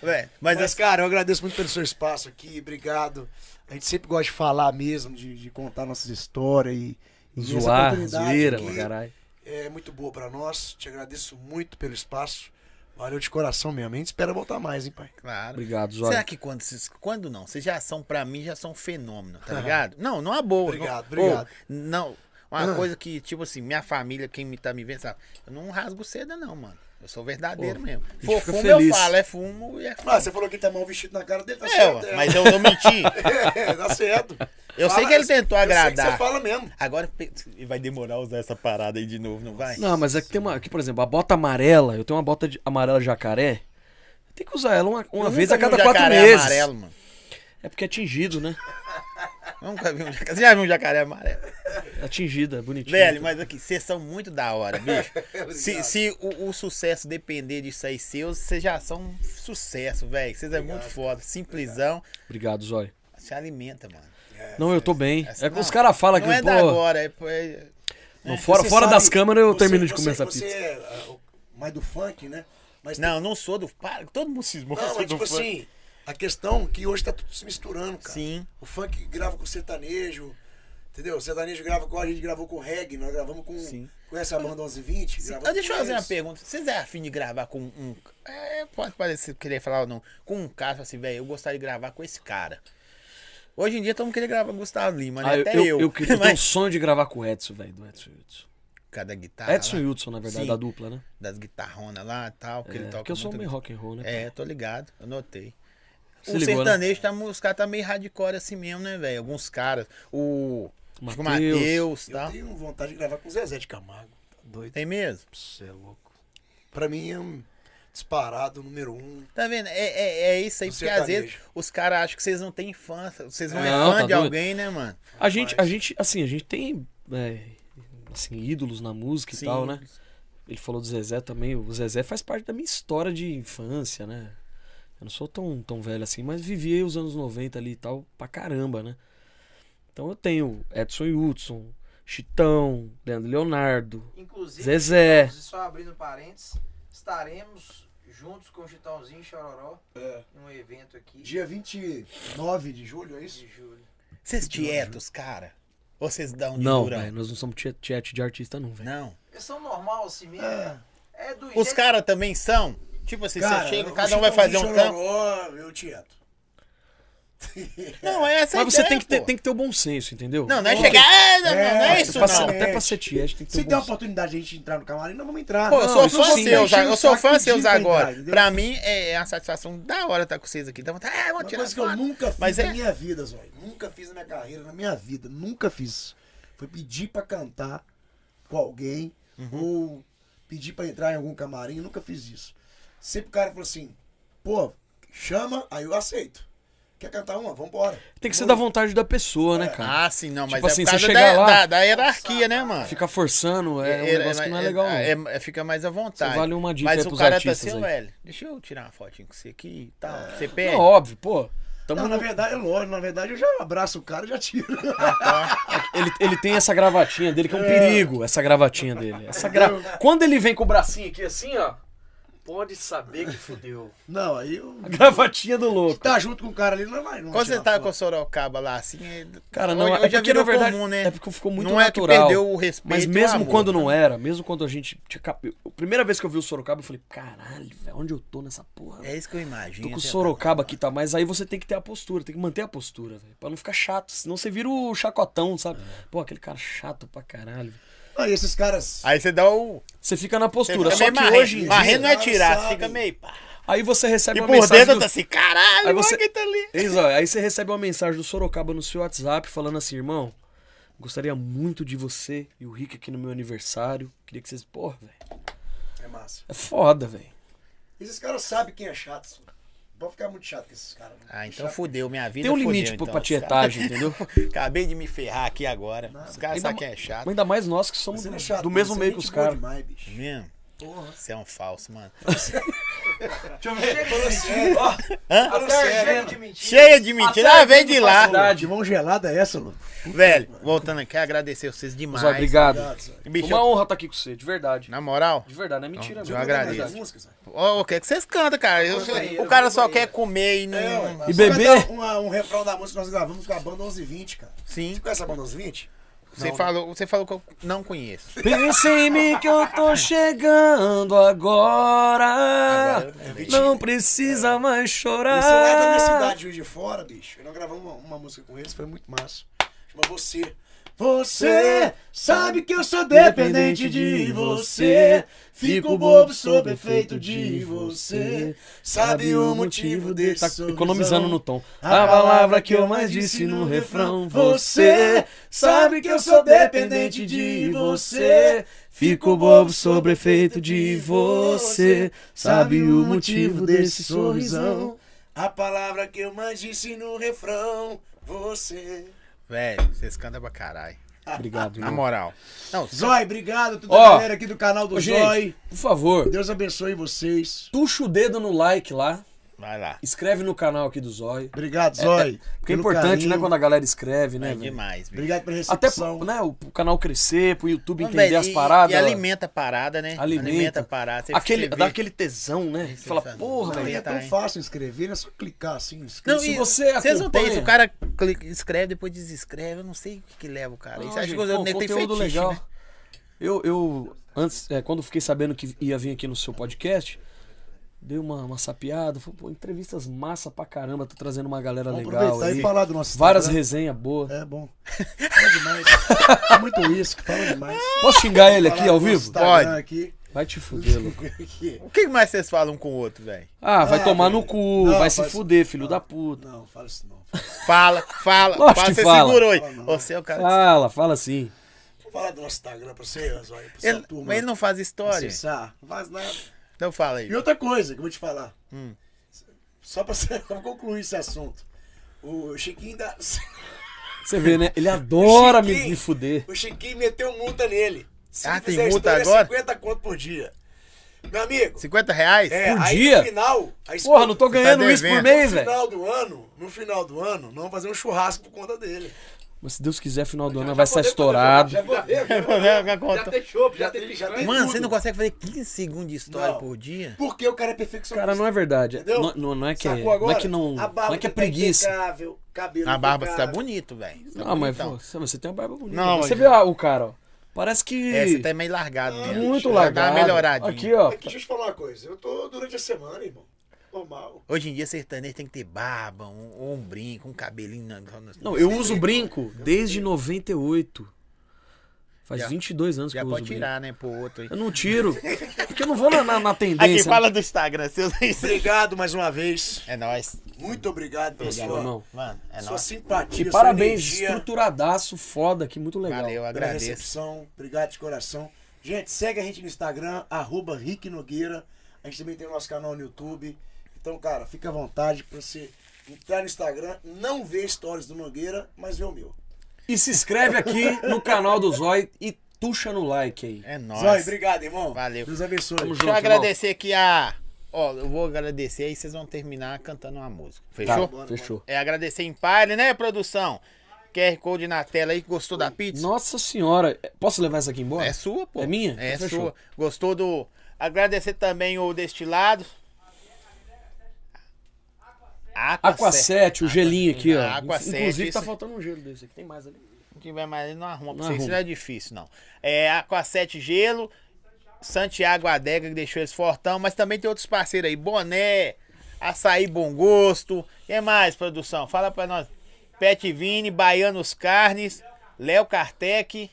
S1: Véi, mas,
S2: Mas, cara, eu agradeço muito pelo seu espaço aqui, obrigado. A gente sempre gosta de falar mesmo, de, de contar nossas histórias e, e essa
S4: Zoar,
S2: oportunidade
S4: zoeira,
S2: aqui
S4: mano, caralho.
S2: É muito boa pra nós. Te agradeço muito pelo espaço. Valeu de coração mesmo. A gente espera voltar mais, hein, pai?
S1: claro.
S4: Obrigado, Zóio.
S1: Será que quando, vocês- quando não? Vocês já são, pra mim, já são um fenômeno, tá ligado? Não, não é boa.
S2: Ah. Obrigado,
S1: não, Ô,
S2: obrigado.
S1: não, uma
S2: Ah.
S1: coisa que, tipo assim, minha família, quem me tá me vendo, sabe? Eu não rasgo seda, não, mano. Eu sou verdadeiro mesmo.
S4: gente
S1: For
S4: fica
S1: fumo, eu
S4: feliz.
S1: falo, é fumo e é fumo.
S2: Ah, você falou que ele tá mal vestido na cara dele, tá
S1: é,
S2: certo.
S1: ué, mas eu não menti.
S2: É, tá certo.
S1: Eu sei que ele tentou
S2: eu sei que
S1: agradar.
S2: você fala mesmo.
S1: Agora pe- e vai demorar a usar essa parada aí de novo, não vai?
S4: Não, mas é que tem uma. Aqui, por exemplo, a bota amarela, eu tenho uma bota de- amarela jacaré. Tem que usar ela uma, uma
S1: Eu
S4: vez
S1: nunca
S4: a
S1: vi um
S4: cada quatro
S1: jacaré
S4: meses.
S1: amarelo, mano.
S4: É porque é tingido, né?
S1: Eu Nunca vi um jacaré. Você já viu um jacaré amarelo?
S4: É tingida, é bonitinho.
S1: Velho, mas aqui, vocês são muito da hora, bicho.
S2: É
S1: se se o, o sucesso depender disso aí seu, vocês já são um sucesso, velho. Vocês é muito foda. Simplesão,
S4: Obrigado, Zóio.
S1: se alimenta, mano.
S4: Não, eu tô bem.
S1: Essa-
S4: É que os
S1: não,
S4: caras falam que,
S1: Não é
S4: pô.
S1: da agora, é, é-
S4: não, fora
S2: Você
S4: fora
S2: sabe,
S4: das câmeras eu
S2: você-
S4: termino de
S2: você-
S4: comer essa
S2: você
S4: pizza.
S2: é, ah, o- mais do funk, né? Mas tem-
S1: Não, não sou do. Para, todo mundo cismou. que eu
S2: não,
S1: sou
S2: mas
S1: do
S2: tipo
S1: fã.
S2: assim, a questão é que hoje tá tudo se misturando, cara.
S1: Sim.
S2: O funk grava com o sertanejo, entendeu? O sertanejo grava com a gente gravou com o reggae, nós gravamos com,
S1: Sim.
S2: com essa banda 1120.
S1: Se-
S2: gravamos
S1: ah, deixa eu
S2: com
S1: fazer uma
S2: eles.
S1: pergunta. Vocês é afim de gravar com um. É, pode parecer querer falar ou não. Com um cara, fala assim, velho, eu gostaria de gravar com esse cara. Hoje em dia todo mundo queria gravar com o Gustavo Lima, né?
S4: Ah,
S1: Até
S4: eu,
S1: eu.
S4: eu queria- eu tenho um
S1: Mas...
S4: sonho de gravar com o Edson, velho, do Edson Hudson.
S1: Cada guitarra.
S4: Edson e
S1: lá,
S4: Hudson, na verdade,
S1: Sim.
S4: da dupla, né?
S1: das guitarronas lá e tal. Que ele
S4: É,
S1: toca
S4: porque eu sou
S1: muito.
S4: meio rock and roll, né?
S1: É, tô ligado, eu notei.
S4: Se
S1: o
S4: ligou, né?
S1: sertanejo, tá, mu- os caras tá meio hardcore assim mesmo, né, velho? Alguns caras. O. acho que o
S4: Mateus.
S1: Matheus e
S2: Eu
S1: tal.
S2: tenho vontade de gravar com o Zezé de Camargo. Tá doido.
S1: Tem mesmo?
S2: Você é louco. Pra mim é um disparado número um.
S1: Tá vendo? É, é, é isso aí,
S2: Do
S1: porque às
S2: sertanejo.
S1: vezes os caras acham que vocês não têm infância, vocês não, é
S4: Não,
S1: fã
S4: tá
S1: de
S4: doido.
S1: alguém, né, mano?
S4: A gente, a gente, assim, a gente tem é, assim, ídolos na música e tal, né? Ele falou do Zezé também. O Zezé faz parte da minha história de infância, né? Eu não sou tão, tão velho assim, mas vivi os anos 90 ali e tal pra caramba, né? Então eu tenho Edson e Hudson, Chitão, Leandro e Leonardo,
S5: Inclusive,
S1: É.
S4: Zezé.
S5: Vamos Só abrindo parênteses, estaremos juntos com o Chitãozinho e Chororó em um evento aqui
S2: Dia 29 de julho, é isso?
S5: de julho.
S1: Vocês tietos, cara? Ou vocês dão de
S4: Não,
S1: durão?
S4: velho, nós não somos chat chat de artista, não, velho.
S1: Não.
S5: Eles são normal assim mesmo. É, do
S1: Os
S5: jeito-
S1: caras também são? Tipo assim, você chega,
S2: o
S1: cada um vai fazer um
S2: Chitãozinho
S1: canto.
S2: Chororó, Eu tieto.
S1: Não, é essa a
S4: Mas você
S1: ideia,
S4: tem que, ter,
S1: pô.
S4: tem que ter o bom senso, entendeu?
S1: Não, não é chegar. Ah, não, não, não é isso,
S4: pra ser-
S1: não.
S4: Até pra ser tiete tem que ter
S2: Se
S4: o
S2: der
S4: bom
S2: uma
S4: senso.
S2: oportunidade de a gente entrar no camarim, nós vamos entrar.
S1: Pô, eu
S4: Não,
S1: sou
S4: isso
S1: fã
S4: sim,
S1: seus,
S2: tá
S1: já-
S2: enchendo
S1: eu
S2: o
S1: sou
S2: saco
S1: fã
S2: pedindo
S1: seus
S2: pra
S1: agora.
S2: entrar, entendeu?
S1: pra mim é é uma satisfação da hora estar com vocês aqui. Então, ah, vamos
S2: Uma
S1: tirar
S2: coisa que eu
S1: foto.
S2: nunca fiz
S1: Mas
S2: na
S1: é-
S2: minha vida, Zóio. Nunca fiz na minha carreira, na minha vida. Nunca fiz. Foi pedir pra cantar com alguém ou pedir pra entrar em algum camarim. Nunca fiz isso. Sempre o cara falou assim, pô, chama, aí eu aceito. Quer cantar uma? Vambora.
S4: Tem que ser da vontade da pessoa, né, cara?
S1: Ah, sim, não, mas
S4: Tipo
S1: é
S4: assim,
S1: por
S4: você
S1: causa
S4: chegar
S1: da,
S4: lá-
S1: da, da hierarquia, né, mano?
S4: Ficar forçando é, um negócio que não é legal. não.
S1: é- é- fica mais à vontade.
S4: Você vale uma dica aí
S1: Mas o
S4: pros
S1: cara tá
S4: artistas
S1: assim,
S4: aí.
S1: velho, deixa eu tirar uma fotinho com você aqui e tal. Você perde.
S4: Não, óbvio, pô. Tamo
S2: Não,
S4: no-
S2: na verdade, é lógico. Na verdade, eu já abraço o cara e já tiro.
S1: tá?
S4: ele, ele tem essa gravatinha dele que é um perigo, essa gravatinha dele. Essa gra... Quando ele vem com o bracinho aqui assim, ó, pode saber que fudeu.
S2: Não, aí eu...
S4: gravatinha do louco.
S2: Tá junto com o cara ali, não vai. Não vai
S1: Quando você
S2: tirar
S1: tá
S2: foto.
S1: com o Sorocaba lá, assim, é-
S4: Cara, não,
S1: hoje-
S4: é
S1: hoje já
S4: porque,
S1: virou
S4: na verdade,
S1: comum, né?
S4: é porque ficou muito
S1: Não
S4: natural.
S1: é que perdeu o respeito
S4: Mas
S1: e o
S4: mesmo
S1: amor,
S4: quando
S1: né?
S4: não era, mesmo quando a gente. tinha cap- A primeira vez que eu vi o Sorocaba, eu falei, caralho, velho, onde eu tô nessa porra?
S1: É isso que eu imagino.
S4: Tô com o
S1: entendeu?
S4: Sorocaba aqui, tá? Mas aí você tem que ter a postura, tem que manter a postura, velho. Pra não ficar chato. Senão você vira o chacotão, sabe?
S2: É.
S4: Pô, aquele cara chato pra caralho. velho.
S2: Ah, e esses caras...
S1: Aí você dá o.
S4: Você fica na
S1: Você
S4: postura.
S1: fica
S4: Só
S1: meio
S4: que
S1: marrendo.
S4: hoje. em dia-
S1: Marrendo não é
S2: Cara,
S1: tirar, você
S2: sabe.
S1: fica meio. pá.
S4: Aí você recebe
S1: E
S4: uma
S1: por
S4: mensagem.
S1: dentro
S4: do-
S1: tá assim, caralho,
S4: Aí
S1: olha
S4: você-
S1: quem tá ali.
S4: Eis, ó, aí você recebe uma mensagem do Sorocaba no seu WhatsApp falando assim, irmão, gostaria muito de você e o Rick aqui no meu aniversário. Queria que vocês. Porra, velho.
S2: É massa.
S4: É foda, velho.
S2: Esses caras sabem quem é chato. só. Pode ficar muito chato com esses caras. né?
S1: Ah, então
S2: Chato.
S1: fudeu, minha vida.
S4: Tem um
S1: fudeu,
S4: limite pra-
S1: então,
S4: pra
S1: os
S4: tietagem,
S1: caras- Acabei de me ferrar aqui agora. Os caras
S4: Ainda
S1: sabem
S4: ma-
S1: quem é chato.
S4: Mas ainda mais nós que somos
S2: Você
S4: do,
S2: não é chato,
S4: do
S2: não.
S4: mesmo
S2: Você é
S4: meio que
S2: gente
S4: os
S2: boa
S4: caras.
S2: demais, bicho.
S1: Mesmo?
S2: Porra.
S1: Você é um falso, mano.
S5: Até cheio de mentira.
S1: Cheia de mentira. Ah, vem de lá.
S2: De mão gelada é essa, Lu?
S1: Velho, voltando aqui, agradecer vocês demais.
S4: Zó,
S2: tá
S4: obrigado.
S1: Bicho,
S4: Uma honra estar aqui com você, de verdade.
S1: na moral,
S4: De verdade, não é mentira,
S1: Não,
S4: não.
S1: eu agradeço.
S2: As músicas, né?
S1: ó, o que é que vocês cantam, cara? Eu- o cara só quer comer e não.
S2: É, ué, mas
S4: E
S2: só
S4: bebê?
S2: cantar uma- um refrão da música que nós gravamos com a banda 1120, cara.
S1: Sim.
S2: Você conhece a banda 1120?
S1: Você falou, você falou que eu não conheço.
S4: Pensa em mim que eu tô chegando agora. é
S1: Agora eu lembrei.
S4: não precisa mais chorar.
S2: Eles são lá da minha cidade, Juiz de Fora, bicho. E Nós gravamos uma, uma música com eles, foi muito massa. Chama Você. Você sabe que eu sou dependente de você. Fico bobo, sob efeito de você. Sabe o motivo desse
S4: Tá
S2: sorrisão?
S4: economizando no tom. A palavra que eu mais disse no refrão. Você sabe que eu sou dependente de você. Fico bobo sobre efeito de você. Sabe o motivo desse sorrisão.
S2: A palavra que eu mais disse no refrão. Você. Ah.
S1: Velho, vocês cantam pra caralho.
S4: Obrigado,
S1: Na moral. Não,
S2: Zói, obrigado a toda
S4: Ó,
S2: a galera aqui do canal do Zói.
S4: Gente, por favor,
S2: Deus abençoe vocês.
S4: tuxa o dedo no like lá.
S1: vai lá.
S4: Escreve no canal aqui do Zói.
S2: Obrigado, Zói.
S4: Porque é
S2: pelo
S4: importante, né,
S2: carinho.
S4: quando a galera escreve, né,
S1: É
S4: velho?
S1: demais, bicho.
S2: Obrigado pela
S4: Até
S2: recepção.
S4: pro, né, o pro canal crescer, pro YouTube
S1: Não,
S4: entender
S1: velho,
S4: as
S1: e-
S4: paradas.
S1: E alimenta a parada, né?
S4: Alimenta.
S1: a parada. Você-
S4: aquele,
S1: você vê.
S4: dá aquele tesão, né? Fala,
S1: sabe.
S4: porra,
S1: Não,
S2: E
S4: velho.
S2: é tão
S1: Tá, hein?
S2: fácil inscrever, é só clicar assim,
S1: Não,
S2: inscrever.
S4: se
S1: e
S4: você
S1: Vocês não tem isso. O
S4: acompanha-
S1: cara clica- escreve, depois desescreve. Eu não sei o que, que leva o cara.
S4: Não,
S1: isso acho
S4: gente,
S1: que o nego
S4: pô,
S1: tem
S4: conteúdo
S1: feitiço,
S4: legal.
S1: né?
S4: Eu, eu antes, é, quando fiquei sabendo que ia vir aqui no seu podcast, dei uma, uma sapiada. Falei, pô, entrevistas massa pra caramba, tô trazendo uma galera
S2: Vamos
S4: tá legal.
S2: aproveitar
S4: aí.
S2: e falar do nosso
S4: Várias
S2: Instagram.
S4: resenhas boas.
S2: É bom. Fala demais. É muito isso, fala demais.
S4: Posso xingar ele aqui
S2: Falar
S4: ao
S2: do nosso
S4: vivo?
S2: Instagram
S1: Pode.
S2: Aqui.
S4: Vai te fuder, Lu.
S1: O que mais vocês falam com o outro, velho?
S4: Ah, vai
S1: É,
S2: Ah,
S4: tomar
S2: velho.
S4: no cu,
S2: Não,
S4: vai se
S2: faz-
S4: fuder, filho
S2: Não,
S4: da puta.
S2: Não, fala isso não.
S1: Fala, fala,
S4: Lógico
S1: fala,
S4: que
S1: você
S4: fala. Ah,
S1: segurou aí.
S2: Fala, não.
S1: Você é o cara.
S4: Fala, fala assim. sim.
S2: Vou falar do nosso Instagram pra você, Zói. Pra
S1: ele,
S2: essa turma.
S4: é
S1: mas ele não faz história.
S2: acessar. Não faz nada.
S1: Então fala aí.
S2: E outra coisa que eu vou te falar.
S4: Hum.
S2: Só pra você pra concluir esse assunto. O Chiquinho da.
S4: Você vê, né? Ele adora me,
S2: Chiquinho.
S4: me fuder.
S2: O Chiquinho meteu multa nele. Se
S1: Ah,
S2: ele
S1: tem
S2: fizer
S1: multa
S2: história, é
S1: agora?
S2: 50 conto por dia. Meu amigo,
S1: 50 reais?
S2: é,
S4: por
S2: aí
S4: dia?
S2: no final. a esposa-
S4: Porra, não tô
S1: tá
S4: ganhando isso por
S1: devendo.
S4: mês,
S2: No
S4: velho.
S2: final do ano, no final do ano, não fazer um churrasco por conta dele.
S4: Mas se Deus quiser, final do
S1: tá
S4: ano vai estar
S7: podemos-
S4: estourado.
S2: Já vou ver, viu?
S7: Já tem chope, já tem
S2: Já
S7: picanha.
S2: tem
S1: Mano,
S2: tá tudo.
S1: você não consegue fazer 15 segundos de história
S2: Não.
S1: por dia?
S2: Porque o cara é perfeccionista.
S4: Cara, não é verdade.
S2: Entendeu?
S4: Não, não- não é que é,
S2: Sacou
S4: não é
S2: agora?
S4: que não,
S2: A barba
S4: não é que é
S2: tá
S4: preguiça.
S2: impecável, cabelo
S1: A barba você tá
S2: impecável.
S1: bonito, velho. Você tá
S4: Não, mas,
S1: bonitão.
S4: pô, você- mas você tem uma barba bonita.
S1: Não,
S4: Mas você
S1: mas-
S4: vê ah, o cara, ó. Parece que
S1: É, você tá meio largado mesmo.
S4: muito
S1: Já Dá
S4: largado.
S1: uma melhoradinha.
S4: Aqui, ó.
S2: Aqui, deixa eu te falar uma coisa. Eu tô durante a semana, irmão. Normal.
S1: Hoje em dia, sertanejo tem que ter barba, um, ou um brinco, um cabelinho. na- na- na-
S4: Não, eu uso brinco desde 98. Faz
S1: Já-
S4: 22 anos que
S1: Já
S4: eu uso
S1: pode
S4: brinco.
S1: tirar, né, pro outro aí.
S4: Eu não tiro. Porque eu não vou na, na, na
S1: Aqui,
S4: tendência.
S1: fala do Instagram, seus
S2: Obrigado mais uma vez.
S1: É nóis.
S2: Muito obrigado pela
S4: né,
S2: sua,
S4: irmão.
S1: Mano, é
S2: sua
S1: nóis.
S2: simpatia,
S4: E
S2: sua
S4: parabéns,
S2: energia.
S4: estruturadaço, foda aqui, muito legal.
S1: Valeu,
S2: pela
S1: agradeço.
S2: recepção. Obrigado de coração. Gente, segue a gente no Instagram, arroba Rick Nogueira. A gente também tem o nosso canal no YouTube. Então, cara, fica à vontade pra você entrar no Instagram, não ver stories do Nogueira, mas ver o meu.
S4: E se inscreve aqui no canal do Zói e tuxa no like aí.
S1: É
S2: Zói,
S1: nóis.
S2: obrigado, irmão.
S1: Valeu.
S2: Deus abençoe.
S4: Tamo
S1: Deixa
S4: junto,
S1: eu agradecer aqui a. Ó, eu vou agradecer e vocês vão terminar cantando uma música. Fechou?
S4: Tá, fechou.
S1: É agradecer em pare, né, produção? QR Code na tela aí, gostou da pizza?
S4: Nossa senhora. é, Posso levar essa aqui embora?
S1: É sua, pô.
S4: É minha?
S1: É
S4: Então fechou.
S1: sua. Gostou do. Agradecer também o destilado. Aqua,
S4: Aqua 7, o gelinho aqui, ó.
S1: Aqua
S4: Inclusive,
S1: 7,
S4: tá
S1: isso-
S4: faltando um gelo desse aqui. Tem mais ali.
S1: Não tiver mais, ele não arruma.
S4: Não
S1: Não Isso
S4: arruma.
S1: não é difícil, não. É Aqua 7 Gelo, Santiago Adega, que deixou eles fortão, mas também tem outros parceiros aí. Boné, Açaí Bom Gosto. Quem mais, produção? Fala pra nós. Pet Vini, Baianos Carnes, Léo Kartek.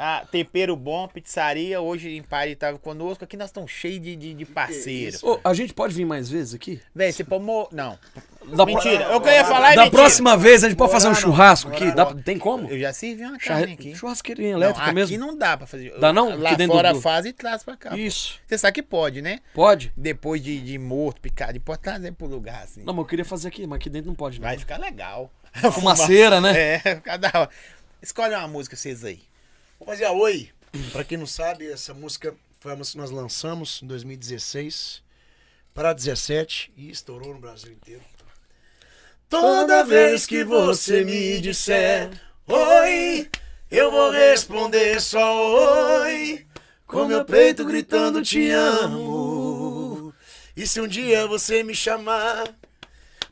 S1: Ah, Tempero Bom, Pizzaria. Hoje em Pari tava conosco. Aqui nós estamos cheios de, de, de parceiro.
S4: Ô, a gente pode vir mais vezes aqui?
S1: Véi, você pode. mo- Não.
S4: Da pro-
S1: Mentira. Eu queria falar é
S4: Tá da
S1: mentira.
S4: próxima vez a gente pode fazer um churrasco aqui? Dá
S1: não.
S4: pra- Tem como?
S1: Eu já servi uma
S4: Charre-
S1: carne aqui.
S4: Churrasqueirinha
S1: Não,
S4: elétrica
S1: aqui
S4: mesmo?
S1: não dá pra fazer.
S4: Dá não?
S1: Lá
S4: Aqui dentro
S1: fora
S4: do-
S1: faz e traz pra cá.
S4: Isso.
S1: Você sabe que pode, né?
S4: Pode?
S1: Depois de, de morto, picado, pode trazer pro lugar assim.
S4: Não, mas eu queria fazer aqui, mas aqui dentro não pode, não.
S1: Vai ficar legal.
S4: Fumaceira, né?
S1: É, cada hora. Escolhe uma música vocês aí.
S2: Vou fazer a Oi. Pra quem não sabe, essa música foi uma música que nós lançamos em 2016 para 17 e estourou no Brasil inteiro. Toda vez que você me disser oi, eu vou responder só oi, com meu peito gritando te amo. E se um dia você me chamar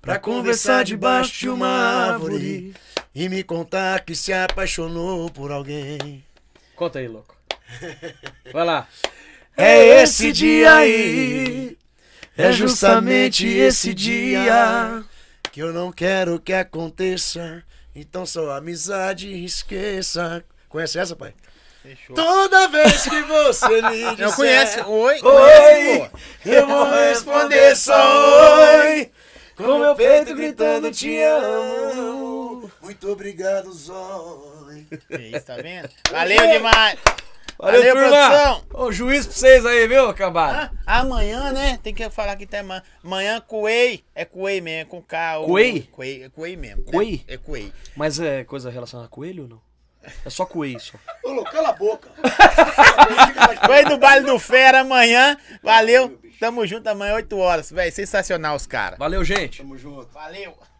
S2: pra conversar debaixo de uma árvore e me contar que se apaixonou por alguém.
S4: Conta aí, louco. Vai lá.
S2: É esse dia aí, é justamente esse dia que eu não quero que aconteça. Então só amizade esqueça. Conhece essa, pai?
S1: Fechou.
S2: Toda vez que você me disser
S1: Eu conheço. É. Oi,
S2: Oi,
S1: conheço, pô.
S2: eu vou responder só oi. Com meu peito gritando te amo. Muito obrigado, Zói.
S1: Que Isso, tá vendo? Valeu demais.
S4: Valeu,
S1: Valeu,
S4: turma!
S1: produção.
S4: Ô, juiz pra vocês aí, viu,
S1: Ah,
S4: acabado?
S1: Amanhã, né? Tem que falar que até amanhã. Amanhã, Coei. É Coei mesmo, é com K. ou-
S4: Coei?
S1: Coei, é Coei mesmo. né?
S4: Coei?
S1: É Coei.
S4: Mas é coisa relacionada a coelho ou não? É só coelho, só.
S2: Ô, louco, cala a boca.
S1: Foi do Baile do Fera amanhã. Valeu. Tamo junto amanhã, 8 horas. Véi, sensacional os caras.
S4: Valeu, gente.
S2: Tamo junto.
S1: Valeu.